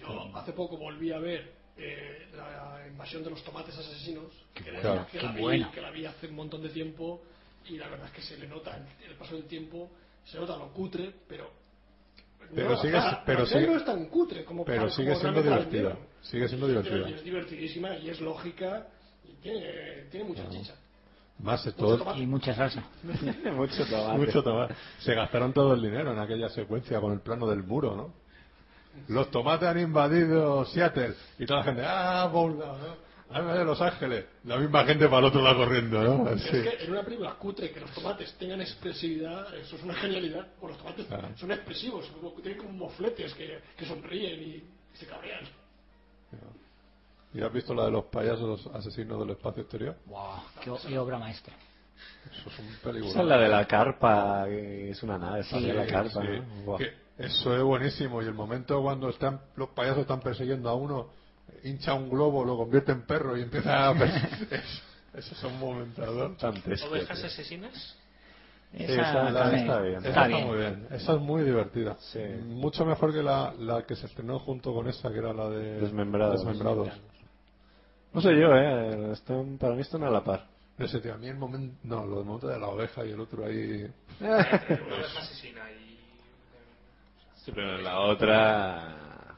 Yo hace poco volví a ver eh, la invasión de los tomates asesinos, que, la- buena, que qué la vi, buena. que la vi hace un montón de tiempo, y la verdad es que se le nota, el paso del tiempo, se nota lo cutre, pero... Pero no, sigue- o sea, pero al final sigue- no es tan cutre como Pero como sigue siendo realmente la divertida. vendieron. Sigue siendo Pero divertida. es divertidísima y es lógica y tiene, tiene mucha chicha. Más es Mucho todo. tomate. Y mucha salsa. Mucho tomate. Mucho tomate. Se gastaron todo el dinero en aquella secuencia con el plano del muro, ¿no? Los tomates han invadido Seattle y toda la gente, ah, por un lado, ¿no? Ah, de Los Ángeles. La misma gente para el otro lado corriendo, ¿no? Así. Es que en una película cutre que los tomates tengan expresividad, eso es una genialidad. O los tomates Ah. son expresivos, como- tienen como mofletes que, que sonríen y se cabrean. ¿Y has visto la de los payasos asesinos del espacio exterior? ¡Wow! ¡Qué, o- qué obra maestra! Eso es un Esa es peligro. la de la carpa, que es una nave espacial, Sí, la carpa. Sí, ¿no? Buah. que eso es buenísimo. Y el momento cuando están los payasos están persiguiendo a uno, hincha un globo, lo convierte en perro y empieza a. perse- Es- Esos son momentados. Tan triste, ¿Ovejas tío. asesinas? esa- la- también- está bien. Esa Está está bien. muy bien. Esa es muy divertida. Sí. Mucho mejor que la, la que se estrenó junto con esa, que era la de Desmembrados. Desmembrados. No sé yo, ¿eh? Están, para mí están a la par. No sé, tío, a mí el momento. No, lo del momento de la oveja y el otro ahí. Una oveja asesina y... Sí, pero la otra.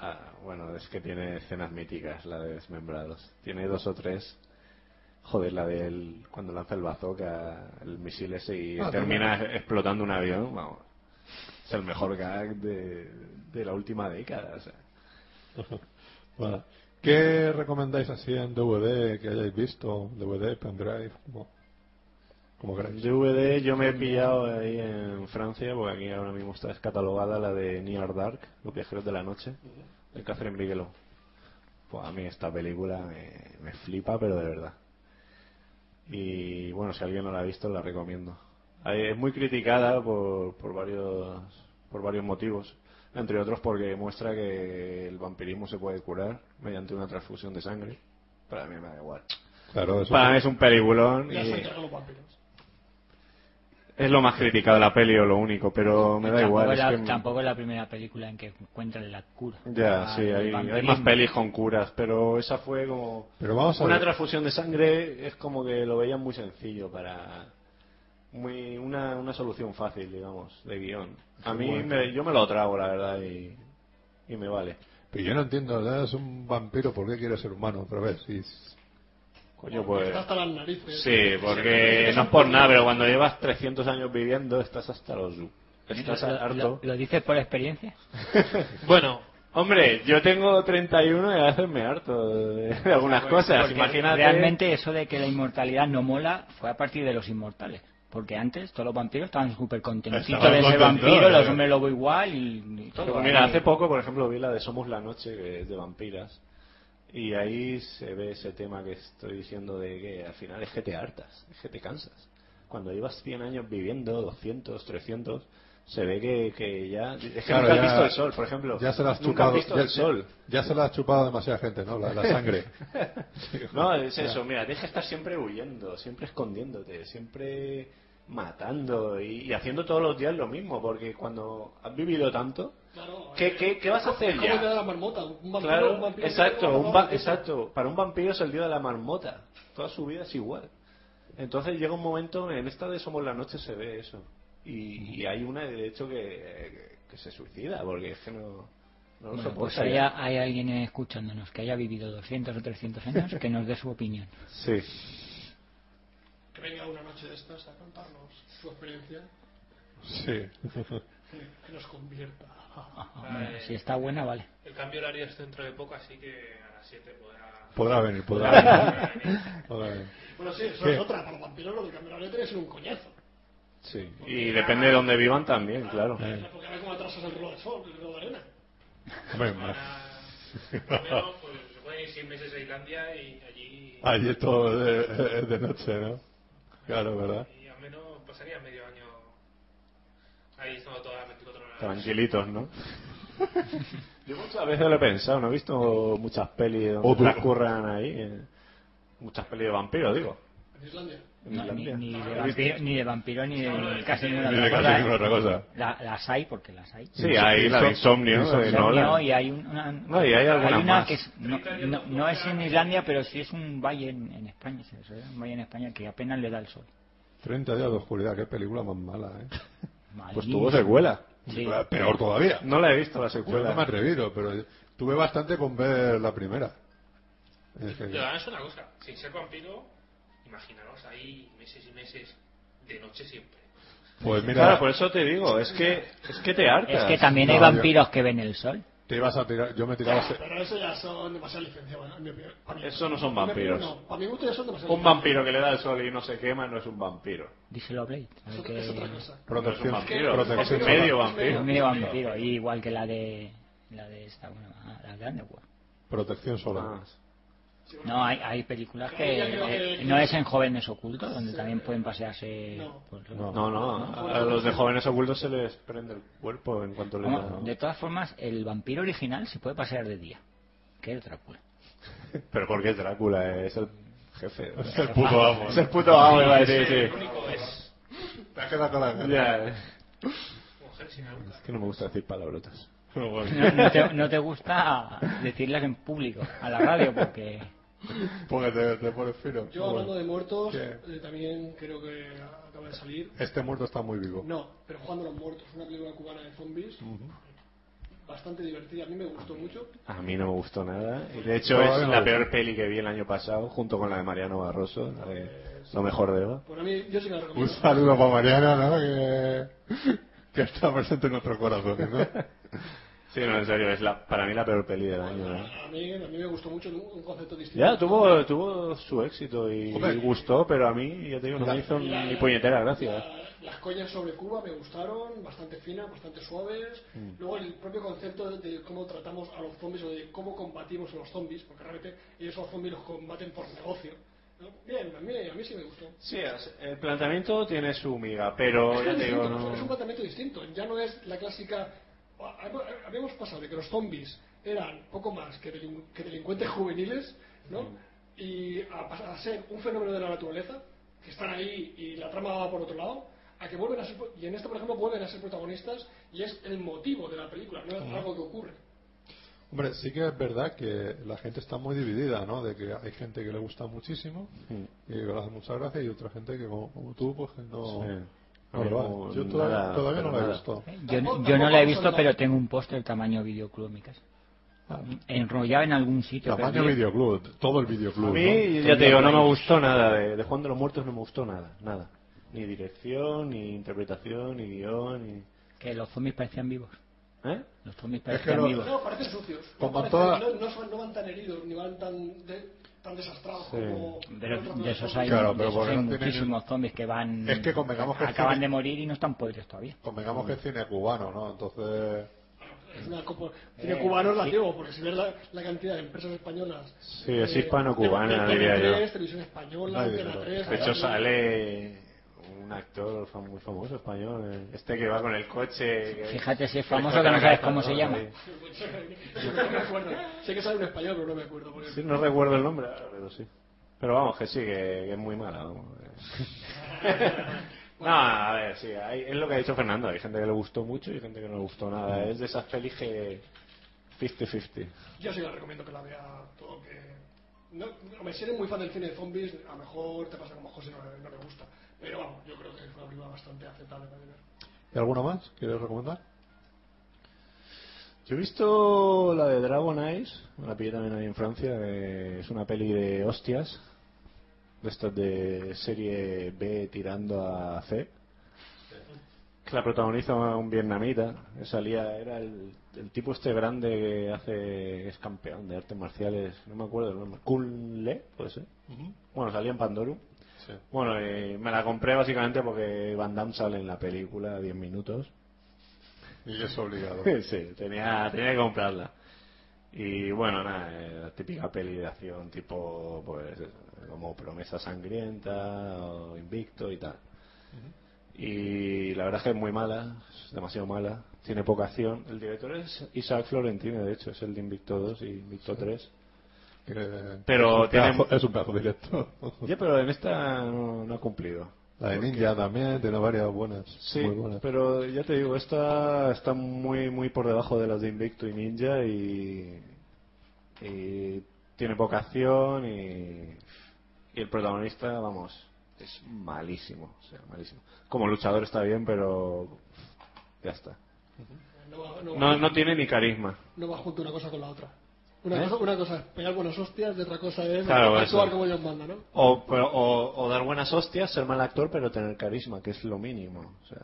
ah, bueno, es que tiene escenas míticas, la de Desmembrados. Tiene dos o tres. Joder, la del. Cuando lanza el bazooka, el misil ese y Ah, termina explotando un avión, vamos. Es el mejor gag de, de la última década, o sea. Bueno, ¿Qué recomendáis así en DVD que hayáis visto? DVD, pendrive, como, como En queráis. DVD yo me he pillado ahí en Francia, porque aquí ahora mismo está descatalogada la de Near Dark, Los viajeros de la noche, de Catherine Bigelow. Pues a mí esta película me, me flipa, pero de verdad. Y bueno, si alguien no la ha visto, la recomiendo. Eh, Es muy criticada por, por varios por varios motivos, entre otros porque muestra que el vampirismo se puede curar mediante una transfusión de sangre. Para mí me da igual. Claro, eso Para mí es un peliculón. Ya y- se han cargado los vampiros. es lo más criticado de la peli o lo único, pero me da tampoco igual. Es la, es que- tampoco es la primera película en que encuentran la cura. Ya, sí, Al hay, hay vampirismo. más pelis con curas, pero esa fue como. Pero vamos a Una ver. transfusión de sangre es como que lo veían muy sencillo para. muy Una, una solución fácil, digamos, de guión. A mí, Bueno. me- yo me lo trago, la verdad, y, y me vale. Pero yo no entiendo, ¿verdad? es un vampiro, ¿por qué quiere ser humano otra vez? Y s- Coño, Porque pues. está hasta las narices. Sí, porque no es por nada, pero cuando llevas 300 años viviendo, estás hasta los. Estás ¿Lo- lo- harto. ¿Lo dices por experiencia? Bueno, Hombre, yo tengo 31 y a veces me harto de de algunas cosas. Porque Imagínate. Realmente eso de que la inmortalidad no mola fue a partir de los inmortales. Porque antes todos los vampiros estaban súper contentitos Estaban de ser contentos, vampiros, los eh. hombres lobo igual y, y todo. Pero Pues mira, Ahí- hace poco, por ejemplo, vi la de Somos la Noche, que es de vampiras. Y ahí se ve ese tema que estoy diciendo de que al final es que te hartas, es que te cansas. Cuando llevas 100 años viviendo, 200, 300, se ve que, que ya. Es que Claro, nunca ya- has visto el sol, por ejemplo. ya se la has nunca chupado. has visto ya, el sol. ya se la has chupado demasiada gente, ¿no? La, la sangre. No, es eso, mira, tienes que estar siempre huyendo, siempre escondiéndote, siempre matando y, y haciendo todos los días lo mismo, porque cuando has vivido tanto, Claro, ¿qué, eh, qué- qué vas a hacer ¿Cómo te da ya? la marmota? Un vampiro, un Claro, vampiro, exacto, un un va- vampiro. exacto, para un vampiro es el día de la marmota, toda su vida es igual. Entonces llega un momento, en esta de Somos la Noche se ve eso, y, y hay una de hecho que, que se suicida, porque es que no, No lo Bueno, pues soporta hay, ya. hay alguien escuchándonos que haya vivido 200 o 300 años que nos dé su opinión. Sí. Que venga una noche de estas a contarnos su experiencia, Sí. que, que nos convierta. Hombre, si está buena, vale. El cambio horario es dentro de poco, así que a las 7 podrá. podrá venir, podrá venir. Podrá venir. Bueno, sí, eso ¿Qué? es otra. Para los vampiros lo de cambiar la letra es un coñazo. Sí. Y depende de dónde vivan también, claro. Eh, Porque a ver cómo atrasas el reloj de sol, el reloj de arena. hombre, ma- Ahora, por lo menos, pues, se pueden ir 6 meses a Islandia y allí. allí es todo de, de noche, ¿no? Claro, ¿verdad? Y al menos pasaría medio año ahí estando todas las 24 horas. Tranquilitos, ¿no? Yo muchas veces lo he pensado, no he visto muchas pelis donde O tú- transcurran ahí. eh, Muchas pelis de vampiros, digo. En Islandia. en No, ni, Islandia. ni de ¿Has vampiro, visto? ni de vampiro, ni de casi ninguna Ni de otra casi cosa, ninguna ¿eh? otra cosa. La- las hay porque las hay. Sí, hay la de insomnio, de Insomnio, Nolan. y hay un- una, No, y hay algunas una más. que es- no, no- no es en Islandia, pero sí es un valle en, en España, se desarrolla un valle en España que apenas le da el sol. 30 días de oscuridad, qué película más mala, ¿eh? Pues Maldito. tuvo secuela. Sí. Peor todavía. No la he visto la Yo no me he secuela. atrevido, pero tuve bastante con ver la primera. Es que- Pero ahora es una cosa, sin ser vampiro, imaginaros ahí meses y meses de noche siempre. pues mira, Claro, por eso te digo, es que, es que te hartas. Es que también hay No, yo- vampiros que ven el sol. te ibas a tirar, yo me tiraba. se- Pero eso ya son demasiadas licencias, bueno, en mi opinión. Para mí- Eso no son para mí- vampiros. No, para mi gusto ya son demasiadas Un vampiro que le da el sol y no se quema no es un vampiro. Díselo a Blade. a ver licencias. que- Es otra cosa. Protección, No es un vampiro, protección es solar. medio Es vampiro. medio vampiro, y igual que la de la de esta, bueno, ah, la de Underworld. Protección solar. Ah, No, hay, hay películas que Ya creo que- eh, no es en jóvenes ocultos, donde también pueden pasearse. No. por- No, no, a los de jóvenes ocultos se les prende el cuerpo en cuanto les Vamos, da. de todas formas, el vampiro original se puede pasear de día, que es Drácula. Pero porque es Drácula, eh, es el jefe. o sea. El puto amo. Es el puto amo, iba a decir, El sí. único es Te has quedado con la Ya, eh. mujer sin aguja. Es que no me gusta decir palabrotas. No, no te, no te gusta decirlas en público, a la radio, porque. eh, Porque te, te pones fino. Yo hablando de muertos, ¿Qué? eh, también creo que acaba de salir. Este muerto está muy vivo. No, pero Jugando a los Muertos, una película cubana de zombies. Bastante divertida, a mí me gustó mucho. A mí no me gustó nada. Y de hecho, No, es no, la no. peor peli que vi el año pasado, junto con la de Mariano Barroso, la de Lo mejor de Eva. Por a mí, yo sí que la Un recomiendo. saludo para Mariana, ¿no? Que, que está presente en nuestro corazón, ¿no? Sí, no, en serio, es la, para mí la peor peli del año. ¿no? A mí, a mí me gustó mucho un un concepto distinto. Ya, tuvo, tuvo su éxito y Hombre. gustó, pero a mí, ya te digo, no me hizo ni puñetera gracia. La- las coñas sobre Cuba me gustaron, bastante finas, bastante suaves. Luego el propio concepto de, de cómo tratamos a los zombies o de cómo combatimos a los zombies, porque realmente ellos a los zombies los combaten por negocio. ¿no? Bien, a mí, a mí sí me gustó. Sí, es- el planteamiento tiene su miga, pero ya te digo, Es un no... planteamiento distinto, ya no es la clásica... hab- Habíamos pasado de que los zombies eran poco más que, delin- que delincuentes juveniles, ¿no? Y a, pasar a ser un fenómeno de la naturaleza, que están ahí y la trama va por otro lado, a que vuelven a ser... Y en esta, por ejemplo, vuelven a ser protagonistas y es el motivo de la película, no es algo que ocurre. Hombre, sí que es verdad que la gente está muy dividida, ¿no? De que hay gente que le gusta muchísimo y que le hace mucha gracia y otra gente que, como, como tú, pues que no. Sí. no lo Como hace. Yo todavía, nada, todavía no pero la he nada. visto. Yo, Tampoco- yo no la he tampoco visto, son pero las- tengo un póster tamaño videoclub en mi casa. Ah. Enrollado en algún sitio. Tamaño perdido. videoclub, todo el videoclub. A ¿no? mí, ya te digo, no me gustó nada. De, de Juan de los Muertos no me gustó nada, nada. Ni dirección, ni interpretación, ni guión, ni... Que los zombies parecían vivos. ¿Eh? Los zombies que parecían lo- vivos. No, parecen sucios. No, Como parecen- toda- no, no son- no van tan heridos, ni van tan, de- tan desastrados Sí. como... Pero como otros de esos zombies. hay, Claro, de pero esos porque hay no tienen- muchísimos zombies que van. Es que convengamos que acaban tienen- de morir y no están podridos todavía. Convengamos que es cine cubano, ¿no? Entonces. Es una copa- Cine cubano es nativo, porque si ves la, la cantidad de empresas españolas. eh, Sí, es hispano-cubana, de- de- de- diría yo. de- Televisión española, Nadie, Antena pero- 3, De hecho Antena- sale un actor fam- muy famoso español, eh, este que va con el coche. que- Fíjate si es que famoso le que corta no la sabes cabeza, cómo se llama. Sí. No me acuerdo. Sé que sale un español, pero no me acuerdo. porque- Sí, no recuerdo el nombre, ahora, pero sí. Pero vamos, que sí, que, que es muy mala. vamos. no, a ver, sí, hay- es lo que ha dicho Fernando. Hay gente que le gustó mucho y gente que no le gustó nada. Es de esas pelis que 50-50. Yo sí que recomiendo que la vea todo que. No, no, si eres muy fan del cine de zombies, a lo mejor te pasa como a José no, le- no le gusta. Pero vamos, yo creo que es una película bastante aceptable para ver. ¿Y alguna más? ¿Quieres recomendar? Yo he visto la de Dragon Eyes, me la pillé también ahí en Francia, eh, es una peli de hostias, de estas de serie B tirando a C. Que la protagoniza un vietnamita, que salía, era el, el tipo este grande que hace, es campeón de artes marciales, no me acuerdo el nombre, Kun Le, puede ser. Bueno, salía en Pandoru. Sí. Bueno, eh, me la compré básicamente porque Van Damme sale en la película 10 minutos. Y es obligado. sí, tenía, tenía que comprarla. Y bueno, nada, eh, la típica peli de acción tipo, pues, como Promesa Sangrienta o Invicto y tal. Y la verdad es que es muy mala, es demasiado mala, tiene poca acción. El director es Isaac Florentino, de hecho, es el de Invicto 2 y Invicto 3. Que- Pero es un pedazo- tiene- es un pedazo directo. Ya, pero en esta no, no ha cumplido. La de Ninja también tiene varias buenas. Sí, muy buenas. pero ya te digo, esta está muy muy por debajo de las de Invicto y Ninja y, y tiene poca acción y, y el protagonista, vamos, es malísimo, o sea, malísimo. Como luchador está bien, pero ya está. No va, no, No, va, no tiene ni carisma. no va junto una cosa con la otra. Una, ¿Eh? cosa, una cosa es pegar buenas hostias y otra cosa es Claro, actuar eso. como Dios manda, ¿no? O, pero- o, o dar buenas hostias, ser mal actor, pero tener carisma, que es lo mínimo. O sea,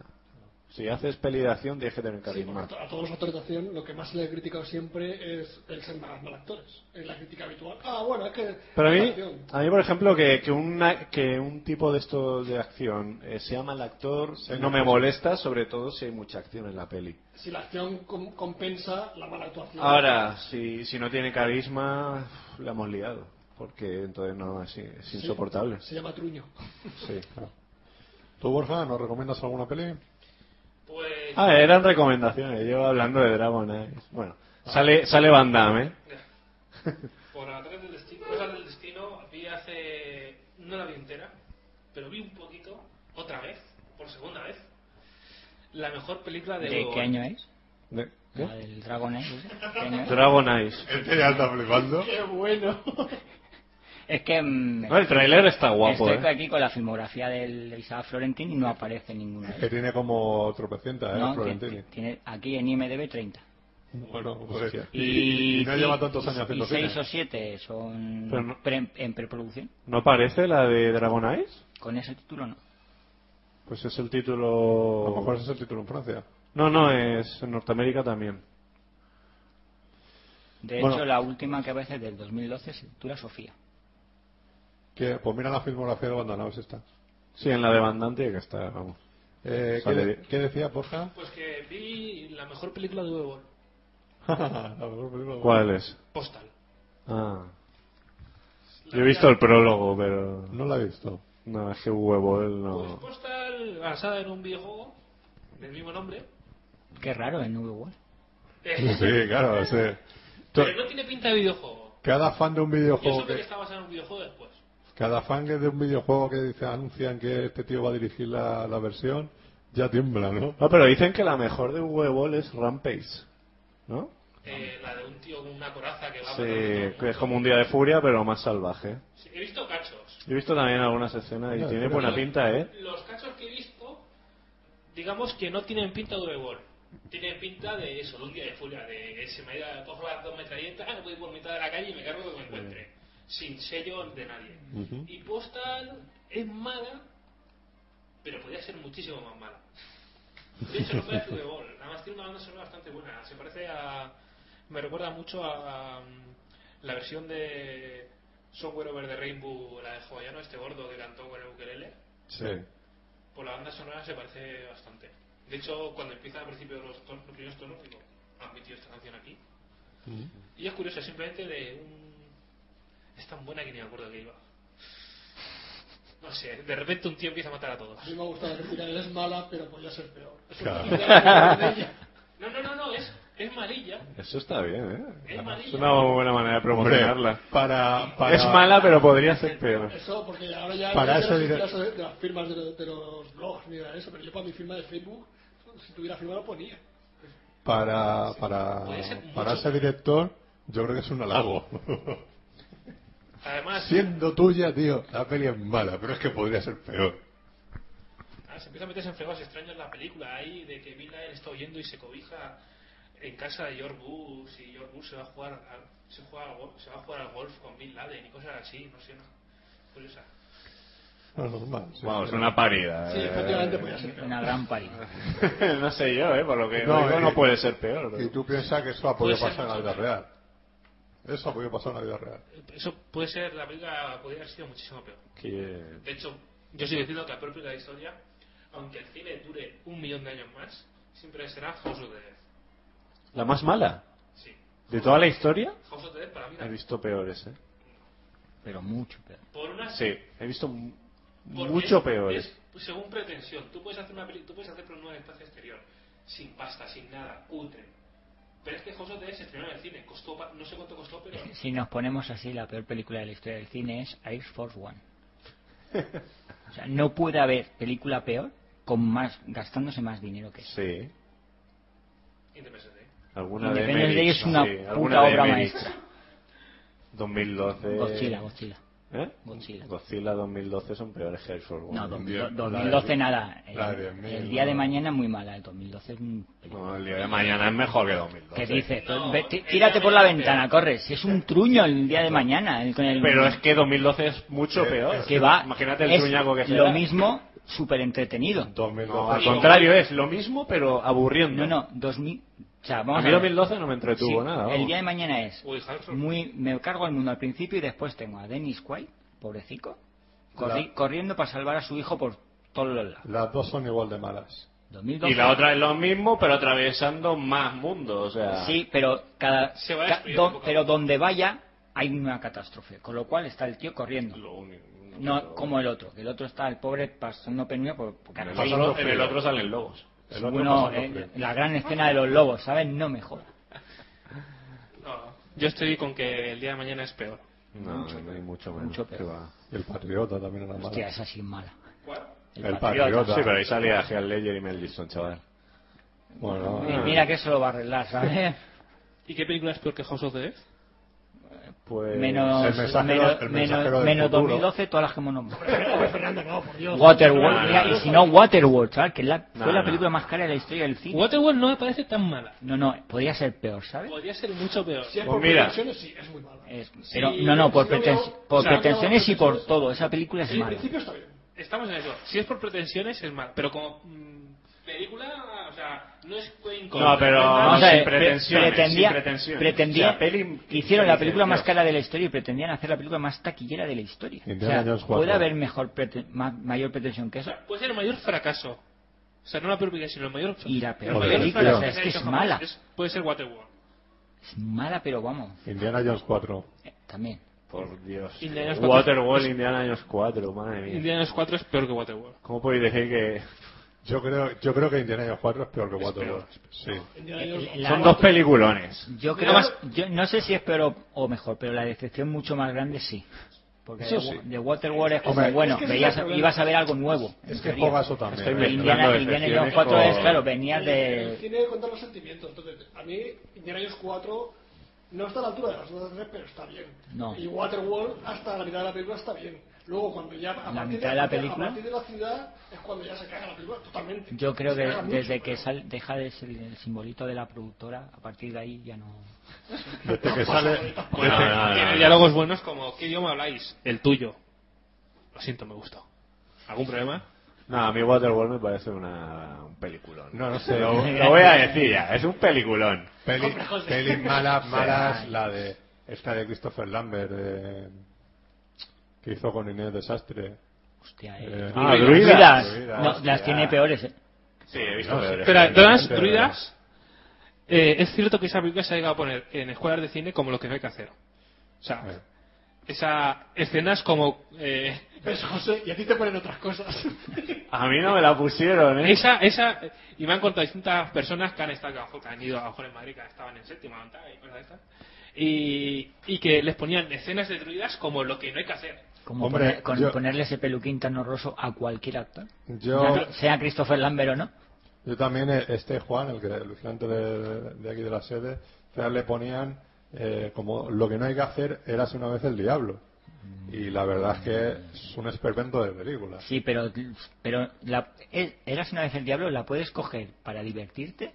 si haces peli de acción, tienes que tener Sí, porque carisma. a to- a todos los actores de acción lo que más se le ha criticado siempre es el ser mal, mal actores. Es la crítica habitual. Ah, bueno, es que. Pero a es mí, acción. a mí por ejemplo, que, que, una- que un tipo de estos de acción eh, sea mal actor no me molesta, sobre todo si hay mucha acción en la peli. Si la acción com- compensa la mala actuación. Ahora, si, si no tiene carisma, la hemos liado, porque entonces no, es, es Sí, insoportable. Se llama truño. Sí. ¿Tú, Borja, nos recomiendas alguna peli? Pues. Ah, eran recomendaciones, yo hablando de Dragon Eyes. Bueno, sale, sale Van Damme, ¿eh? Por atrás del destino, cosas del destino, vi hace. No la vi entera, pero vi un poquito, otra vez, por segunda vez, la mejor película de. ¿De qué año es? De- La del Dragon Age. esa? ¿Qué año es? Dragon Eyes. Este ya está flipando. ¡Qué bueno! Es que mm, No, el tráiler está guapo, estoy ¿eh? aquí con la filmografía del Isaac Florentín y no aparece ninguna. de Que ellas. tiene como tropecientas, ¿eh? No, Florentini. tiene- tiene aquí en IMDB 30. Bueno, pues, Hostia. y, y- y no y- lleva tantos Ah, años y haciendo seis cine. o siete son Pero no- pre- en preproducción. ¿No parece la de Dragon Eyes? Con ese título no. Pues es el A título... lo mejor ese es el título en Francia. No, no, es en Norteamérica también. De Bueno. hecho, la última que aparece del 2012 se titula Sofía. Que, pues mira la filmografía de Bandana, si está. Sí, en la demandante que está, vamos. Eh, ¿qué, Sale de- bien. qué decía Borja? Pues que vi la mejor película de Huevo, La mejor película de- ¿Cuál es? Postal. Ah. Yo he visto el prólogo, pero... No la he visto. No, es que huevo, él Pues no... Postal, basada en un videojuego del mismo nombre. Qué raro en Uruguay. Sí, claro, ese- To- Pero no tiene pinta de videojuego. Cada fan de un Yo videojuego supe que que, está basada en un videojuego después. cada fan que de un videojuego que dice anuncian que este tío va a dirigir la, la versión, ya tiembla, ¿no? No, pero dicen que la mejor de huevo es Rampage, ¿no? Eh, la de un tío con una coraza que va Sí, matando a todo el que es mundo. como un día de furia, pero más salvaje. Sí, He visto cachos. Yo he visto también algunas escenas y No, tiene pero- buena pinta, ¿eh? Los cachos que he visto, digamos que no tienen pinta de Urebol. Tienen pinta de eso, de un día de furia, de que se me ha ido- cojo las dos metralletas, ah, voy por mitad de la calle y me cargo lo que me encuentre. Sin sello de nadie. Ujú. Y Postal es mala, pero podría ser muchísimo más mala. De hecho, no parece de Urebol. Además tiene una banda sonora bastante buena. Se parece a... Me recuerda mucho a, a, mm, la versión de Software Over the Rainbow, la de Hawaiano, este gordo que cantó con el ukelele. Sí. Por la banda sonora se parece bastante. De hecho, cuando empieza al principio de los, tonos, los primeros tonos, digo, han metido esta canción aquí. Y es curioso, simplemente de un... Es tan buena que ni me acuerdo que iba. No sé, de repente un tío empieza a matar a todos. A mí me ha gustado criticar, es mala, pero podría ser peor. Eso Claro. es una de ella. No, no, no, no, es, es malilla. Eso está bien, Es ¿eh? malilla. Es una muy buena manera de Hombre, promocionarla. para, para- Es mala, pero podría ser peor. Eso, porque ahora ya Para ya eso no se diré- tira eso de, de las firmas de, los- de los blogs ni nada de eso, pero yo para mi firma de Facebook, si tuviera firma lo ponía. para para Puede ser para mucho. ese director, yo creo que es un halago. Además, Siendo tuya, tío, la peli es mala, pero es que podría ser peor. Ah, se empieza a meterse en fregados extraños la película ahí de que Bill Nye le está oyendo y se cobija en casa de George Bush y George Bush se va a jugar a- se, juega al gol- se va a jugar al golf con Bin Laden y cosas así, no sé, no. curiosa. Bueno, normal, sí. Vamos, una parida. Sí, eh. efectivamente, podía ser peor. Una gran parís. no sé yo, ¿eh? Por lo que No, no, eh, no puede ser peor. Y pero- tú piensas que eso ha podido Puede pasar ser en la vida mucho real. Eso ha podido pasar en la vida real. Eso puede ser, la película podría haber sido muchísimo peor. que- De hecho, yo sigo diciendo que la propia la historia, aunque el cine dure un millón de años más, siempre será House of the Dead. ¿La más mala? Sí. ¿De toda la historia? House of the Dead para mí, He visto peores, ¿eh? Pero mucho peor. por una Sí, he visto mu- Porque mucho es- peores. es según pretensión, tú puedes hacer una peli- tú puedes hacer por un nuevo espacio exterior, sin pasta, sin nada, cutre. Pero es que House of the Dead se estrenó en el cine, costó pa- no sé cuánto costó, pero Si nos ponemos así, la peor película de la historia del cine es Air Force One. O sea, no puede haber película peor con más gastándose más dinero que eso. Sí. Independence Day. Alguna de Independence Day Emerich, es una sí, puta alguna de obra Emerich. maestra. 2012. Godzilla, Godzilla. ¿Eh? Godzilla. Godzilla 2012 son peores que Air Force One. No, dos- do- diez- do- la de- 2012 nada. El, la de 2000, el día de no. mañana muy mala. El 2012 es un película. No, el día de mañana es mejor que 2012. Que dice, No, Ve- tí- el tírate día por de la mañana ventana, peor. corre. Si es un truño el día de mañana. el- con el- Pero es que 2012 es mucho Eh, peor. que va. Imagínate el es truñaco que se Lo da. mismo, súper entretenido. 2012. No, al contrario, es lo mismo, pero No, aburriendo. no, 2000. O sea, vamos A a mí ver. 2012 no me entretuvo Sí, nada. El vamos. día de mañana es Woody Harrelson. muy me cargo al mundo al principio y después tengo a Dennis Quaid, pobrecico, corri- La- corriendo para salvar a su hijo por todos los lados. Las dos son igual de malas. 2012. Y la otra es lo mismo, pero atravesando más mundos. O Ah. sea, Sí, pero cada Se va ca- destruyendo don- poco a pero poco. donde vaya hay una catástrofe, con lo cual está el tío corriendo. lo único- No como el otro, que el otro está el pobre pasando penuria por, por En el, carretera. otro, en el otro salen lobos. El otro Bueno, pasando eh, frío. la gran escena de los lobos, ¿sabes? No me jodas. No, no. Yo estoy con que el día de mañana es peor. No, no hay mucho menos. Mucho peor. Que va. Y el patriota también era Hostia, malo. esa sí es mala. ¿Cuál? El Patriota. Sí, pero ahí salía Heath Ledger y Mel Gibson, chaval. Bueno, Y mira que eso lo va a arreglar, ¿sabes? ¿Y qué película es peor que House of the Dead? Pues... menos Eh, el mensajero- menos, el mensajero del menos, menos futuro. 2012 todas las que hemos nombrado Fernando, no, por Dios. Waterworld No, no, mira, no. y si no Waterworld chaval que es la- No, fue la no. película más cara de la historia del cine Waterworld no me parece tan mala. no no podría ser peor ¿sabes? Podría ser mucho peor. Si es Pues por mira. pretensiones, sí, es muy Eh, mala. Es- Sí, pero no no por, sí, no preten- veo- por o sea, pretensiones no, y por pretensiones. todo esa película es En mala principio está bien. Estamos en eso. Si es por pretensiones es mal, pero como mm, película, o sea, no es incorrecta. No, pero Vamos a ver, sin pre- pretensiones, sin pretendía- pretensiones. pretendía- O sea, peli- hicieron la dice, película más Dios. cara de la historia y pretendían hacer la película más taquillera de la historia o Indiana sea, Jones cuatro. puede haber mejor prete- ma- mayor pretensión que O eso sea, puede ser el mayor fracaso. O sea, no la propia, sino el mayor Y la peor el mayor película, fracaso o sea, es se ha que hecho es jamás. mala. Es- puede ser Waterworld. es mala pero vamos Indiana Jones 4. eh, también Por Dios. Indiana Jones cuatro. Waterworld, Indiana Jones 4, madre mía. Indiana Jones 4 es peor que Waterworld. ¿Cómo podéis decir que Yo creo, yo creo que Indiana Jones 4 es peor que Waterworld. peor, Sí. Indiana Jones- La- son dos peliculones? Yo creo, Nada yo no sé si es peor o, o mejor, pero la decepción mucho más grande sí. Porque Eso de, sí. de Waterworld es como, Hombre, bueno, es que ese veías- es el problema. ibas a ver algo nuevo. Es en que teoría. juega eso también. eh, Estoy Pero mezclando Indiana, Indiana Jones decepciones 4 es, con- claro, venías El de... cine cuenta los sentimientos. Entonces, a mí, Indiana Jones 4 no está a la altura de las otras tres, pero está bien. No. Y Waterworld, hasta la mitad de la película, está bien. Luego, cuando ya. A ¿La partir mitad de la a partir- película? A partir de la ciudad es cuando ya se caga la película totalmente. Yo creo Se que caga mucho, desde que pero- sal- deja de ser el simbolito de la productora, a partir de ahí ya no... Desde este que sale. Bueno, desde- no, no, Tiene no. diálogos buenos como, ¿qué idioma habláis? El tuyo. Lo siento, me gustó. ¿Algún problema? No, a mí Waterworld me parece una, un peliculón. No, no sé. Lo, lo voy a decir ya, es un peliculón. Peli- pelis malas, malas, la de esta de Christopher Lambert, eh, que hizo con Inés Desastre. Hostia, eh. Eh, Ah, Druidas. Druidas. No, las Hostia. tiene peores. eh. Sí, he visto No, sí. peores. Espera, Droidas, Pero- druidas. eh, es cierto que esa película se ha llegado a poner en escuelas de cine como lo que no hay que hacer. O sea, Eh, esa escenas como eh, ¿Ves, José? Y a ti te ponen otras cosas. A mí no me la pusieron, ¿eh? Esa, esa, y me han contado distintas personas que han estado, que a lo mejor- que han ido a lo mejor en Madrid, que estaban en séptima o tal, y cosas de estas, y, y que les ponían escenas de druidas como lo que no hay que hacer. Como Hombre, poner- con- yo- ponerle ese peluquín tan horroroso a cualquier actor. Yo, Ya sea Christopher Lambert o no. yo también, eh, este Juan, el, que, el vigilante de, de aquí de la sede, o sea, le ponían eh, como lo que no hay que hacer era hacer una vez el diablo. Y la verdad es que es un esperpento de películas. Mm. Sí, eh, pero, pero la, el- Eras una vez el diablo, la puedes coger para divertirte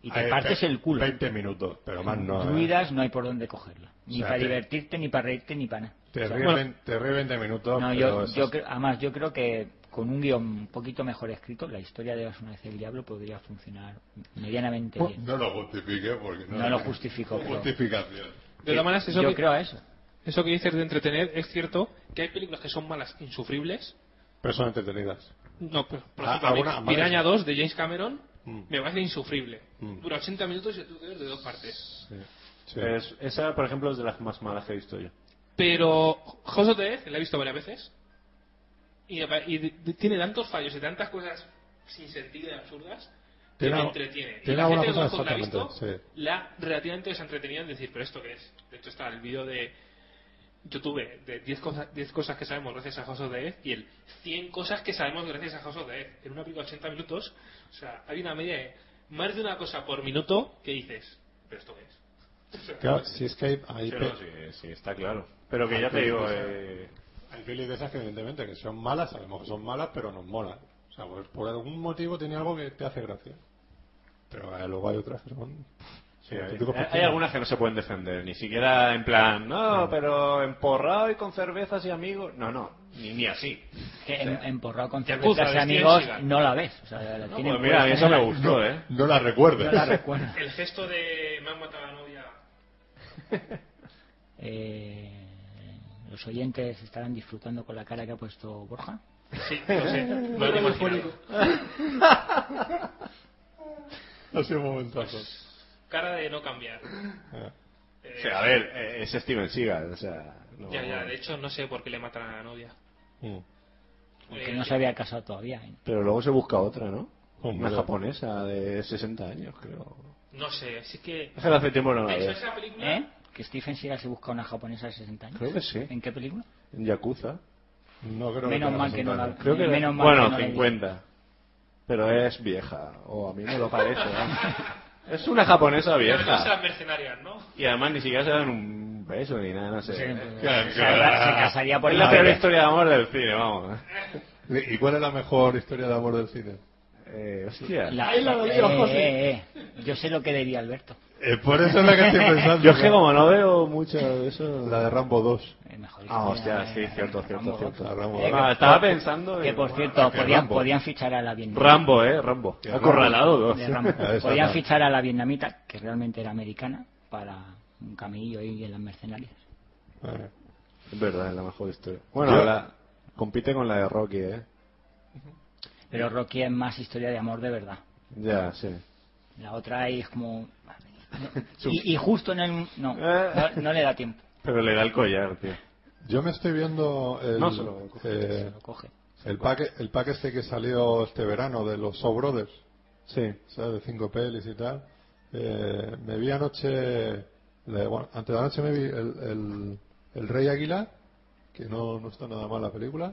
Y te partes el culo. 20 minutos, pero más no. ¿eh? Druidas no hay por dónde cogerla. Ni O sea, para te- divertirte, ni para reírte, ni para nada. Te O sea, ríes bueno, 20 te ríes 20 minutos. no, pero yo, eso yo es- creo- además, yo creo que con un guión un poquito mejor escrito, la historia de Osuna del Diablo podría funcionar medianamente bien. No lo justifique porque no, No lo justifico, pero- Justificación. De todas maneras, eso yo que- creo a eso. Eso que dices de entretener es cierto que hay películas que son malas, insufribles. Pero son entretenidas. No, pero, por Ah, ejemplo, alguna- Pir- vale. Piraña 2 de James Cameron Mm. me parece insufrible. Mm. Dura 80 minutos y tú quedas de dos partes. Sí. Sí. Es- esa, por ejemplo, es de las más malas que he visto yo. Pero House of the Dead, la he visto varias veces y, me pa- y d- d- tiene tantos fallos y tantas cosas sin sentido y absurdas que Tiene me al- entretiene. Y tiene la gente alguna que cosa conozco que la ha visto exactamente, la relativamente desentretenida en decir, pero ¿esto qué es? De hecho está el vídeo de YouTube de 10 cosas, 10 cosas que sabemos gracias a House of the Dead y el 100 cosas que sabemos gracias a House of the Dead. En una película de 80 minutos, o sea, hay una media de más de una cosa por minuto que dices, pero ¿esto qué es? Claro, si es que hay, hay, Sí, pe- no, sí, sí, está claro. Pero que ya te digo, eh, hay pelis de esas que evidentemente que son malas, sabemos que son malas, pero nos mola. O sea, pues, por algún motivo tiene algo que te hace gracia. Pero eh, luego hay otras que son... sí, hay, auténticos hay- hay pasteles. algunas que no se pueden defender, ni siquiera en plan, no, pero emporrado y con cervezas y amigos. No, no, ni, ni así. Que em- emporrado con Yakuza, cervezas y Destino amigos Sigan. no la ves. O sea, la No, tienen pues mira, a mí puesta, eso no me la- gustó, ¿eh? No la recuerdes. No la recuerdo. El gesto de me han matado a la novia. Eh, los oyentes estarán disfrutando con la cara que ha puesto Borja. Sí, lo sé, lo he imaginado. Ha sido un momentazo. Cara de no cambiar. Ah. Eh, O sea, a ver, eh, es Steven Seagal, o sea... no- Ya, ya, de hecho no sé por qué le matan a la novia. Mm. Porque Eh, no se había casado todavía. ¿eh? Pero luego se busca otra, ¿no? Hombre. Una japonesa de 60 años, creo. No sé, así que... Hace hace tiempo no la De hecho, veo. esa película... ¿Eh? ¿Que Stephen Seagal se busca una japonesa de 60 años? Creo que sí. ¿En qué película? En Yakuza. No creo tenga Menos mal que no la- resultado. Creo que Menos mal bueno, que no la he 50. Pero es vieja, o a mí me lo parece. ¿no? es una japonesa No vieja. sean mercenarias, ¿no? Y además ni siquiera se dan un beso ni nada, no sé. Sí, Es pues, Claro, se, claro. se casaría por la peor novia. historia de amor del cine, vamos. ¿Y cuál es la mejor historia de amor del cine? Eh, hostia. La- Ahí lo eh, veo, José. eh, eh. Yo sé lo que diría Alberto. Eh, por eso es la que estoy pensando. Yo es que como no veo mucho de eso... La de Rambo 2. Eh, mejor Ah, historia, hostia, sí, eh, cierto, Rambo. cierto, cierto. La Rambo Eh, dos. que- Ah, estaba pensando... Que digo, por bueno, pues- cierto, que podían, Rambo. podían fichar a la vietnamita. Rambo, eh, Rambo. Que Acorralado dos. de Rambo. Ah, esa Podían no. fichar a la vietnamita, que realmente era americana, para un camillo ahí en las mercenarias. Eh, Es verdad, es la mejor historia. Bueno, Yo- la- compite con la de Rocky, eh. Pero Rocky es más historia de amor de verdad. Ya, sí. La otra ahí es como... Y, y justo en el... No, no, no le da tiempo. Pero le da el collar, tío. Yo me estoy viendo el, No se lo coge, eh, Se lo coge. el, pues. pack, el pack este que salió este verano de los Shaw Brothers, Sí. ¿sabes? De cinco pelis y tal. Eh, me vi anoche, le- bueno, antes de anoche me vi el, el, el Rey Águila, que no, no está nada mal la película,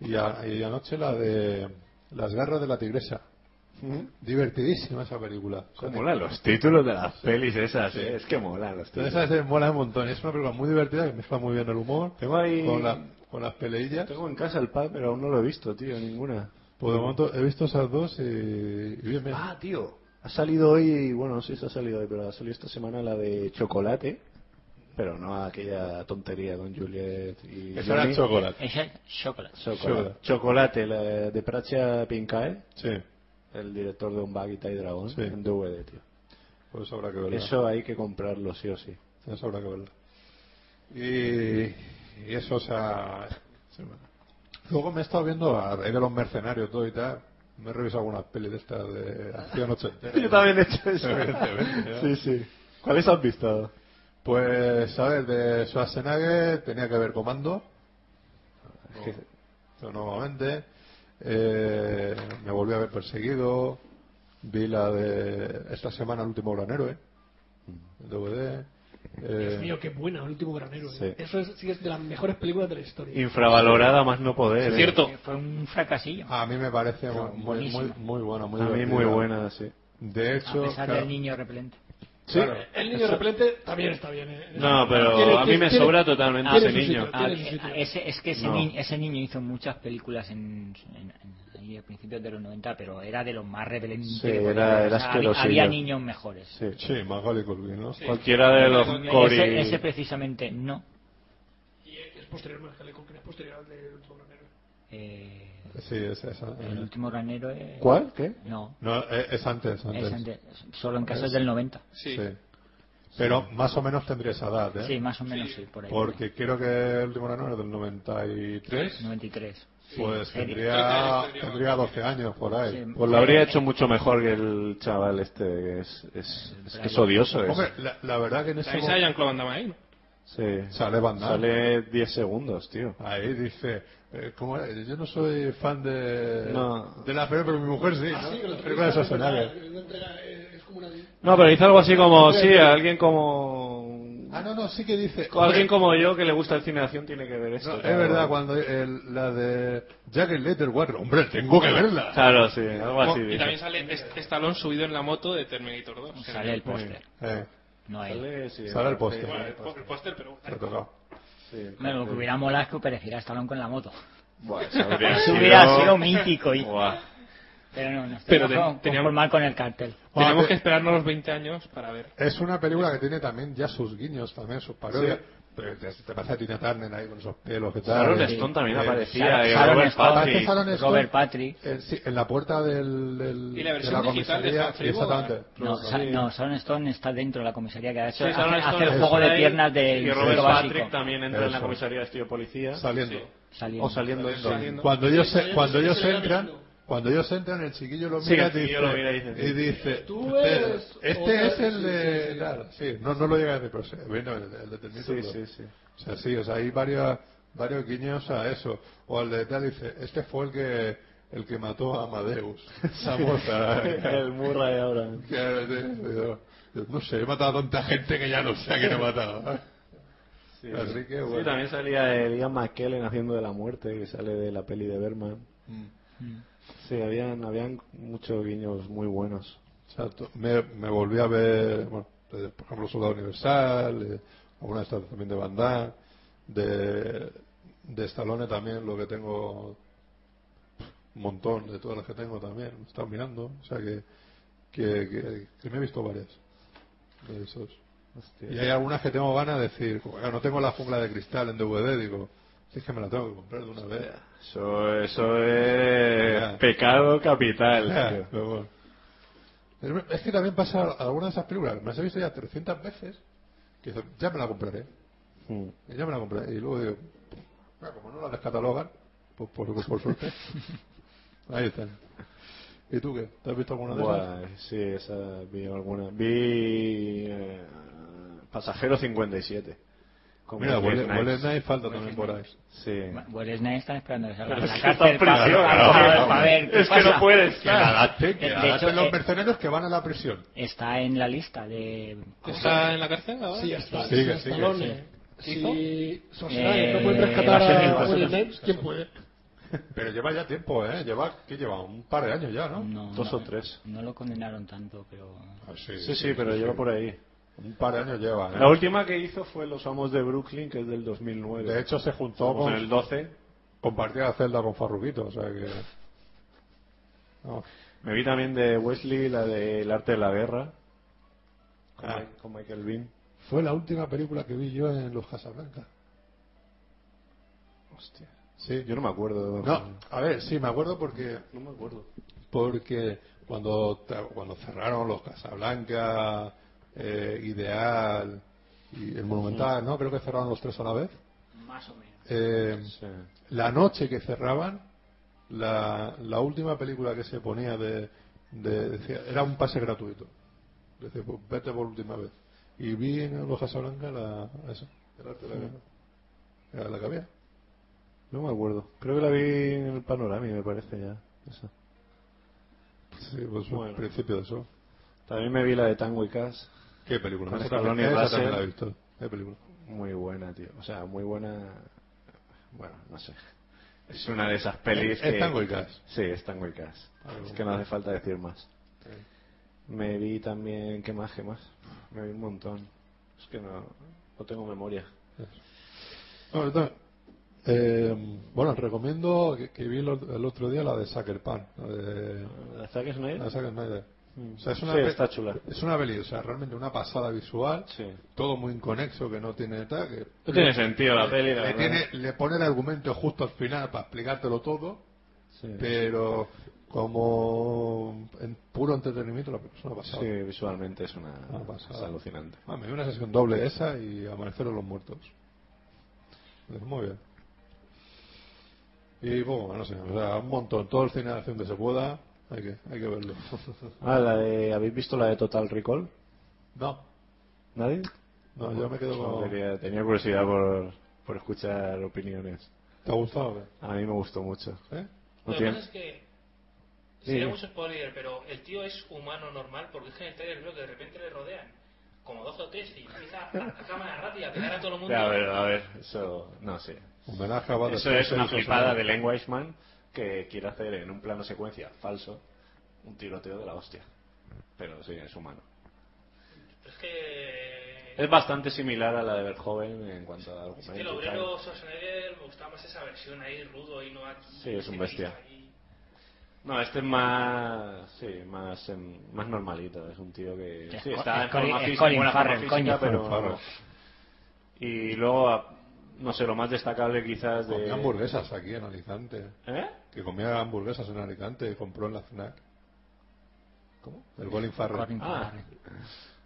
y, a- y anoche la de Las Garras de la Tigresa. Divertidísima esa película. O sea, Molan los títulos de las pelis esas, Sí. eh. Es que molan los títulos. Entonces, esa se mola un montón. Es una película muy divertida que mezcla muy bien el humor Tengo ahí- con, la- con las peleillas. Tengo en casa el pad, pero aún no lo he visto, tío, ninguna. Por el momento he visto esas dos y, y bien, bien. Ah, tío. Ha salido hoy, bueno, no sé si ha salido hoy, pero ha salido esta semana la de Chocolate. Pero no aquella tontería con Juliet y. Eso era Johnny. chocolate. Esa es chocolate. Chocolate. Chocolate, la de Pracha Pincae, Sí, el director de Un Baguita y Dragón, Sí. en DVD, tío. pues habrá que verla. Eso hay que comprarlo sí o sí. Eso habrá que verla. Y, y eso, o sea. se me- Luego me he estado viendo a raíz de los mercenarios todo y tal. Me he revisado algunas pelis de estas de acción ochentera. he hecho Evidentemente, ¿no? sí, sí. ¿Cuáles has visto? Pues, ¿sabes? De Schwarzenegger tenía que ver Comando. Es que- Yo nuevamente. Eh, me volví a ver perseguido. Vi la de esta semana, El último gran héroe. Mm. el DVD. Eh, Dios mío, qué buena, El último granero. ¿eh? Sí. Eso es, sí es de las mejores películas de la historia. Infravalorada más no poder. Es ¿eh? cierto. Que Fue un fracasillo. a mí me parece mu- muy, muy, Buenísima. muy buena. Muy A mí divertida. muy buena, sí. De A hecho, pesar claro, del niño repelente. sí, El niño replente también está bien. ¿eh? No, pero Tiene- a mí tiene- me tiene- sobra totalmente tiene ese su niño. sitio, Ah, tiene su sitio. ese- es que ese, No. ni- ese niño hizo muchas películas en, en- en- y a principios de los 90, pero era de los más rebeldes. Sí, era- era había, asquerosillo. niños mejores. Sí. Sí, Macaulay Culkin, ¿no? Cualquiera de los Ese- Cory. ese, precisamente no. Y es posterior, más que le es posterior al del último granero. Eh, Sí, es esa. el último granero. eh, ¿Cuál? ¿Qué? No. No, es es antes, antes. Es antes, solo en casas del 90. Sí. Sí. Pero más o menos tendría esa edad, ¿eh? Sí, más o menos, sí, Sí. por ahí. Porque creo que el último era del 93. 93. Sí, Pues serie. tendría, tendría 12 años por ahí. Sí. Pues lo habría hecho mucho mejor que el chaval este, que es, es, es que es odioso. Es. Hombre, la, la verdad que en ese También sale Jean-Claude Van Damme ahí, ¿no? Sí. Sale Van Damme. Sale 10 segundos, tío. Ahí dice, eh, ¿cómo era? yo no soy fan de, No. de la película, pero mi mujer sí, ¿no? Ah, sí, la con película de Schwarzenegger. eh, Es como una. No, pero hizo algo así como, sí, alguien como... Ah, no, no, sí que dice... Alguien como yo que le gusta el cine de acción tiene que ver esto. No, es claro. verdad, cuando el- la de Jack el Letter 4, hombre, tengo que verla. Claro, sí, algo así. Y dijo. también sale est- Stallone subido en la moto de Terminator 2. Sale el póster. Eh, No él. Sale, sí, Sale el sí, póster. Bueno, el po- el póster, pero... retocado. sí, el Bueno, lo que póster. hubiera molado es que apareciera Stallone con la moto. Buah, eso habría Eso sido- hubiera sido mítico. y- Buah. Pero no, nos tenemos Pero que ten- con- teníamos- conformar con el cartel. Tenemos Ah, que esperarnos los 20 años para ver. Es una película que tiene también ya sus guiños, también sus parodias. Pero Te, te pasa a Tina Turner ahí con esos pelos que tal. Sharon Eh, Stone también eh, aparecía. Sharon- y Sharon Robert Stone. Patrick. Aparte Sharon Stone- Robert Patrick. eh, sí, en la puerta del, del- Y la de versión la digital de comisaría. San Frigo, exactamente. No, Sa- no, Sharon Stone está dentro de la comisaría que ha hecho Sí, hace, Sharon hace Stone el está juego de ahí, piernas del Y Robert circo Patrick básico. también entra en la Eso. comisaría de estilo policía. Saliendo. Saliendo. O saliendo. sí. Saliendo. Cuando ellos, se- Sí, cuando sí, ellos sí, entran, sí. cuando ellos entran, el chiquillo lo Sí, mira, el chiquillo lo mira y dice, y dice, Tú eres- "Este- este otra- es el sí, de... sí, sí. tal". Sí, no, no lo llega a decir, pero sí, bueno, el, el de Terminator Sí, dos. sí, sí. O sea, sí, o sea, hay varios, varios guiños a eso. O al de tal dice, este fue el que, el que mató a Amadeus. Esa ¿eh? moza. El Murray ahora. Claro, sí, yo- yo no sé, he matado a tanta gente que ya no sé a quién he matado. ¿eh? Sí. Así que, Sí, bueno. también salía el Ian McKellen haciendo de la muerte, que sale de la peli de Berman. Mm. Sí, habían, habían muchos guiños muy buenos. Exacto. Me, me volví a ver, bueno, eh, por ejemplo, Soldado Universal, eh, alguna de estas también de Van Damme, de, de Stallone también, lo que tengo un montón de todas las que tengo también, me están mirando, o sea que, que, que- que me he visto varias de esos. Hostia. Y hay algunas que tengo ganas de decir, como que no tengo la jungla de cristal en DVD, digo, es que me la tengo que comprar de una vez. Eso, eso es pecado capital. tío. Pero bueno. Pero Es que también pasa algunas de esas películas, me las he visto ya 300 veces, que dices, ya me la compraré, Mm. ya me la compraré. Y luego digo, "Bueno, como no la descatalogan, pues por, por, suerte. Ahí están. ¿Y tú qué? ¿Te has visto alguna de esas? Buah, sí, esa vi alguna. Vi eh, Pasajero 57. Con Mira, Wesley huele, Snipes. huele Night falta también por ahí. Sí. Bueno, Snake están esperando que salga Pero de es la que cárcel está para, preso, para- claro. para ver qué Es que pasa. no puede estar. Que la adapten, que De- de adapten hecho, los eh, mercenarios que van a la prisión. Está en la lista de... ¿Está en la cárcel ahora? Sí, hasta Sigue, sigue, Stallone. ¿Hizo? Si Schwarzenegger no Eh, puede va a ser rescatar a hijo. Wesley Snipes, ¿quién puede? Pero lleva ya tiempo, ¿eh? Lleva, ¿qué lleva? Un par de años ya, ¿no? No, Dos no, o tres. No lo condenaron tanto, pero... Ah, Sí, sí, pero lleva por ahí. Un par de años lleva, ¿eh? La última que hizo fue Los Amos de Brooklyn, que es del 2009. De hecho, se juntó Estamos con, en el 12. compartía la celda con Farruquito, o sea que... No. Me vi también de Wesley, la de El Arte de la Guerra. Con, Ah. Mi- con Michael Bean. Fue la última película que vi yo en Los Casablanca. Hostia. Sí. Yo no me acuerdo. No, a ver, sí, me acuerdo porque no me acuerdo. porque cuando ta- cuando cerraron Los Casablanca, eh, Ideal y el Monumental, ¿no? Creo que cerraron los tres a la vez. Más o menos. Eh, Sí. la noche que cerraban, la, la última película que se ponía de, de- decía- era un pase gratuito. Decía, pues vete por última vez. Y vi en Los Casablanca la, esa, el arte de la guerra. Era la que había. No me acuerdo. Creo que la vi en el panorama, me parece ya. Esa. Sí, pues Bueno. al principio de eso. También me vi la de Tango y Cash. ¿Qué película? Con Esa Stallone también, y esa Russell. también la he visto. ¿Qué película? Muy buena, tío. O sea, muy buena. Bueno, no sé. Es una de esas Es- pelis. es que- Tango y Cash. Sí, es Tango y Cash. Ah, es bueno. que no hace falta decir más. Me vi también. ¿Qué más? ¿Qué más? Me vi un montón. Es que no, no tengo memoria. No, yo también- Eh, bueno, recomiendo que, que vi el ot- el otro día la de Sucker Punch, la de, ¿La Zack Snyder? la de Zack Snyder. Mm. O sea, es una Sí, pe- está chula. Es una peli, o sea, realmente una pasada visual, Sí. todo muy inconexo, que no tiene tal, que No tiene sentido la peli, la le, verdad. tiene- le pone el argumento justo al final para explicártelo todo, Sí. pero como en puro entretenimiento la persona pasada. Sí, visualmente es una Una pasada. es alucinante. Ah, me dio una sesión doble esa y Amanecer a los muertos. Pues muy bien. Y bueno, no sé, o sea, un montón, todo el cine de acción que se pueda, hay que, hay que verlo. Ah, la de, ¿habéis visto la de Total Recall? no, ¿Nadie? no, yo me quedo No, con... ¿Te tenía, tenía curiosidad por, por escuchar opiniones. ha gustado? o qué? A mí me gustó mucho. ¿Eh? No Lo que tiene- pasa es que. Sí. Sería mucho spoiler, pero el tío es humano normal porque es que en el trailer veo que de repente le rodean como dos o tres y empieza a, a cámara rápida a pegar a todo el mundo. Ya, a ver, a ver, eso no sé. Homenaje a Bud Eso Spencer, es una eso flipada es- de Len Wiseman que quiere hacer en un plano secuencia falso un tiroteo de la hostia. Pero sí, es humano. Es que. Es bastante similar a la de Verhoeven en cuanto a Es que el argumento. y tal. Este obrero Schwarzenegger me gustaba más esa versión ahí, rudo y no aquí. Sí, es un bestia. ahí. No, este es más, sí, más, em, más normalito. Es un tío que Es sí, Co- está es en forma Colin- es física, Colin buena forma Farrell, física, coño. pero Colin Farrell. y luego, a- no sé, lo más destacable quizás de Comía hamburguesas aquí en Alicante. ¿Eh? Que comía hamburguesas en Alicante, compró en la FNAC. ¿Cómo? El Colin Farrell, Colin Ah. Farrell.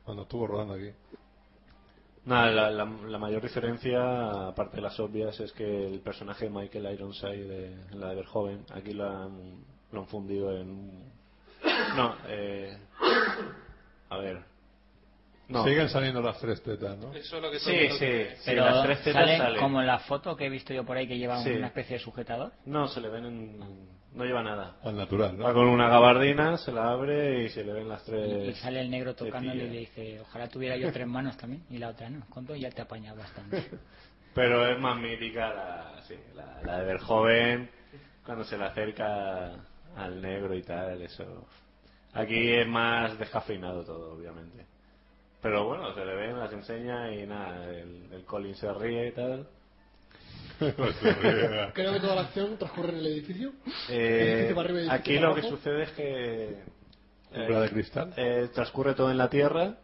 cuando estuvo rodando aquí. Nada, la, la- la mayor diferencia, aparte de las obvias, es que el personaje de Michael Ironside de, en la de Verhoeven, aquí lo han, lo han fundido en... un- No, eh... A ver... No. Siguen saliendo las tres tetas, ¿no? Eso es lo que todo el Sí, mundo sí, quiere. sí, Pero las tres tetas sale salen. como en la foto que he visto yo por ahí que lleva Sí. una especie de sujetador. No, se le ven en... No lleva nada. Al natural, Va ¿no? con una gabardina, se la abre y se le ven las Y, tres... y sale el negro tocándole y le tetillas. dice, ojalá tuviera yo tres manos también y la otra no. Con dos ya te apañas bastante. Pero es más mítica la, sí, la, la de Verjoven, cuando se le acerca al negro y tal, eso. Aquí es más descafeinado todo, obviamente. Pero bueno, se le ven, las enseña y nada, el, el Colin se ríe y tal. Creo que toda la acción transcurre en el edificio. Eh, Edificio para arriba, edificio aquí para lo que abajo. sucede es que... ¿Cúpula de cristal? eh, transcurre todo en la Tierra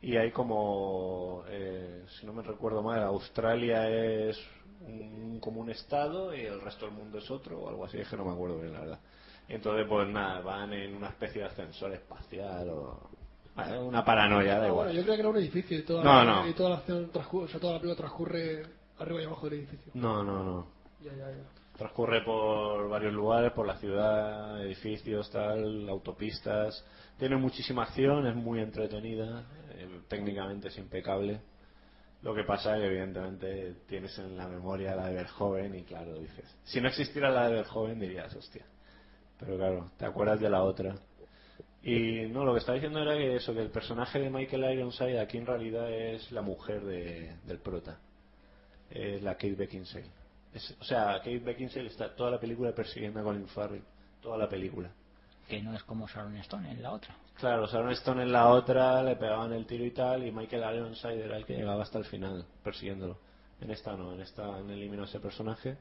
y hay como, eh, si no me recuerdo mal, Australia es un, como un estado y el resto del mundo es otro o algo así, es que no me acuerdo bien la verdad. Y entonces pues nada, van en una especie de ascensor espacial o bueno, una paranoia, da Ah, bueno, yo igual. creía que era un edificio y toda, No, la, no. y toda la acción transcurre, o sea, toda la película transcurre arriba y abajo del edificio. No, no, no. Ya, ya, ya. Transcurre por varios lugares, por la ciudad, edificios, tal, autopistas. Tiene muchísima acción, es muy entretenida, eh, técnicamente es impecable. Lo que pasa es que, evidentemente, tienes en la memoria la de Verjoven y, claro, dices. Si no existiera la de Verjoven, dirías, hostia. Pero claro, te acuerdas de la otra. Y no, lo que estaba diciendo era que eso, que el personaje de Michael Ironside aquí en realidad es la mujer de- del prota. Es la Kate Beckinsale. Es- o sea, Kate Beckinsale está toda la película persiguiendo a Colin Farrell. Toda la película. que no es como Sharon Stone, es la otra. Claro, Sharon Stone en la otra, le pegaban el tiro y tal, y Michael Ironside era el que llegaba hasta el final, persiguiéndolo. En esta no, en esta han eliminado ese personaje,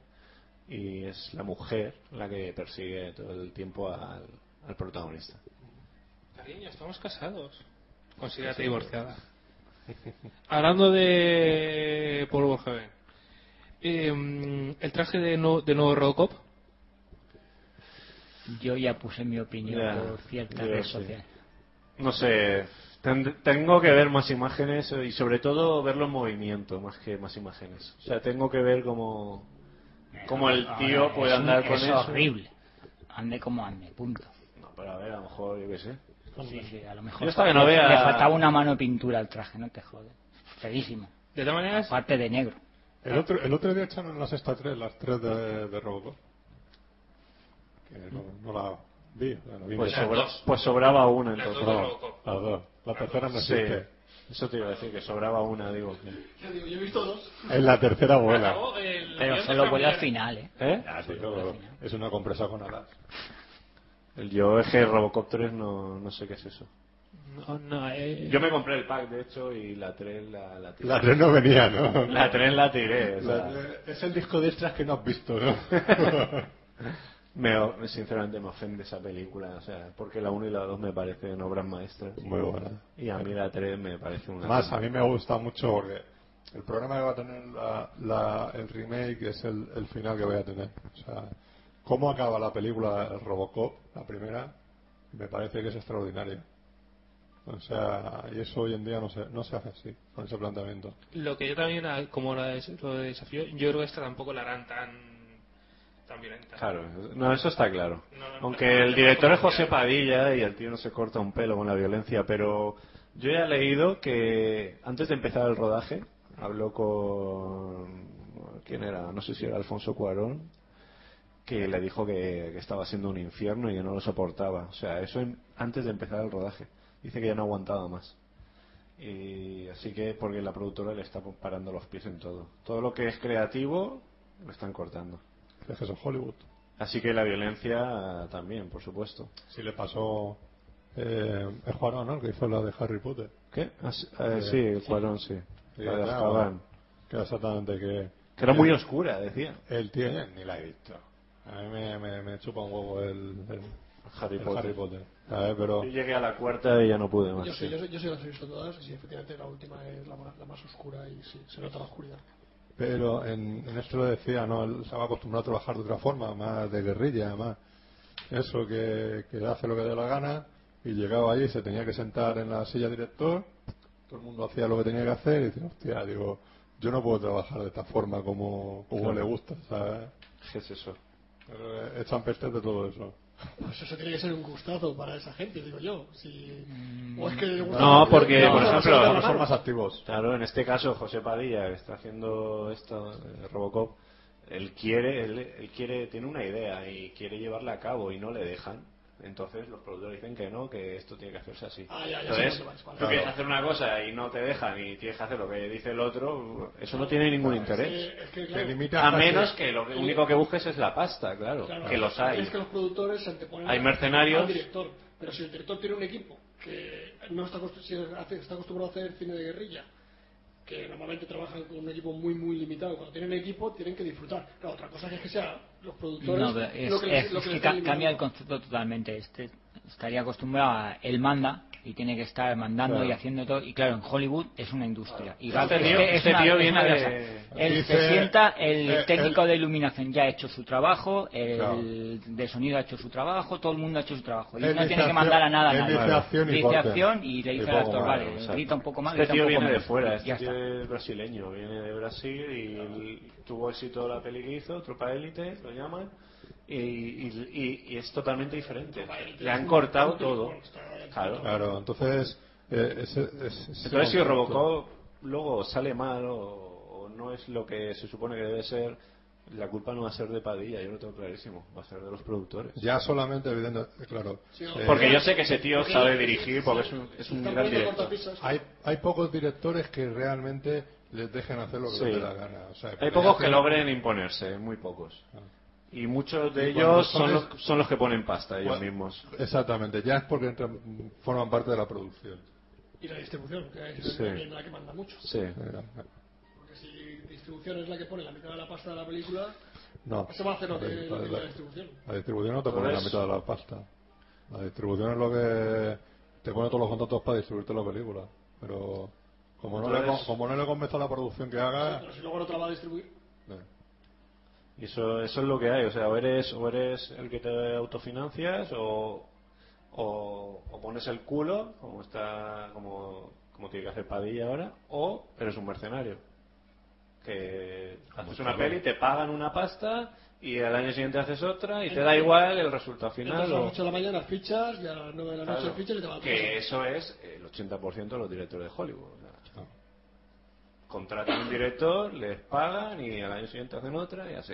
y es la mujer la que persigue todo el tiempo al, al protagonista. Cariño, estamos casados. Considérate divorciada. Hablando de Paul Verhoeven, eh, el traje de, no- de nuevo Robocop, Yo ya puse mi opinión Ya, por cierta yo red sí. social. No sé, ten- tengo que ver más imágenes eh, y sobre todo verlo en movimiento, más que más imágenes. O sea, tengo que ver cómo, cómo el Ahora, tío es puede un- andar con es eso. horrible. Ande como ande, punto. No, pero a ver, a lo mejor, yo qué sé. Sí, sí, a lo mejor Yo hasta que no vea- le faltaba una mano de pintura al traje, no te jodes. Feísimo. de todas Ah, maneras, Aparte de negro. ah. El otro, el otro día echaron las sexta tres, las tres de, de Robocop. Que no, no la vi, la vi Mm. Pues, de- las sobra- dos. pues sobraba una Las entonces. dos de No. Robocop. las dos. La tercera no Sí, existe. eso te iba a decir, que sobraba una, digo. Ya digo, yo he visto dos. En la tercera vuela. Acabó el Pero guión se lo de vuelve al familiar. final, ¿eh? ¿Eh? Ah, sí, claro, es una compresa con alas. El Yo es que Robocop 3 no, no sé qué es eso. No, no, eh, Yo me compré el pack, de hecho, y la 3 la, la tiré. La 3 no venía, ¿no? La 3 la tiré. o sea, La- eh, es el disco de extras que no has visto, ¿no? me o- sinceramente me ofende esa película, o sea, porque la 1 y la 2 me parecen obras maestras. Muy buena. Y a mí la 3 me parece una... Además, a mí me gusta mucho porque el programa que va a tener la- la- el remake es el, el final que voy a tener. O sea, cómo acaba la película el Robocop, la primera, me parece que es extraordinario. O sea, y eso hoy en día no se, no se hace así, con ese planteamiento. lo que yo también, ah, como la des- lo de desafío, yo creo que esta tampoco la harán tan, tan violenta. Claro, no, eso está claro. No, no, Aunque no, no, el no, director no, es José no. Padilla y el tío no se corta un pelo con la violencia, pero yo ya he leído que antes de empezar el rodaje habló con... ¿Quién era? No sé si era Alfonso Cuarón, que le dijo que, que estaba siendo un infierno y que no lo soportaba. O sea, eso en- antes de empezar el rodaje. Dice que ya no aguantaba más. Y así que porque la productora le está parando los pies en todo. Todo lo que es creativo lo están cortando. Es que eso es Hollywood. Así que la violencia ah, también, por supuesto. Si le pasó. Eh, es Juanón, ¿no? El que hizo la de Harry Potter. ¿Qué? Ah, sí, eh, sí, el Cuarón, sí. Sí, La de claro. Azkaban. Que era exactamente que. Que era muy oscura, decía. El tío eh, ni la he visto. A mí me, me, me chupa un huevo el, el- Harry el Potter. Harry Potter. A ver, pero. Yo llegué a la cuarta y ya no pude más. Yo sí, Pues sí. yo, sí- yo sí las he visto todas y sí, efectivamente la última es la, más- la más oscura y sí, se nota la oscuridad. Pero en, en esto lo decía, ¿no? Él se va acostumbrado a trabajar de otra forma, más de guerrilla, más. Eso, que, que hace lo que dé la gana. Y llegaba allí, se tenía que sentar en la silla director. Todo el mundo hacía lo que tenía que hacer. Y dice, hostia, digo, yo no puedo trabajar de esta forma como, como Claro. le gusta, ¿sabes? ¿Qué es eso? Pero, eh, Echan pestes de todo eso. Pues eso tiene que ser un gustazo para esa gente, digo yo. Si... O es que le gusta- No, porque, No, por no, no, ejemplo, no, no, Ahora no, son no. más activos. Claro, en este caso José Padilla que está haciendo esto eh, Robocop, él quiere, él, él quiere, tiene una idea y quiere llevarla a cabo y no le dejan. Entonces los productores dicen que no, que esto tiene que hacerse así. Ah, ya, ya Entonces, sé por dónde vas, vale. tú quieres hacer una cosa y no te dejan y tienes que hacer lo que dice el otro, eso no tiene ningún interés. Eh, es que, Te claro, limita A menos que lo único que busques es la pasta, claro, Claro, que los hay. Es que los productores se anteponen Hay al- mercenarios. al director. Pero si el director tiene un equipo que no está, acostu- si hace- está acostumbrado a hacer cine de guerrilla, que normalmente trabajan con un equipo muy, muy limitado, cuando tienen equipo tienen que disfrutar. Claro, otra cosa es que sea los productores. No, pero es, lo que les- es- lo es que que les ca- están cambia el limitando. concepto totalmente. Este estaría acostumbrado a él manda y tiene que estar mandando Claro. y haciendo todo. Y claro, en Hollywood es una industria. Y Este Gato, tío- es este una- tío es viene una de- cosa. Él Dice- se sienta, el eh, técnico él- de iluminación ya ha hecho su trabajo, el Claro. de sonido ha hecho su trabajo, todo el mundo ha hecho su trabajo. Y Él no dice tiene que acción- mandar a nada. a él nadie. dice acción y Dice corte. acción y le Y dice al poco actor, más, vale, o sea, grita un poco más. Este grita un tío poco viene de menos. fuera, Ya este tío está. es brasileño, viene de Brasil y él tuvo éxito la peli que hizo, Tropa Élite, lo llaman, y, y- y- y es totalmente diferente. Le han cortado todo. Claro. Claro, entonces. eh, ese- ese- ese Entonces si concepto- Robocop luego sale mal o, o no es lo que se supone que debe ser, la culpa no va a ser de Padilla, yo lo tengo clarísimo, va a ser de los productores. Ya solamente, evidente, claro. Sí, eh, Porque yo sé que ese tío Sí. sabe dirigir porque es un, es un Están gran poniendo director. cortapisas. hay, hay pocos directores que realmente les dejen hacer lo que Sí. les dé la gana. O sea, Hay porque pocos hacen- que logren imponerse, muy pocos. Y muchos de Ah. Y cuando ellos son pones- los, son los que ponen pasta ellos Bueno, mismos. Exactamente, ya es porque entran- forman parte de la producción. Y la distribución, que es Sí. también la que manda mucho. Sí. Porque si distribución es la que pone la mitad de la pasta de la película, No. se va a hacer lo que, lo que diga la, la distribución. la distribución no te pone la Entonces- mitad de la pasta. La distribución es lo que te pone todos los contratos para distribuirte la película. Pero como no, le, Entonces- con- como no le convence a la producción que haga. Pero si luego no te la va a distribuir, Ah. eh. Y eso, eso es lo que hay. O sea, o eres, o eres el que te autofinancias o, o, o pones el culo, como está como, como tiene que hacer Padilla ahora, o eres un mercenario. Que haces una peli, te pagan una pasta y al año siguiente haces otra y te da igual el resultado final. entras a o- las 8 de la mañana fichas y a las 9 de la noche Claro, fichas y te va a que eso es el 80% de los directores de Hollywood. o sea, Contratan un director, les pagan y al año siguiente hacen otra y así.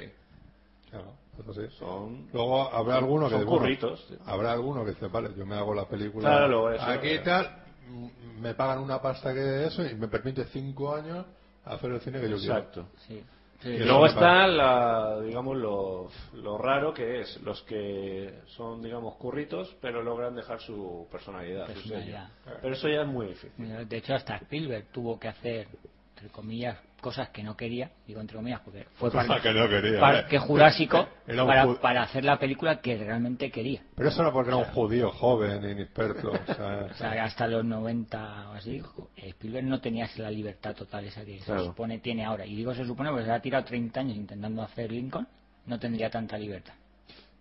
Claro, eso sí. Son. Luego habrá alguno que Son bueno, curritos. habrá alguno que dice, vale, yo me hago la película Claro, luego eso, aquí claro. tal, m- me pagan una pasta que eso y me permite cinco años hacer el cine que yo quiero. Exacto. Sí. Y luego está, la, digamos, lo, lo raro que es los que son, digamos, curritos, pero logran dejar su personalidad. su sello. Personalidad. Pero eso ya es muy difícil. Mira, De hecho, hasta Spielberg tuvo que hacer, entre comillas, cosas que no quería, digo entre comillas, porque fue Cosas que Parque, no quería, Parque eh. Jurásico Era un para, ju- para hacer la película que realmente quería. Pero eso era porque era un judío joven, inexperto. O sea, O sea, hasta los 90 o así, jo- Spielberg no tenía la libertad total esa que Claro. se supone tiene ahora. Y digo se supone porque se ha tirado 30 años intentando hacer Lincoln, no tendría tanta libertad.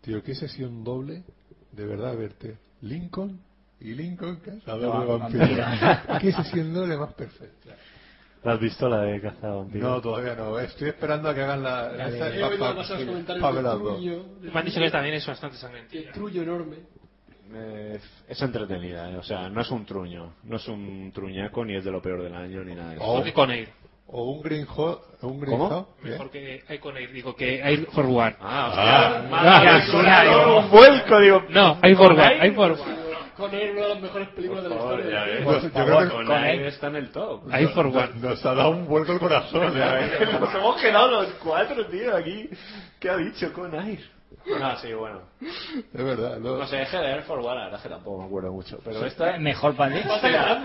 Tío, que ese sido un doble, de verdad, verte Lincoln y Lincoln Cazador No, de Vampiros. vampiro. que ese sido un doble más perfecto. ¿La has visto la de Cazavampiros? No, todavía no. Estoy esperando a que hagan la... La de- He oído pasar los comentarios pa- del verlas dos. trullo, del Me han dicho que trullo- también es bastante del sangrientilla. trullo enorme. Eh, es entretenida, eh, o sea, no es un truño, no es un truñaco ni es de lo peor del año ni nada de eso. Oh. Mejor que con Air. O un Green Hawk. Un Green ¿Cómo? Hawk, ¿eh? Mejor que hay con Air. Digo que Air for One. Ah, Ah, hostia, ah, madre, ah, me ah, suena ah, un vuelco, digo. No, Air for One. Air for One. Con él una de las mejores películas de Por la favor, ya historia. ves, Pues Yo- por yo favor, creo que- con con Air Air. está en el top. Air for Nos, One. nos ha dado un vuelco el corazón. ¿eh? Nos hemos quedado los cuatro, tío, aquí. ¿Qué ha dicho con Air? No, sí, bueno. Es verdad. lo- No sé, es que de Air for One, la verdad es que tampoco me acuerdo mucho. Pero esta. Eh, Mejor para mí. Mira,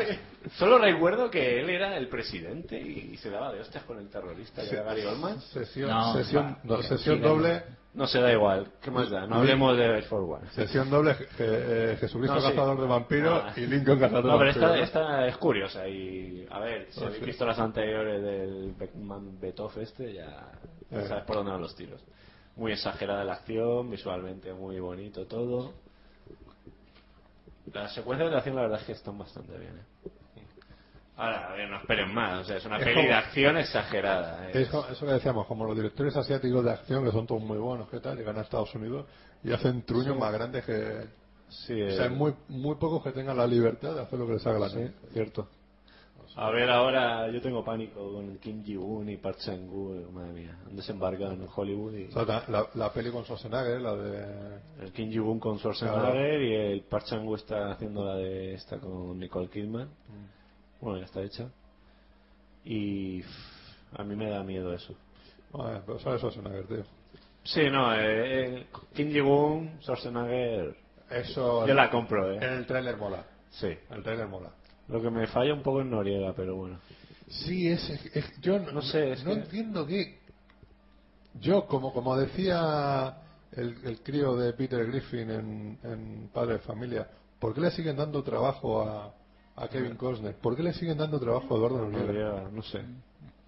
solo recuerdo que él era el presidente y se daba de hostias con el terrorista que era Gary Oldman. Sesión, No, sesión, va, no, sí, sesión sí, doble, No se da igual. ¿Qué más da? No hablemos de Air for One. sesión doble, Je- eh, Jesucristo No, sí. cazador de vampiros Ah. y Lincoln cazador de No, pero vampiros. esta, esta es curiosa y a ver, si Ah, habéis sí. visto las anteriores del Beckman Betoff este, ya ya Eh. sabes por dónde van los tiros. Muy exagerada la acción, visualmente muy bonito todo. Las secuencias de acción la verdad es que están bastante bien. ¿eh? Ahora, a ver, no esperen más, o sea, es una Es peli como- de acción exagerada. ¿eh? Es co- eso que decíamos, como los directores asiáticos de acción, que son todos muy buenos, ¿qué tal? Llegan a Estados Unidos y hacen truños más grandes que... Sí, O eh, sea, hay muy, muy pocos que tengan la libertad de hacer lo que les haga la sí, gana. cierto. A ver, ahora yo tengo pánico con Kim Ji-un y Park Chang-wook, madre mía, han desembarcado en Hollywood y... O sea, ta- la, la peli con Schwarzenegger, la de... El Kim Ji-woon con Schwarzenegger y el Park Chan-wook está haciendo la de esta con Nicole Kidman. Bueno, ya está hecha. Y pff, a mí me da miedo eso. Bueno, pero sale Schwarzenegger, tío. Sí, no, eh, el Kim Ji-woon, Schwarzenegger, Eso... yo la compro, En eh. el tráiler mola. Sí. El tráiler mola. Lo que me falla un poco es Noriega, pero bueno. Sí, es, es- yo no, No sé, es no que- entiendo que yo como como decía el, el crío de Peter Griffin en, en Padre de Familia, ¿por qué le siguen dando trabajo a, a Kevin Costner? ¿Por qué le siguen dando trabajo a Eduardo Noriega? Noriega, no sé.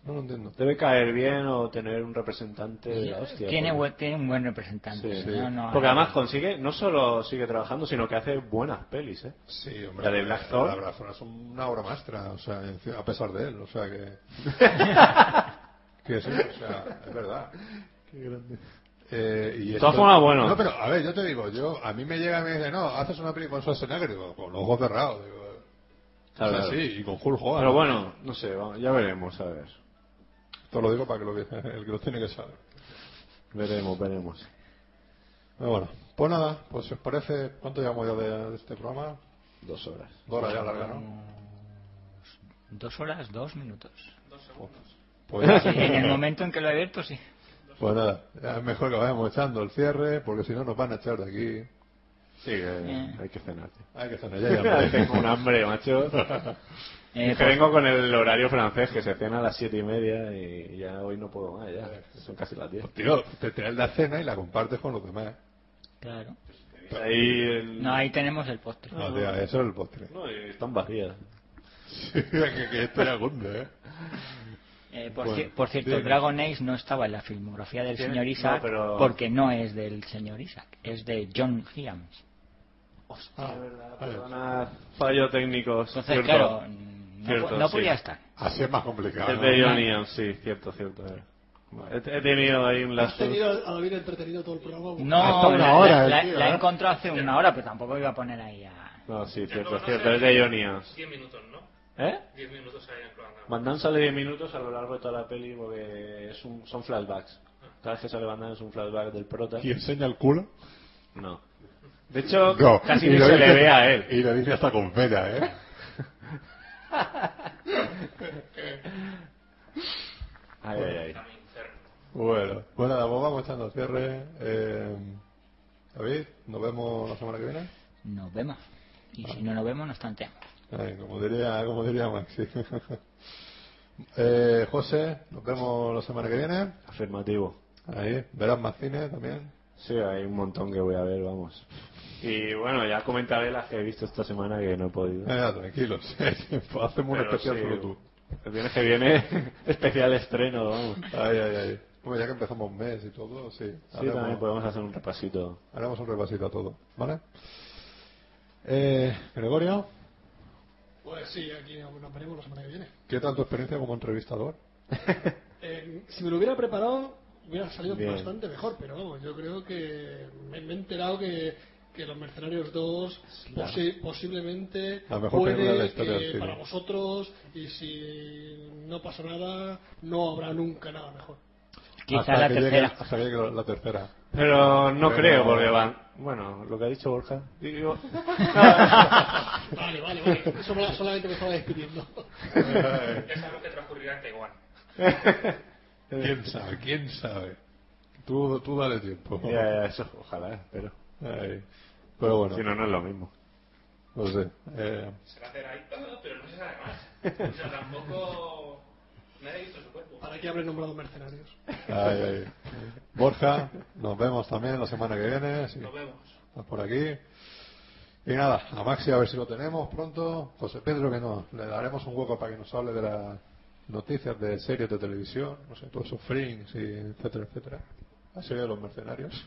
No lo entiendo. Debe caer bien o tener un representante de la hostia. Tiene, porque- buen- tiene un buen representante. Sí, sí. No, no, Porque no. además consigue, no solo sigue trabajando, sino que hace buenas pelis, eh. Sí, hombre. La de Black Thor. La de Black Thor es una obra maestra, o sea, en- a pesar de él, o sea que. que sí, o sea, es verdad. Qué grande. y De todas formas, bueno. No, pero a ver, yo te digo, yo a mí me llega y me dice, no, haces una película con Schwarzenegger, digo, con los ojos cerrados, digo. Claro, o sea, claro. sí, y con Hulk Hogan. Pero bueno, no sé, va- ya veremos, a ver. Esto lo digo para que lo vea, el que lo tiene que saber. Veremos, veremos. Pero bueno, pues nada, pues si os parece, ¿cuánto llevamos ya de, de este programa? Dos horas. Dos horas ya larga, ¿no? Dos horas, dos minutos. Pues ya. en el momento en que lo he abierto, sí. Pues nada, ya es mejor que vayamos echando el cierre, porque si no nos van a echar de aquí. Sí, que hay que cenar. tío. Hay que cenar, ya, ya, hombre. Tengo un hambre, macho. Eh, Es que vengo con el horario francés, que se cena a las siete y media y ya hoy no puedo más, ya. Son casi las diez. Tío, te traes la cena y la compartes con los demás. Claro. Ahí el- No, ahí tenemos el postre. No, tío, eso es el postre. No, y están vacías. que, que esto era gunde, ¿eh? Eh, por, Bueno, ci- por cierto, bien. Dragon Age no estaba en la filmografía del Tiene- señor Isaac no, pero- porque no es del señor Isaac, es de John Hiams. Hostia, Ah, verdad, vale. perdona. Fallo técnico. Entonces, cierto. claro, no, Cierto, po- no sí. podía estar. Así es más complicado. Es ¿no? de Johnny, sí, cierto, cierto. He, he tenido ahí un Has lapsus. tenido a David entretenido todo el programa. No, Hasta una la, la- hora, el la- tío, la ¿eh? he encontrado hace una hora, pero tampoco iba a poner ahí a... No, sí, cierto, cierto. Es de Johnny Hans. 10 minutos, ¿no? ¿Eh? 10 minutos ahí en el programa. Van Damme sale 10 minutos a lo largo de toda la peli porque es un- son flashbacks. Cada vez que sale Van Damme es un flashback del prota. ¿Y enseña el culo? No. De hecho, No. casi y ni lo se dice- le ve a él. Y lo dice hasta con pena, ¿eh? Ay, ay, ay. ah, También, cerca. Bueno, pues nada, pues vamos echando cierre. Eh, David, nos vemos la semana que viene. Nos vemos. Y Ah. si no nos vemos, nos tanteamos. Ay, como diría, como diría Maxi. eh, José, nos vemos la semana que viene. Afirmativo. Ahí, verás más cine también. Sí, hay un montón que voy a ver, vamos. Y bueno, ya comentaré las que he visto esta semana que no he podido. Eh, tranquilos, hacemos un Pero especial sí, solo tú. El viernes que viene, especial estreno, vamos. Ay, ay, ay. Bueno, ya que empezamos mes y todo, sí. Sí, también podemos hacer un repasito. haremos un repasito a todo, ¿vale? Eh, Gregorio, Pues sí, aquí nos veremos la semana que viene. ¿qué tal tu experiencia como entrevistador? Eh, si me lo hubiera preparado, hubiera salido Bien. bastante mejor, pero vamos, yo creo que me, me he enterado que, que Los Mercenarios 2 posi- posiblemente La mejor película de la historia que del cine. para vosotros y si no pasa nada, no habrá nunca nada mejor. Quizá Hasta la que llegue- tercera. hasta que llegue la- la tercera. Pero no Pero- creo, porque van. Bueno, lo que ha dicho Borja. Digo, Vale, vale, vale. Eso me la- solamente me estaba despidiendo. Ya sabemos que transcurrirá en Taiwán. ¿Quién sabe? ¿Quién sabe? Tú, tú dale tiempo. ya, ya, eso, ojalá, pero. Ay, Pero bueno, Si no, no es lo mismo. no sé. Eh, Se va a hacer ahí, "Ah, pero no se sabe más. O sea, tampoco. Nadie ha visto su cuerpo. ¿Para qué habré nombrado mercenarios? ay, ay. Borja, nos vemos también la semana que viene. si Nos vemos. estás por aquí. Y nada, a Maxi a ver si lo tenemos pronto. José Pedro, que no, le daremos un hueco para que nos hable de las noticias de series de televisión, no sé, todos esos frings, y etcétera, etcétera. La serie de los mercenarios.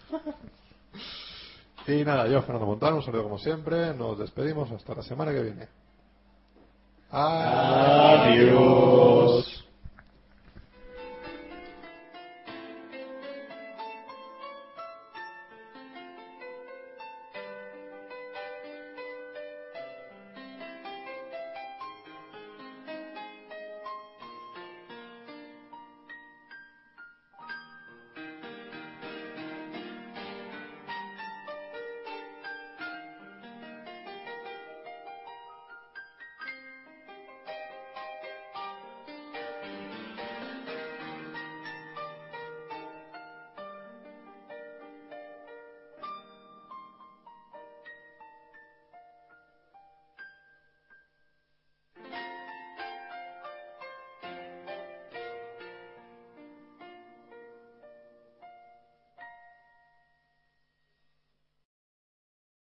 y nada, yo, Fernando Montano, un saludo como siempre. Nos despedimos hasta la semana que viene. Adiós.